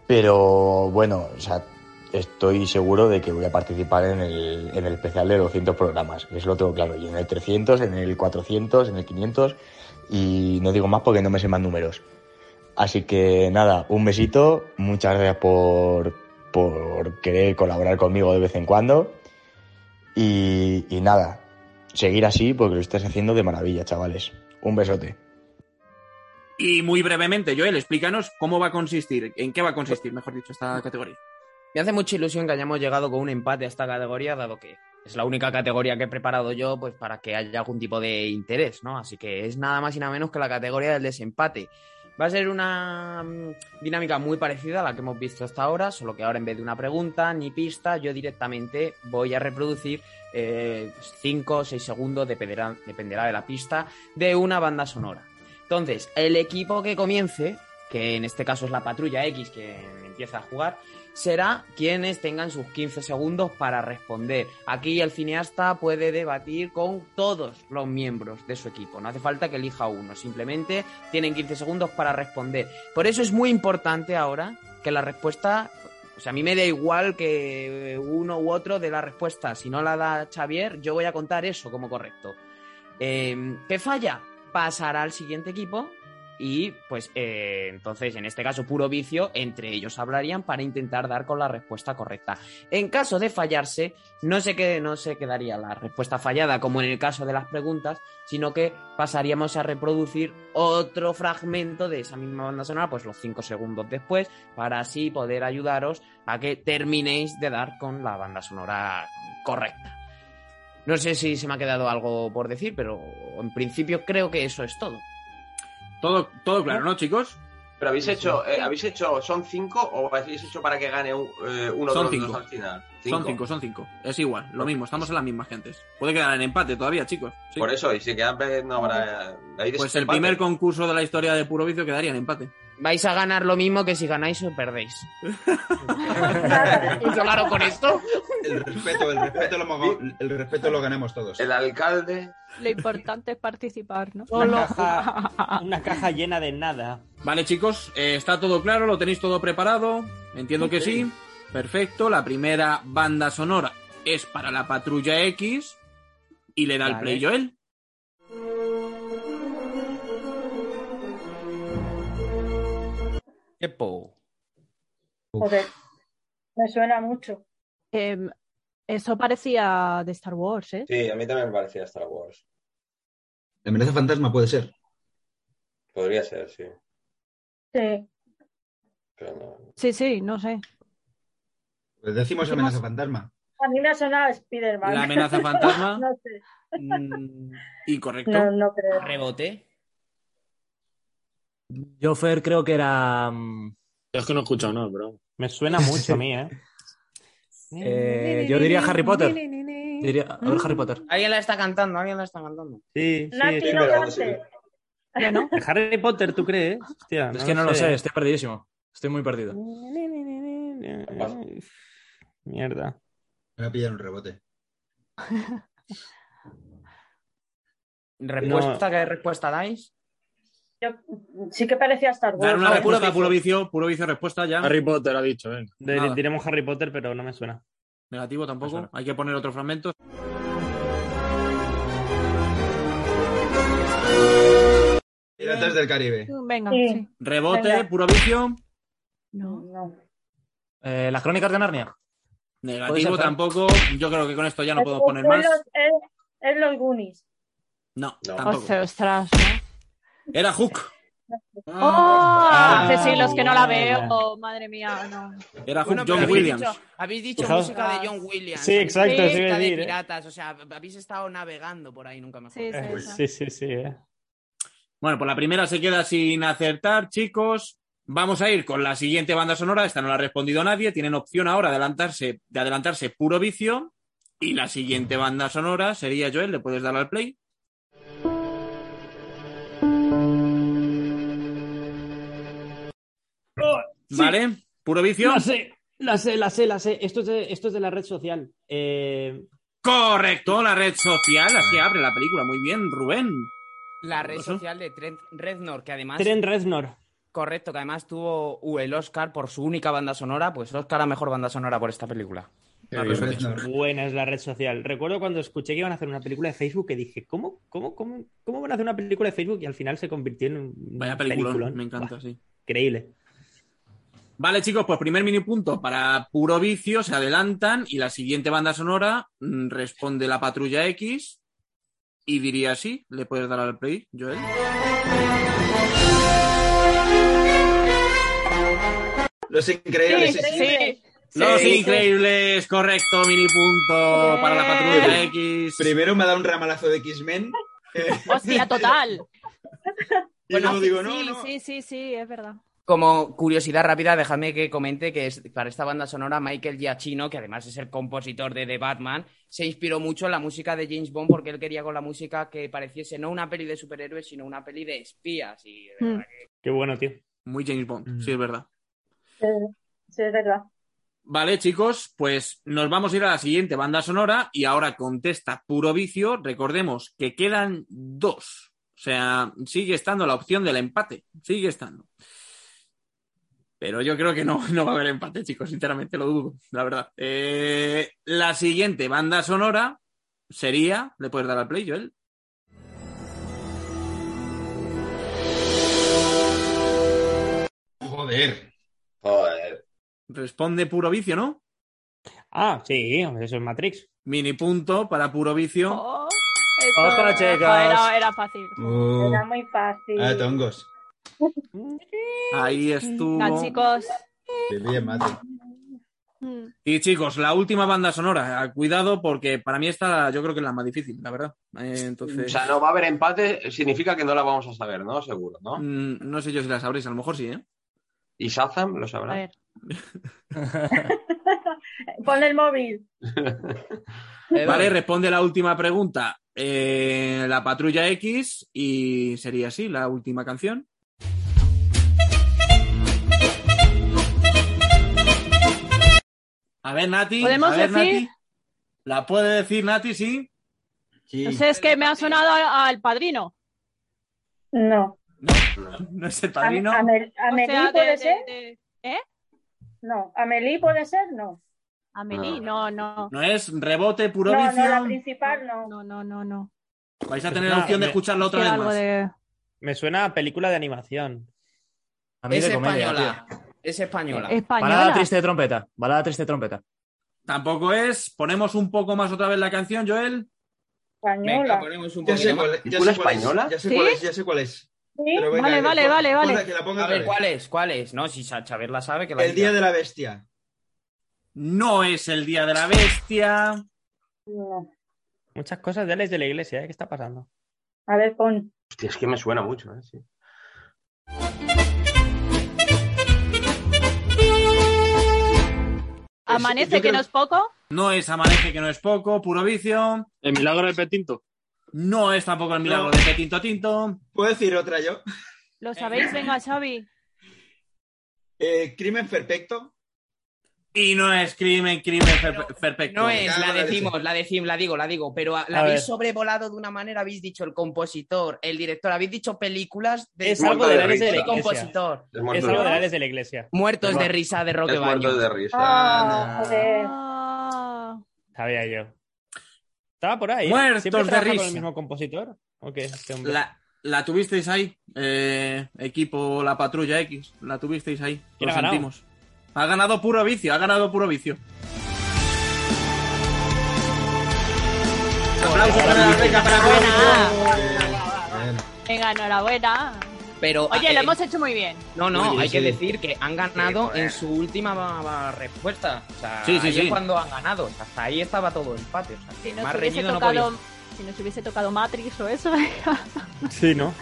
pero bueno, o sea, estoy seguro de que voy a participar en el, en el especial de 200 programas. Eso lo tengo claro. Y en el 300, en el 400, en el 500. Y no digo más porque no me sé más números. Así que nada, un besito. Muchas gracias por, por querer colaborar conmigo de vez en cuando. Y, y nada, seguir así porque lo estás haciendo de maravilla, chavales. Un besote.
Y muy brevemente, Joel, explícanos cómo va a consistir, en qué va a consistir, mejor dicho, esta categoría.
Me hace mucha ilusión que hayamos llegado con un empate a esta categoría, dado que es la única categoría que he preparado yo, pues para que haya algún tipo de interés, ¿no? Así que es nada más y nada menos que la categoría del desempate. Va a ser una mm, dinámica muy parecida a la que hemos visto hasta ahora, solo que ahora en vez de una pregunta ni pista, yo directamente voy a reproducir 5 o 6 segundos, dependerá, dependerá de la pista, de una banda sonora. Entonces, el equipo que comience, que en este caso es la patrulla X que empieza a jugar, será quienes tengan sus 15 segundos para responder. Aquí el cineasta puede debatir con todos los miembros de su equipo. No hace falta que elija uno, simplemente tienen 15 segundos para responder. Por eso es muy importante ahora que la respuesta... O sea, a mí me da igual que uno u otro de la respuesta. Si no la da Xavier, yo voy a contar eso como correcto. Eh, ¿Qué falla? pasará al siguiente equipo y pues eh, entonces en este caso puro vicio entre ellos hablarían para intentar dar con la respuesta correcta en caso de fallarse no se quede, no se quedaría la respuesta fallada como en el caso de las preguntas sino que pasaríamos a reproducir otro fragmento de esa misma banda sonora pues los cinco segundos después para así poder ayudaros a que terminéis de dar con la banda sonora correcta no sé si se me ha quedado algo por decir, pero en principio creo que eso es todo.
Todo, todo claro, ¿no, chicos?
Pero habéis hecho, eh, habéis hecho, ¿son cinco o habéis hecho para que gane un- eh, uno de
Son
los
cinco.
dos al final?
Son cinco, son cinco. Es igual, lo mismo, estamos en las mismas gentes. Puede quedar en empate todavía, chicos. Sí.
Por eso, y si quedan pues, no habrá. hay
Pues el
desempate.
primer concurso de la historia de Puro Vicio quedaría en empate.
Vais a ganar lo mismo que si ganáis o perdéis. ¿Hemos hablado con esto?
El respeto, el respeto lo, mo- el respeto lo ganamos todos.
El alcalde.
Lo importante es participar, ¿no?
Una caja, una caja llena de nada.
Vale, chicos, eh, está todo claro, lo tenéis todo preparado. Entiendo que
Ok.
sí. Perfecto, la primera banda sonora es para la patrulla X y le da el
Vale.
play Joel.
Epo.
Joder, me suena mucho.
Em, eso parecía de Star Wars, ¿eh?
Sí, a mí también me parecía Star Wars.
La amenaza fantasma puede ser.
Podría ser, sí.
Sí,
Pero no.
sí, sí, no sé.
Pues decimos amenaza fantasma.
A mí me ha sonado Spider-Man.
La amenaza fantasma.
no sé.
Mm, Incorrecto.
No, no creo.
Rebote.
Yo, Fer, creo que era. mm,
Yo es que no he escuchado nada, bro.
Me suena mucho a mí, ¿eh?
eh, yo diría Harry Potter. Diría a ver, Harry Potter.
Alguien la está cantando, alguien la está cantando.
¿Mm? Sí, sí.
Nati,
sí,
no
pero-
cante.
Harry Potter, ¿tú crees? Hostia,
Es que no lo sé, estoy perdidísimo. Estoy muy perdido.
Mierda.
Me voy a pillar un rebote.
¿Respuesta? ¿Qué respuesta dais?
Yo- sí que parecía Star Wars.
Dar una
¿no?
respuesta, puro vicio, puro vicio, respuesta ya.
Harry Potter ha dicho, eh. venga.
De-
Nada.
diremos Harry Potter, pero no me suena.
Negativo tampoco. Hay que poner otro fragmento.
Piratas del Caribe.
Venga, sí.
Rebote,
Venga.
puro vicio.
No.
Eh, Las crónicas de Narnia. Puede ser,
Negativo
Fer.
tampoco. Yo creo que con esto ya no
Es-
podemos poner
es
más.
los- es- es los Goonies.
No,
O
tampoco.
sea, ostras.
Era Hook.
¡Oh!
Ah,
hace siglos que no la
vaya.
veo. Ah. Madre mía, no.
Era Hook
Bueno, pero
John
habéis
Williams.
dicho- habéis dicho
Fijaos-
música de John Williams.
Sí, exacto,
habéis
sí,
dicho
iba a
de
decir, ¿eh?
piratas, o sea, habéis estado navegando por ahí, nunca mejor.
pues
Sí, sí, sí. eh.
Bueno, pues la primera se queda sin acertar, chicos. Vamos a ir con la siguiente banda sonora. Esta no la ha respondido nadie. Tienen opción ahora de adelantarse, de adelantarse puro vicio. Y la siguiente banda sonora sería Joel. ¿Le puedes dar al play? ¿Vale? ¿Puro vicio?
La sé, la sé, la sé, la sé. Esto es de, esto es de la red social. Eh,
Correcto, la red social. Así abre la película. Muy bien, Rubén.
La red
¿Eso?
social de Trent Reznor, que además
Trent Reznor.
Correcto, que además tuvo uh, el Oscar por su única banda sonora, pues Oscar a mejor banda sonora por esta película.
Buena es la red social. Recuerdo cuando escuché que iban a hacer una película de Facebook que dije, ¿cómo, cómo, cómo, cómo van a hacer una película de Facebook? Y al final se convirtió en un
Vaya peliculón, me encanta,
Buah,
sí.
Increíble.
Vale, chicos, pues primer mini punto para puro vicio, se adelantan y la siguiente banda sonora mm, responde la patrulla X y diría sí, le puedes dar al play, Joel.
Los increíbles.
Sí, Los increíbles, correcto, mini punto para la patrulla X.
Primero me da un ramalazo de X-Men.
Hostia, total.
Y luego digo, no,
sí, sí, sí, sí, es verdad.
Como curiosidad rápida, déjame que comente que es, para esta banda sonora Michael Giacchino, que además es el compositor de The Batman, se inspiró mucho en la música de James Bond porque él quería con la música que pareciese no una peli de superhéroes, sino una peli de espías. Y de
Mm.
verdad que-
Qué bueno, tío. Mm.
Muy James Bond, sí, es verdad.
Sí, es verdad.
Vale, chicos, pues nos vamos a ir a la siguiente banda sonora y ahora contesta puro vicio. Recordemos que quedan dos. O sea, sigue estando la opción del empate. Sigue estando. Pero yo creo que no, no va a haber empate, chicos. Sinceramente lo dudo, la verdad. Eh, la siguiente banda sonora sería. ¿Le puedes dar al play, Joel?
Joder.
Joder.
Responde puro vicio, ¿no?
Ah, sí, eso es Matrix.
Mini punto para puro vicio.
Eso-
Ojalá, chicas.
Oh, Era, era fácil.
Uh.
Oh. Era muy fácil.
Ah, tongos.
Ahí
Nah,
estuvo.
chicos.
Qué bien, mate.
Mm.
Y chicos, la última banda sonora. eh, Cuidado porque para mí esta yo creo que es la más difícil, la verdad. Eh, entonces,
O sea, no va a haber empate, significa que no la vamos a saber, ¿no? Seguro, ¿no?
Mm, no sé yo si la sabréis, a lo mejor sí, ¿eh?
¿Y Shazam lo sabrá?
A ver. Pon el móvil.
Vale, responde la última pregunta. Eh, la patrulla X y sería así la última canción. A ver, Nati.
¿Podemos
a ver,
decir?
Nati. ¿La puede decir Nati, sí?
No sé, es que me ha sonado a- al padrino.
No.
¿No es el padrino?
Am- Amel-
O sea,
¿Amelie
de-
puede
de-
ser?
de- ¿Eh?
No. ¿Amelie puede ser? No.
Ah.
Amelie, no, no.
¿No es rebote, puro
no,
vicio?
no, la principal no.
No, no, no, no.
Vais a tener la opción de escucharla otra
Sí,
vez
algo
más.
de-
Me suena a película de animación.
A mí
Es
de comedia,
española.
tío.
Es española.
Balada triste de trompeta. Balada triste de trompeta.
Tampoco es. Ponemos un poco más otra vez la canción, Joel.
Española.
Venga, ponemos un
Ya sé
poquito
cuál
más.
es. Ya sé cuál es, Ya sé cuál
¿Sí?
es, ya sé cuál es.
¿Sí?
Pero venga,
Vale, vale,
pon-
vale, vale.
ponla, que la ponga
A
otra vez.
ver, ¿cuál es? ¿Cuál es? No, si Sa- Xavier la sabe, que la
El
diga.
día de la bestia.
No es el día de la bestia.
Muchas cosas de las de la iglesia, ¿eh? ¿Qué está pasando?
A ver, pon.
Hostia, es que me suena mucho, ¿eh? Sí.
Amanece,
yo
que
creo-
no es poco.
No es Amanece, que no es poco, puro vicio.
El milagro de Petinto.
No es tampoco el milagro de Petinto Tinto.
¿Puedo decir otra yo?
Lo sabéis, venga, Xavi.
Eh, Crimen perfecto.
Y no es crimen, crimen per- perfecto.
No es, la decimos, la decimos, la digo, la digo, pero a- la
A
habéis
ver.
sobrevolado de una manera, habéis dicho el compositor, el director, habéis dicho películas de
Es algo de la
de,
iglesia.
compositor.
Es
Es
muerto
algo
de
de las
risa.
de la iglesia.
Muertos de risa de Roque
Es muerto
Baños.
de risa.
Ah, joder.
Sabía yo. Estaba por ahí. ¿eh?
Muertos
¿Siempre
de
trabaja
risa.
con el mismo compositor? ¿O qué? Este hombre.
La, la tuvisteis ahí, eh, equipo La Patrulla X. La tuvisteis ahí.
¿Quién
Lo
ha ganado?
sentimos. Ha ganado puro vicio, ha ganado puro vicio. Aplauso para la beca, para puro
Venga, enhorabuena.
Pero,
Oye,
eh,
lo hemos hecho muy bien.
No, no,
Muy bien,
hay que
sí.
decir que han ganado en su última ba- ba- respuesta. O sea,
Sí, sí,
ahí
sí.
es cuando han ganado. Hasta ahí estaba todo empate. O sea,
Si
que
nos,
más
hubiese
reñido no
tocado,
podía.
si nos hubiese tocado Matrix o eso.
Sí, ¿no?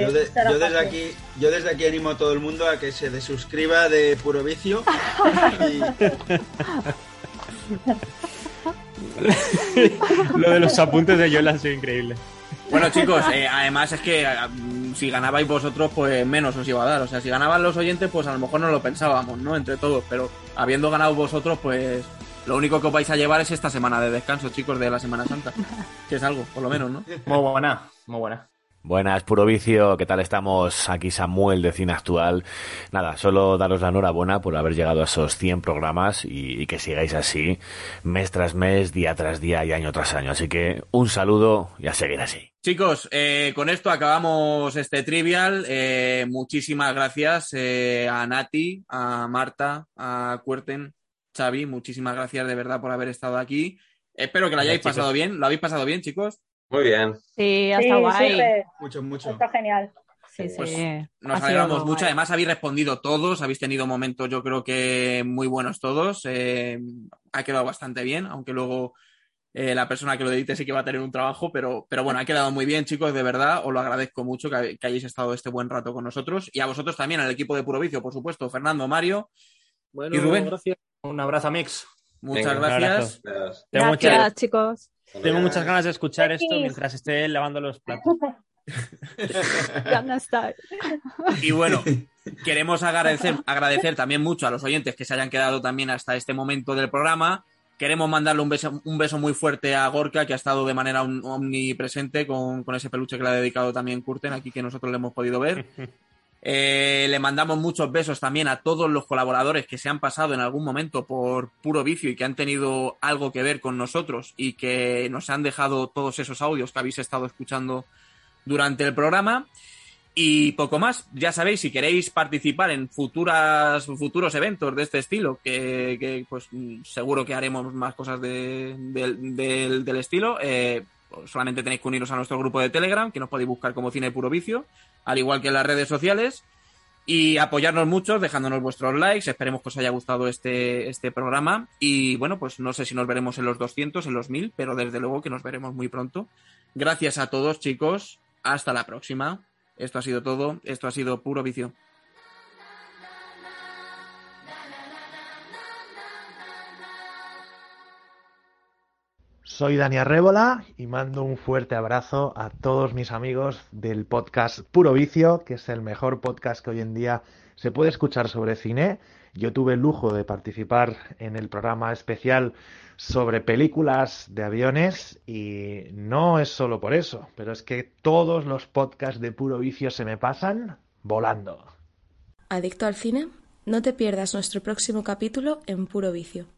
Yo, de- yo desde aquí, yo desde aquí animo a todo el mundo a que se desuscriba de Puro Vicio.
Lo de los apuntes de Yola ha sido increíble.
Bueno, chicos, eh, además es que ah, mm, si ganabais vosotros, pues menos os iba a dar. O sea, si ganaban los oyentes, pues a lo mejor no lo pensábamos, ¿no? Entre todos. Pero habiendo ganado vosotros, pues lo único que os vais a llevar es esta semana de descanso, chicos, de la Semana Santa. Que es algo, por lo menos, ¿no?
Muy buena, muy buena.
Buenas, puro vicio, ¿qué tal estamos? Aquí Samuel de Cine Actual. Nada, solo daros la enhorabuena por haber llegado a esos 100 programas y, y que sigáis así mes tras mes, día tras día y año tras año. Así que un saludo y a seguir así.
Chicos, eh, con esto acabamos este trivial. Eh, muchísimas gracias eh, a Nati, a Marta, a Cuerten, Xavi. Muchísimas gracias de verdad por haber estado aquí. Espero que lo hayáis
Gracias,
pasado bien. ¿Lo habéis pasado bien, chicos?
Muy bien.
Sí, hasta guay.
súper.
Mucho, mucho.
Está genial.
Sí,
Pues
sí. Ha
Nos
sido
alegramos
guay.
mucho. Además, habéis respondido todos. Habéis tenido momentos, yo creo que muy buenos todos. Eh, ha quedado bastante bien, aunque luego eh, la persona que lo edite sí que va a tener un trabajo. Pero, pero bueno, ha quedado muy bien, chicos. De verdad, os lo agradezco mucho que, habe- que hayáis estado este buen rato con nosotros. Y a vosotros también, al equipo de Puro Vicio, por supuesto. Fernando, Mario y Rubén.
Un abrazo, Mix.
Muchas
Venga, un
gracias.
abrazo.
Tengo muchas-
Gracias, chicos.
Tengo muchas ganas de escuchar esto
Sí.
mientras esté lavando los platos.
Ya no está.
Y bueno, queremos agradecer, agradecer también mucho a los oyentes que se hayan quedado también hasta este momento del programa. Queremos mandarle un beso, un beso muy fuerte a Gorka, que ha estado de manera om- omnipresente con, con ese peluche que le ha dedicado también Curten, aquí que nosotros le hemos podido ver. Eh, le mandamos muchos besos también a todos los colaboradores que se han pasado en algún momento por puro vicio y que han tenido algo que ver con nosotros y que nos han dejado todos esos audios que habéis estado escuchando durante el programa. Y poco más, ya sabéis, si queréis participar en futuras, futuros eventos de este estilo, que, que, pues mm, seguro que haremos más cosas de- del- del- del estilo, eh, solamente tenéis que uniros a nuestro grupo de Telegram, que nos podéis buscar como Cine Puro Vicio, al igual que en las redes sociales, y apoyarnos mucho dejándonos vuestros likes, esperemos que os haya gustado este, este programa, y bueno, pues no sé si nos veremos en los 200, en los 1000, pero desde luego que nos veremos muy pronto. Gracias a todos, chicos, hasta la próxima. Esto ha sido todo, esto ha sido puro vicio.
Soy Dani Arrébola y mando un fuerte abrazo a todos mis amigos del podcast Puro Vicio, que es el mejor podcast que hoy en día se puede escuchar sobre cine. Yo tuve el lujo de participar en el programa especial sobre películas de aviones y no es solo por eso, pero es que todos los podcasts de Puro Vicio se me pasan volando.
Adicto al cine, no te pierdas nuestro próximo capítulo en Puro Vicio.